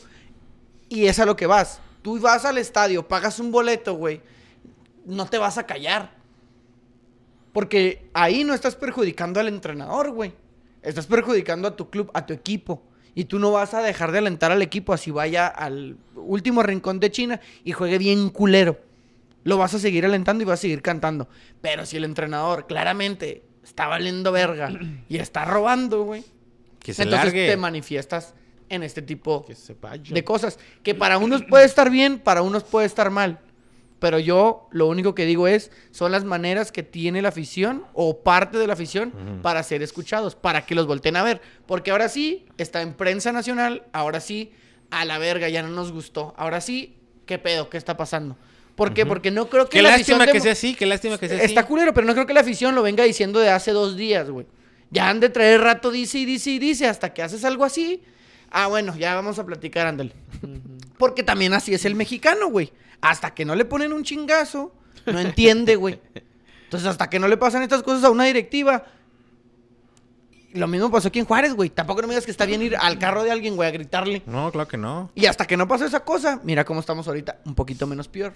S1: Y es a lo que vas. Tú vas al estadio, pagas un boleto, güey. No te vas a callar. Porque ahí no estás perjudicando al entrenador, güey. Estás perjudicando a tu club, a tu equipo. Y tú no vas a dejar de alentar al equipo así vaya al último rincón de China y juegue bien culero. Lo vas a seguir alentando y vas a seguir cantando. Pero si el entrenador claramente está valiendo verga y está robando, güey.
S2: Que se
S1: entonces
S2: largue.
S1: te manifiestas en este tipo
S3: Que se vaya.
S1: de cosas. Que para unos puede estar bien, para unos puede estar mal. Pero yo lo único que digo es, son las maneras que tiene la afición o parte de la afición para ser escuchados, para que los volteen a ver. Porque ahora sí, está en prensa nacional, ahora sí, a la verga, ya no nos gustó. Ahora sí, ¿qué pedo? ¿Qué está pasando? ¿Por qué? Porque no creo que
S2: Qué
S1: la
S2: lástima
S1: afición
S2: que
S1: demo-
S2: sea así, qué lástima que sea así.
S1: Está culero, pero no creo que la afición lo venga diciendo de hace dos días, güey. Ya han de traer rato, dice y dice y dice, hasta que haces algo así. Ah, bueno, ya vamos a platicar, ándale. Porque también así es el mexicano, güey. Hasta que no le ponen un chingazo, no entiende, güey. Entonces, hasta que no le pasan estas cosas a una directiva. Lo mismo pasó aquí en Juárez, güey. Tampoco no me digas que está bien ir al carro de alguien, güey, a gritarle.
S2: No, claro que no.
S1: Y hasta que no pasó esa cosa, mira cómo estamos ahorita, un poquito menos peor.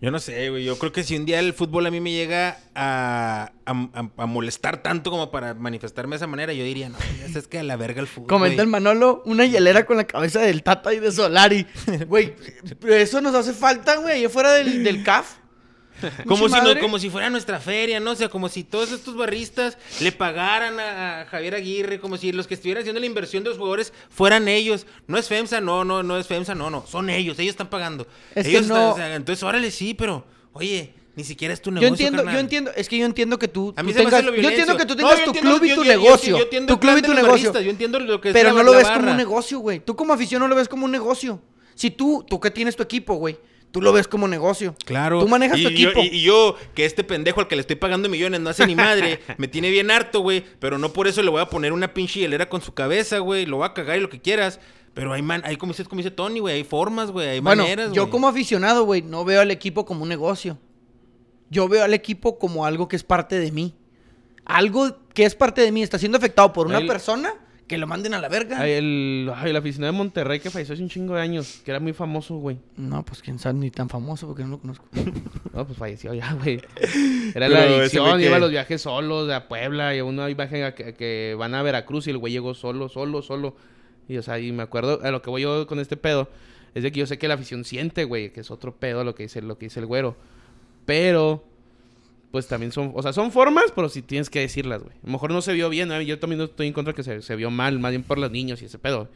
S2: Yo no sé, güey. Yo creo que si un día el fútbol a mí me llega a, a- a- a molestar tanto como para manifestarme de esa manera, yo diría, no, ya sabes que a la verga el fútbol.
S1: Comenta el
S2: güey.
S1: Manolo, una hielera con la cabeza del Tata y de Solari. Güey, pero eso nos hace falta, güey, allá fuera del, del CAF.
S2: Como si,
S1: Pinche
S2: no-
S1: madre.
S2: como si fuera nuestra feria, ¿no? O sea, como si todos estos barristas le pagaran a, a Javier Aguirre, como si los que estuvieran haciendo la inversión de los jugadores fueran ellos. No es FEMSA, no, no, no es FEMSA, no, no. Son ellos, ellos están pagando.
S1: Es que
S2: ellos están-
S1: no-
S2: o sea, entonces, órale, sí, pero, oye, ni siquiera es tu
S1: Yo
S2: negocio.
S1: entiendo,
S2: carnal.
S1: yo entiendo, es que yo entiendo que tú,
S2: A
S1: tú
S2: mí se me
S1: tengas,
S2: hace lo
S1: yo entiendo
S2: violencia.
S1: que tú
S2: No,
S1: tengas
S2: yo
S1: tu
S2: entiendo-
S1: club y
S2: yo-
S1: tu
S2: yo- yo-
S1: negocio,
S2: yo entiendo
S1: tu club
S2: el plan
S1: y
S2: de
S1: tu
S2: los
S1: negocio,
S2: barristas, yo entiendo lo que es
S1: pero
S2: la-
S1: no lo
S2: la
S1: ves como
S2: barra.
S1: un negocio, güey. Tú como afición no lo ves como un negocio. Si tú, tú que tienes tu equipo, güey, tú lo ves como negocio.
S2: Claro.
S1: Tú manejas
S2: y
S1: tu
S2: yo-
S1: equipo.
S2: y, y yo, que este pendejo al que le estoy pagando millones no hace ni madre, me tiene bien harto, güey. Pero no por eso le voy a poner una pinche hielera con su cabeza, güey. Lo va a cagar y lo que quieras. Pero hay, man, hay como, dice, como dice Tony, güey. Hay formas, güey. Hay
S1: Bueno,
S2: maneras,
S1: yo
S2: güey.
S1: como aficionado, güey, no veo al equipo como un negocio. Yo veo al equipo como algo que es parte de mí. Algo que es parte de mí está siendo afectado por una
S3: Ahí-
S1: persona que lo manden a la verga.
S3: Ay, el, ay, el aficionado de Monterrey que falleció hace un chingo de años, que era muy famoso, güey.
S1: No, pues quién sabe, ni tan famoso porque no lo conozco.
S3: No, pues falleció ya, güey. Era
S2: Pero
S3: la
S2: ese
S3: adicción,
S2: güey que-
S3: iba a los viajes solos a Puebla y uno hay viajes a que, que van a Veracruz y el güey llegó solo, solo, solo. Y o sea, y me acuerdo, a lo que voy yo con este pedo, es de que yo sé que la afición siente, güey, que es otro pedo lo que dice, lo que dice el güero. Pero, pues también son, o sea, son formas, pero sí tienes que decirlas, güey. A lo mejor no se vio bien, ¿no? yo también no estoy en contra que se, se vio mal, más bien por los niños y ese pedo.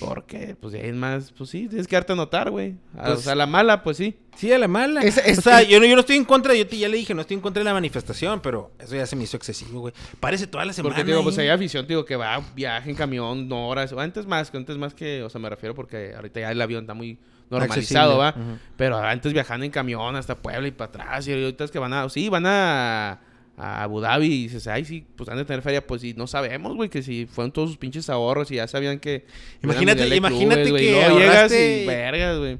S3: Porque, pues, es más, pues sí, tienes que darte a notar, güey. A-
S2: Pues-
S3: o sea, la mala, pues sí.
S2: Sí, a la mala.
S1: Es- es-
S2: o sea, yo, no, yo no estoy en contra, yo te- ya le dije, no estoy en contra de la manifestación, pero eso ya se me hizo excesivo, güey. Parece toda la semana. ¿eh?
S3: Porque digo, pues
S2: ahí.
S3: hay afición, digo, que va, viaje en camión, no horas, antes más, que antes más que, o sea, me refiero porque ahorita ya el avión está muy normalizado,
S2: Accesible,
S3: ¿va?
S2: ujú.
S3: Pero antes viajando en camión hasta Puebla y para atrás, y ahorita es que van a, sí, van a, a Abu Dhabi y dices, ay, sí, pues han de tener feria, pues sí, no sabemos, güey, que si fueron todos sus pinches ahorros y ya sabían que...
S2: Imagínate-
S3: eran mundial de
S2: imagínate
S3: güey, y
S2: que
S3: luego llegas
S2: ahorraste-
S3: y vergas, güey.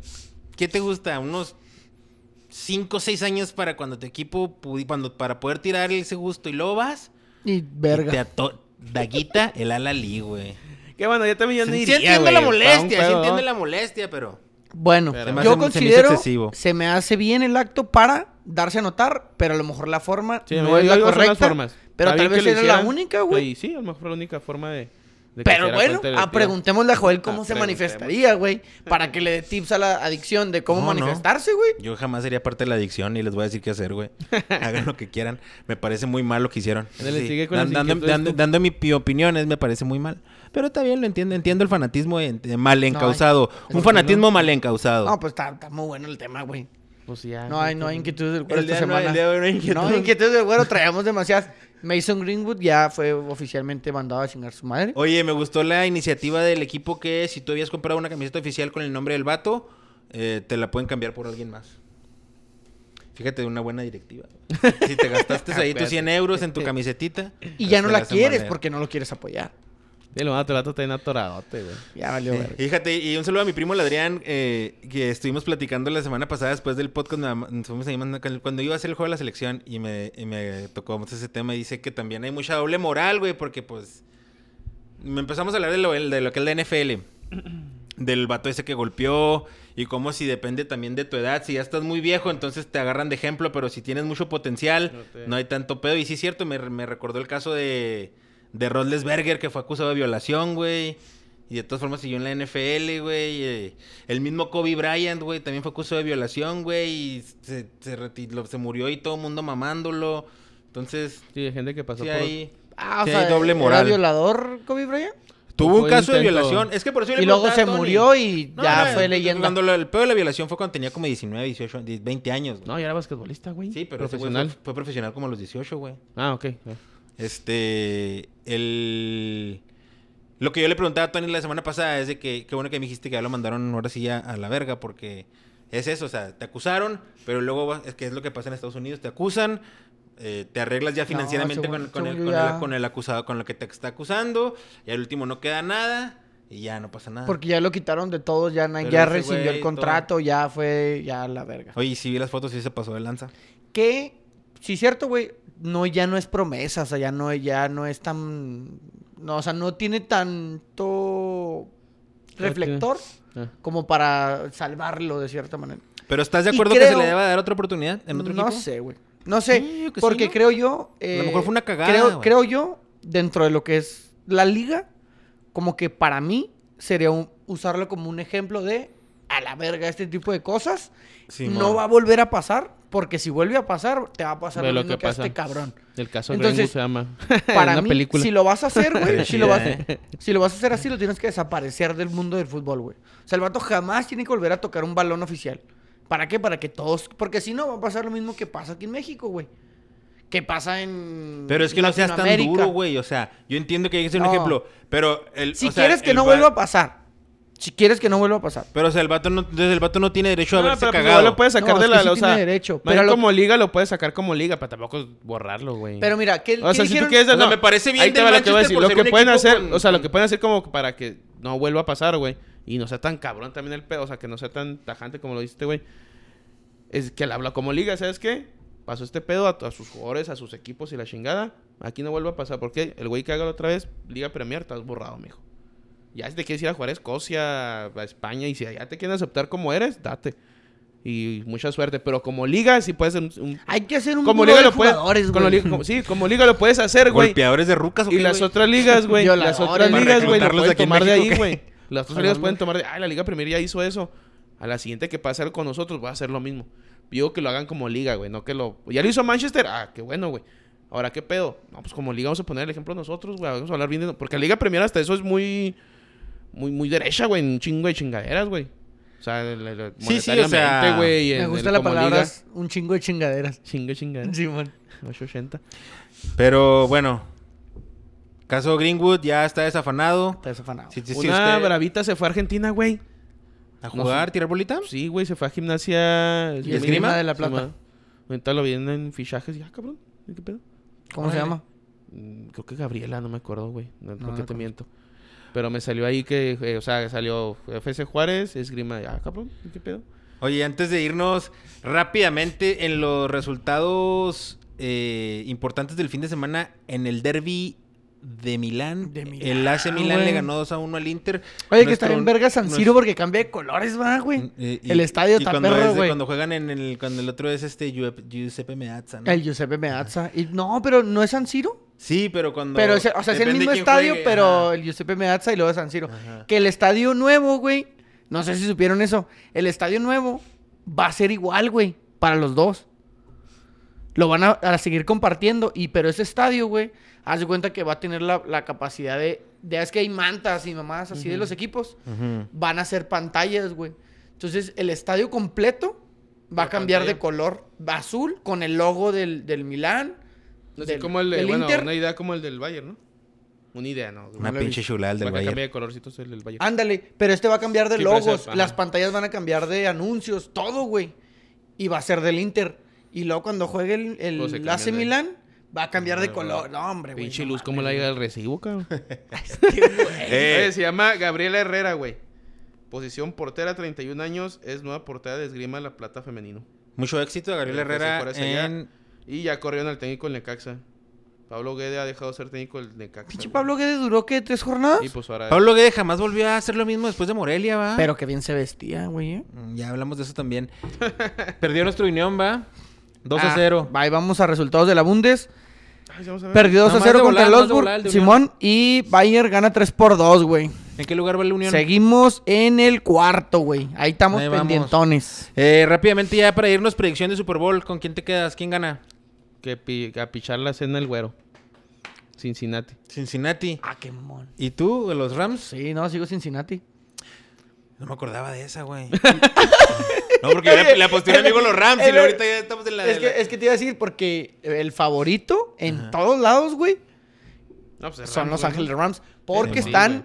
S2: ¿Qué te gusta? Unos 5 o 6 años para cuando tu equipo, pudi- cuando, para poder tirar ese gusto y luego vas.
S1: Y
S2: y te
S1: verga.
S2: ato- Daguita el alalí, güey.
S3: Que bueno, ya también ya no
S2: Sí,
S3: iría,
S2: entiendo
S3: güey,
S2: la
S3: para un
S2: molestia, sí
S3: pedo,
S2: entiendo
S3: ¿no?
S2: la molestia, pero...
S1: Bueno,
S3: Pero- Se
S2: me
S1: yo
S2: hace- se me hizo
S1: considero
S2: excesivo.
S1: se me hace bien el acto para darse a notar, pero a lo mejor la forma
S3: Sí,
S1: no
S3: yo-
S1: es
S3: yo
S1: la
S3: digo, son las
S1: correcta.
S3: formas.
S1: Pero
S3: Está
S1: tal
S3: bien que
S1: vez
S3: lo
S1: era la
S3: hicieran,
S1: única, güey.
S3: y Sí, a lo mejor fue la única forma de, de que se
S1: Pero
S3: diera
S1: bueno,
S3: cuenta del
S1: ah,
S3: tiro.
S1: preguntémosle a Joel
S3: Ah,
S1: cómo se
S3: preguntemos.
S1: manifestaría, güey. Para que le dé tips a la adicción de cómo
S2: No, no.
S1: manifestarse, güey.
S2: Yo jamás sería parte de la adicción y les voy a decir qué hacer, güey. Hagan lo que quieran. Me parece muy mal lo que hicieron.
S3: Ándale,
S2: Sí.
S3: sigue con
S2: Dan-
S3: las
S2: dando,
S3: inquietudes
S2: dando-
S3: tú.
S2: dando mi pi- opiniones me parece muy mal. Pero está bien, lo entiendo. Entiendo el fanatismo en- eh, mal encausado. Un fanatismo mal encausado.
S1: No, pues está, está muy bueno el tema, güey.
S3: Pues ya,
S1: No hay, no hay inquietudes del cuero
S2: El
S1: esta
S2: día no hay-
S1: semana.
S2: el día de hoy no hay inquietud.
S1: No hay inquietudes del cuero, traíamos demasiadas. Mason Greenwood ya fue oficialmente mandado a chingar su madre.
S2: Oye, me gustó la iniciativa del equipo que si tú habías comprado una camiseta oficial con el nombre del vato, eh, te la pueden cambiar por alguien más. Fíjate, una buena directiva. Si te gastaste ahí tus 100 euros en tu camisetita.
S1: Y ya no
S2: te
S1: la
S2: hacen
S1: quieres
S2: valer.
S1: porque no lo quieres apoyar.
S3: Ya lo van a tratar está bien atoradote, güey.
S1: Ya valió,
S2: Eh,
S1: verga.
S2: Fíjate, y un saludo a mi primo el Adrián, eh, que estuvimos platicando la semana pasada después del podcast. nada más- nos fuimos ahí mandando- cuando iba a hacer el juego de la selección y me, y me tocó mucho ese tema. Y dice que también hay mucha doble moral, güey, porque pues. me Empezamos a hablar de lo, de lo que es la NFL. Del vato ese que golpeó y cómo si depende también de tu edad. Si ya estás muy viejo, entonces te agarran de ejemplo, pero si tienes mucho potencial, no,
S3: No te-
S2: hay tanto pedo. Y sí es cierto, me, me recordó el caso de, de Rodlesberger que fue acusado de violación, güey. Y de todas formas siguió en la NFL, güey. eh, El mismo Kobe Bryant, güey, también fue acusado de violación, güey. Y se, se, reti- lo- se murió y todo el mundo mamándolo. Entonces,
S3: Sí, hay gente que pasó
S2: sí
S3: por...
S2: hay...
S1: Ah, o
S2: sí
S1: sea,
S2: hay doble
S1: ¿era
S2: moral.
S1: violador Kobe Bryant?
S2: Tuvo un
S3: Fue
S2: caso de
S3: intento.
S2: violación. Es que por eso yo le
S1: Y luego
S2: preguntaba
S1: se
S2: a Tony.
S1: murió y
S2: No,
S1: ya
S2: no,
S1: fue
S2: el-
S1: leyenda.
S2: Cuando lo- el pedo de la violación fue cuando tenía como 19, 18, 20 años. güey.
S3: No, ya era basquetbolista, güey.
S2: Sí, pero ese güey
S3: Profesional.
S2: fue, fue profesional como a los 18, güey.
S3: Ah, ok.
S2: Este. El. Lo que yo le preguntaba a Tony la semana pasada es de que. Qué bueno que me dijiste que ya lo mandaron ahora sí a, a la verga, porque es eso, o sea, te acusaron, pero luego vas- es que es lo que pasa en Estados Unidos, te acusan. eh, te arreglas ya financieramente
S1: según-
S2: con, con el,
S1: según
S2: con,
S1: yo
S2: el,
S1: ya-
S2: con el acusado, con lo que te está acusando, y al último no queda nada, y ya no pasa nada.
S1: Porque ya lo quitaron de todos, ya, na-
S2: Pero
S1: ya
S2: ese
S1: rescindió
S2: güey,
S1: el contrato, ya fue, ya la verga.
S2: Oye, y si vi las fotos, sí se pasó de lanza.
S1: Que, sí, cierto, güey, no, ya no es promesa, o sea, ya no, ya no es tan, no, o sea, no tiene tanto
S3: tiene-
S1: reflector
S3: Ah.
S1: como para salvarlo de cierta manera.
S2: Pero ¿estás de
S1: Y
S2: acuerdo que se
S1: creo-
S2: le deba dar otra oportunidad en otro
S1: no
S2: equipo?
S1: sé, güey. No sé,
S2: Sí, yo que sí,
S1: porque
S2: ¿no?
S1: creo yo...
S2: lo
S1: eh,
S2: mejor fue una cagada,
S1: Creo,
S2: güey.
S1: creo yo, dentro de lo que es la liga, como que para mí sería un- usarlo como un ejemplo de a la verga este tipo de cosas. no
S2: Simón.
S1: va a volver a pasar, porque si vuelve a pasar, te va a pasar
S3: Ve
S1: lo
S3: lo
S1: mismo
S3: que
S1: que a
S3: pasa.
S1: este cabrón.
S3: El caso
S1: Entonces,
S3: Entonces, se llama.
S1: Para
S3: una
S1: mí,
S3: película.
S1: si lo vas a hacer, güey,
S2: Estaría
S1: si, lo vas-
S2: chida,
S1: si lo vas a hacer así, lo tienes que desaparecer del mundo del fútbol, güey. O sea, el vato jamás tiene que volver a tocar un balón oficial. ¿Para qué? Para que todos... Porque si no, va a pasar lo mismo que pasa aquí en México, güey. Que pasa en
S2: Pero es que no seas tan
S1: Latinoamérica.
S2: duro, güey. O sea, yo entiendo que hay que ser un
S1: No.
S2: ejemplo. Pero el.
S1: Si
S2: o sea,
S1: quieres que
S2: el
S1: no
S2: va-
S1: vuelva a pasar. Si quieres que no vuelva a pasar.
S2: Pero, o sea, el vato no, entonces el vato no tiene derecho a
S3: No,
S2: haberse
S3: pero pues,
S2: cagado.
S3: igual lo puedes sacar
S1: No,
S3: de
S1: es
S3: la...
S1: que sí
S3: o sea,
S1: tiene derecho,
S3: más
S1: pero
S3: bien
S1: lo-
S3: como liga lo puedes sacar como liga, pero tampoco borrarlo, güey.
S1: Pero mira, ¿qué,
S3: O
S1: qué
S3: sea, si tú
S1: dijeron?
S3: quieres...
S2: O sea,
S3: no,
S2: me parece bien
S3: ahí te
S2: del
S3: va lo que voy
S2: Manchester
S3: a decir.
S2: por
S3: Lo
S2: ser
S3: que
S2: un
S3: pueden
S2: equipo
S3: hacer...
S2: con-
S3: O sea, lo que
S2: con-
S3: pueden hacer como que para que no vuelva a pasar, güey. Y no sea tan cabrón también el pedo. O sea, que no sea tan tajante como lo dijiste, güey. Es que al habla como liga, ¿sabes qué? Pasó este pedo a, a sus jugadores, a sus equipos y la chingada. Aquí no vuelve a pasar. Porque el güey que haga la otra vez, Liga Premier, estás borrado, mijo. Ya si te quieres ir a jugar a Escocia, a España, y si allá te quieren aceptar como eres, date. Y mucha suerte. Pero como liga, sí puedes ser un... un-
S1: Hay que hacer un
S3: como
S1: muro
S3: liga
S1: de
S3: lo puedes...
S1: jugadores,
S3: como
S1: güey.
S3: liga- como- sí, como liga lo puedes hacer, güey.
S2: Golpeadores de rucas o
S3: Y
S2: qué,
S3: las
S2: güey?
S3: otras ligas, güey.
S1: Violadores.
S3: Las otras
S1: Para
S3: ligas, güey, lo
S2: reclutarlos
S3: pueden
S2: aquí en
S3: tomar de
S2: México,
S3: ahí,
S2: ¿qué?
S3: güey. Las otras
S1: Para
S3: ligas
S1: dónde.
S3: pueden tomar de. Ah, la Liga Premier ya hizo eso. A la siguiente que pase con nosotros va a hacer lo mismo. Digo que lo hagan como liga, güey. No que lo. Ya lo hizo Manchester. Ah, qué bueno, güey. Ahora, ¿qué pedo? No, pues como liga vamos a poner el ejemplo nosotros, güey. Vamos a hablar bien de. Porque la Liga Premier hasta eso es muy. Muy, muy derecha, güey. Un chingo de chingaderas, güey. O sea, el- el- el-
S2: Sí, sí, o sea,
S3: monetariamente, güey, en
S1: Me
S3: el
S1: gusta la
S3: como
S1: palabra
S3: liga.
S1: es un chingo de chingaderas.
S3: Chingo, chingaderas.
S1: Simón.
S3: 880.
S2: Pero bueno. Caso Greenwood ya está desafanado.
S1: Está desafanado.
S2: Si, si- si
S3: Una
S2: usted-
S3: bravita se fue a Argentina, güey.
S2: ¿A jugar, tirar bolita?
S3: Sí, güey, se fue a gimnasia.
S1: Y
S3: esgrima.
S1: esgrima de La Plata.
S3: Simón. Ahorita lo vienen en fichajes. Ya, cabrón. ¿Qué pedo?
S1: ¿Cómo se
S2: Órale.
S1: llama?
S3: Mm, Creo que Gabriela, no me acuerdo, güey. No, creo
S1: no
S3: que
S1: me
S3: te
S1: acuerdo.
S3: miento. Pero me salió ahí que, eh, o sea, salió FC Juárez, esgrima. Ya, cabrón. ¿Qué pedo?
S2: Oye, antes de irnos rápidamente en los resultados eh, importantes del fin de semana, en el derby de Milán,
S1: De Milán,
S2: el AC Milán
S1: güey.
S2: le ganó 2 a 1 al Inter.
S1: Oye, que
S2: Nuestro-
S1: está bien verga San Siro
S2: nuestro-
S1: porque cambia de colores, va, güey.
S2: Eh, y-
S1: El estadio
S2: y
S1: está
S2: cuando es
S1: perro,
S2: de-
S1: güey.
S2: Cuando juegan en el, cuando el otro es este Giuseppe Giuseppe Meazza, ¿no?
S1: El Giuseppe Meazza. Y, no, pero ¿no es San Siro?
S2: Sí, pero cuando.
S1: Pero, ese- o sea, es el
S2: depende
S1: mismo
S2: quién
S1: estadio,
S2: juegue,
S1: pero
S2: ajá.
S1: el Giuseppe Meazza y luego San Siro.
S2: Ajá.
S1: Que el estadio nuevo, güey, no sé si supieron eso, el estadio nuevo va a ser igual, güey, para los dos. Lo van a, a seguir compartiendo, y pero ese estadio, güey, haz de cuenta que va a tener la, la capacidad de... Ya es que hay mantas y mamás así de los equipos.
S2: Ujú.
S1: Van a ser pantallas, güey. Entonces, el estadio completo va a
S2: La
S1: cambiar de
S2: pantalla.
S1: color azul con el logo del, del Milán.
S3: Así
S1: del-
S3: como el de,
S1: del
S3: bueno,
S1: Inter.
S3: una idea como el del Bayern, ¿no? Una idea, ¿no?
S2: Una
S3: No lo he
S2: pinche
S3: visto.
S2: chulada el del
S3: Para que
S2: Bayern.
S3: cambie de colorcito es el del Bayern.
S1: Ándale, pero este va a cambiar de
S3: Sí, pero
S1: logos,
S3: ese- ajá.
S1: las pantallas van a cambiar de anuncios, todo, güey. Y va a ser del Inter. Y luego cuando juegue el, el
S3: Pues se cambian
S1: AC
S3: de-
S1: Milán, va a cambiar de
S2: Ah,
S1: color. No, hombre, güey.
S3: pinche
S1: no
S3: luz,
S1: mames.
S3: ¿cómo la llega el recibo, cabrón?
S2: Eh.
S3: Oye, se llama Gabriela Herrera, güey. Posición portera, 31 años, es nueva portera de esgrima de la plata femenino.
S2: Mucho éxito a Gabriel
S3: Pero, pues,
S2: Herrera
S3: por eso ya-
S2: en...
S3: Y ya corrieron al técnico del Necaxa. Pablo Guede ha dejado de ser técnico del Necaxa.
S1: Pinche
S3: güey.
S1: Pablo Guedes duró, ¿qué? ¿Tres jornadas?
S3: Y pues ahora...
S2: Pablo Guede jamás volvió a hacer lo mismo después de Morelia, ¿va?
S1: Pero que bien se vestía, güey. ¿eh?
S2: Mm, Ya hablamos de eso también. Perdió nuestro Unión, ¿va? 2 a
S1: Ah,
S2: 0.
S1: Ahí vamos a resultados de la Bundes.
S3: Ay, vamos a ver.
S1: Perdió 2 a
S2: Nomás de
S1: 0 contra
S2: volada,
S1: el
S2: nomás de
S1: Osburg,
S2: volada el de Unión.
S1: Simón. Y Bayer gana 3 por 2, güey.
S2: ¿En qué lugar va la Unión?
S1: Seguimos en el cuarto, güey. Ahí estamos
S2: Ahí vamos.
S1: pendientones.
S2: Eh, rápidamente ya para irnos, predicción de Super Bowl. ¿Con quién te quedas? ¿Quién gana?
S3: Que pi- a pichar la cena el güero. Cincinnati.
S2: Cincinnati.
S1: Ah, qué mono.
S2: ¿Y tú, de los Rams?
S1: Sí, no, sigo Cincinnati.
S2: No me acordaba de esa, güey. no, porque yo le, le aposté a un amigo a los Rams y
S1: el-
S2: luego ahorita ya estamos en la...
S1: Es
S2: de la-
S1: que, es que te iba a decir, porque el favorito en todos lados, güey,
S3: No, pues, es
S1: son
S3: Rams,
S1: Los
S3: güey,
S1: Ángeles
S3: ¿no?
S1: Rams. Porque
S2: Sí,
S1: están
S3: güey.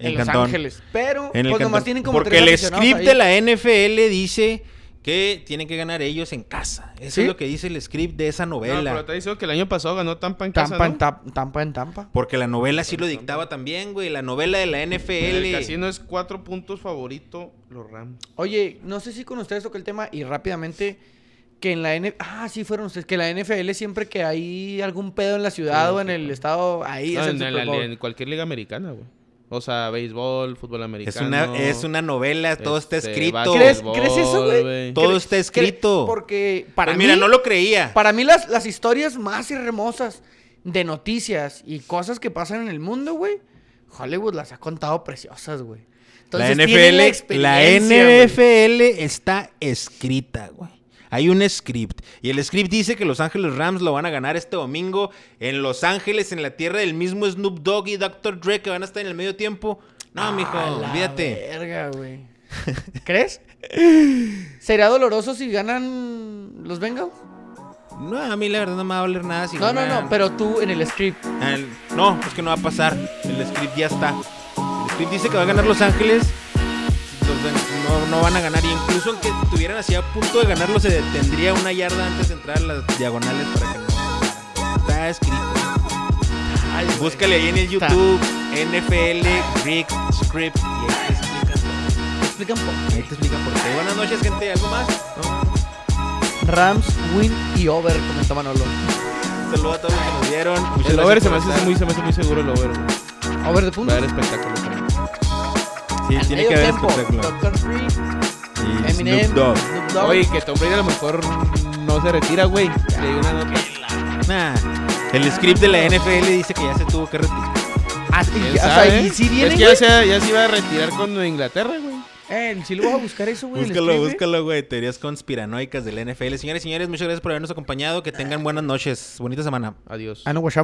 S1: en,
S2: En
S1: Los
S2: Cantón.
S1: Ángeles. Pero,
S2: En el
S1: pues nomás
S2: cantón.
S1: tienen como
S2: Porque
S1: tres
S2: el
S1: aficionados
S2: script
S1: ahí.
S2: de la NFL dice que tienen que ganar ellos en casa. Eso
S1: ¿Sí?
S2: es lo que dice el script de esa
S3: No,
S2: novela.
S3: pero te digo que el año pasado ganó Tampa en casa,
S1: Tampa, en
S3: ¿no?
S1: Tam- Tampa en Tampa.
S2: Porque la novela sí lo dictaba también, güey. La novela de la
S3: El
S2: NFL.
S3: casino es cuatro puntos favorito los Rams.
S1: Oye, no sé si con ustedes toqué el tema y rápidamente que en la N... Ah, sí fueron ustedes. Que la NFL siempre que hay algún pedo en la ciudad
S3: Sí,
S1: o en
S3: sí,
S1: el
S3: sí.
S1: estado, ahí
S3: No,
S1: es el
S3: en,
S1: Super
S3: la-
S1: Bowl.
S3: en cualquier liga americana, güey. O sea, béisbol, fútbol
S2: Es
S3: americano.
S2: una, es una novela, todo está
S3: este,
S2: escrito. Pues
S3: básquet.
S1: ¿Crees,
S3: Bowl,
S1: crees eso, güey?
S3: güey.
S2: Todo
S1: ¿Crees-
S2: está
S1: cre-
S2: escrito.
S1: Porque para
S2: Para mira,
S1: mí...
S2: no lo creía.
S1: Para mí las, las historias más hermosas de noticias y cosas que pasan en el mundo, güey, Hollywood las ha contado preciosas, güey. Entonces,
S2: la
S1: tienen
S2: NFL, la,
S1: experiencia, güey.
S2: NFL está escrita, güey. Hay un script. Y el script dice que Los Ángeles Rams lo van a ganar este domingo en Los Ángeles, en la tierra del mismo Snoop Dogg y Dr. Dre, que van a estar en el medio tiempo. No, mijo,
S1: A la
S2: olvídate.
S1: verga, güey. ¿Crees? ¿Será doloroso si ganan los Bengals?
S2: No, a mí la verdad no me va a doler nada. Si
S1: No, no,
S2: ganan.
S1: no, pero tú en el script.
S2: Al- No, es que no va a pasar. El script ya está. El script dice que va a ganar Los Ángeles. Entonces, No, no van a ganar. Y incluso aunque estuvieran así a punto de ganarlo, se detendría una yarda antes de entrar a las diagonales para que no. Está escrito.
S1: Ay, güey.
S2: Búscale ahí en el
S1: Está.
S2: YouTube NFL Rick Script. Y ahí te explican todo.
S1: Explica un poco.
S2: Ahí te explican por qué. Buenas noches, gente. ¿Algo más? No.
S1: Rams, win y over, comentó Manolo.
S2: Saludos a todos los que nos vieron. Muchas
S3: Pues El
S2: gracias
S3: over se me,
S2: por
S3: hace
S2: estar.
S3: muy, se me hace muy seguro el over, güey.
S1: Over de
S3: Va a
S1: puntos.
S3: dar espectáculo también.
S2: Sí, tiene
S1: Medio
S2: que haber
S1: tiempo,
S2: espectáculo.
S1: Dr. Free,
S2: Y
S1: Eminem,
S2: Snoop Dogg.
S1: Snoop Dogg.
S3: Oye, que Tom Brady a lo mejor no se retira, güey. Le di una nota.
S2: Nah, el script de la NFL dice que ya se tuvo que retirar.
S1: Ah, sí,
S3: ¿Quién
S1: o sea,
S3: sabe?
S1: ¿y si vienen,
S3: es que ya se, ya se iba a retirar con Inglaterra, güey.
S1: Eh, si lo vas a buscar eso, güey. el
S2: Búscalo,
S1: script, eh.
S2: búscalo, güey. Teorías conspiranoicas del NFL. Señores y señores, muchas gracias por habernos acompañado. Que tengan buenas noches. Bonita semana.
S3: Adiós.
S1: Ah, no, guachamo.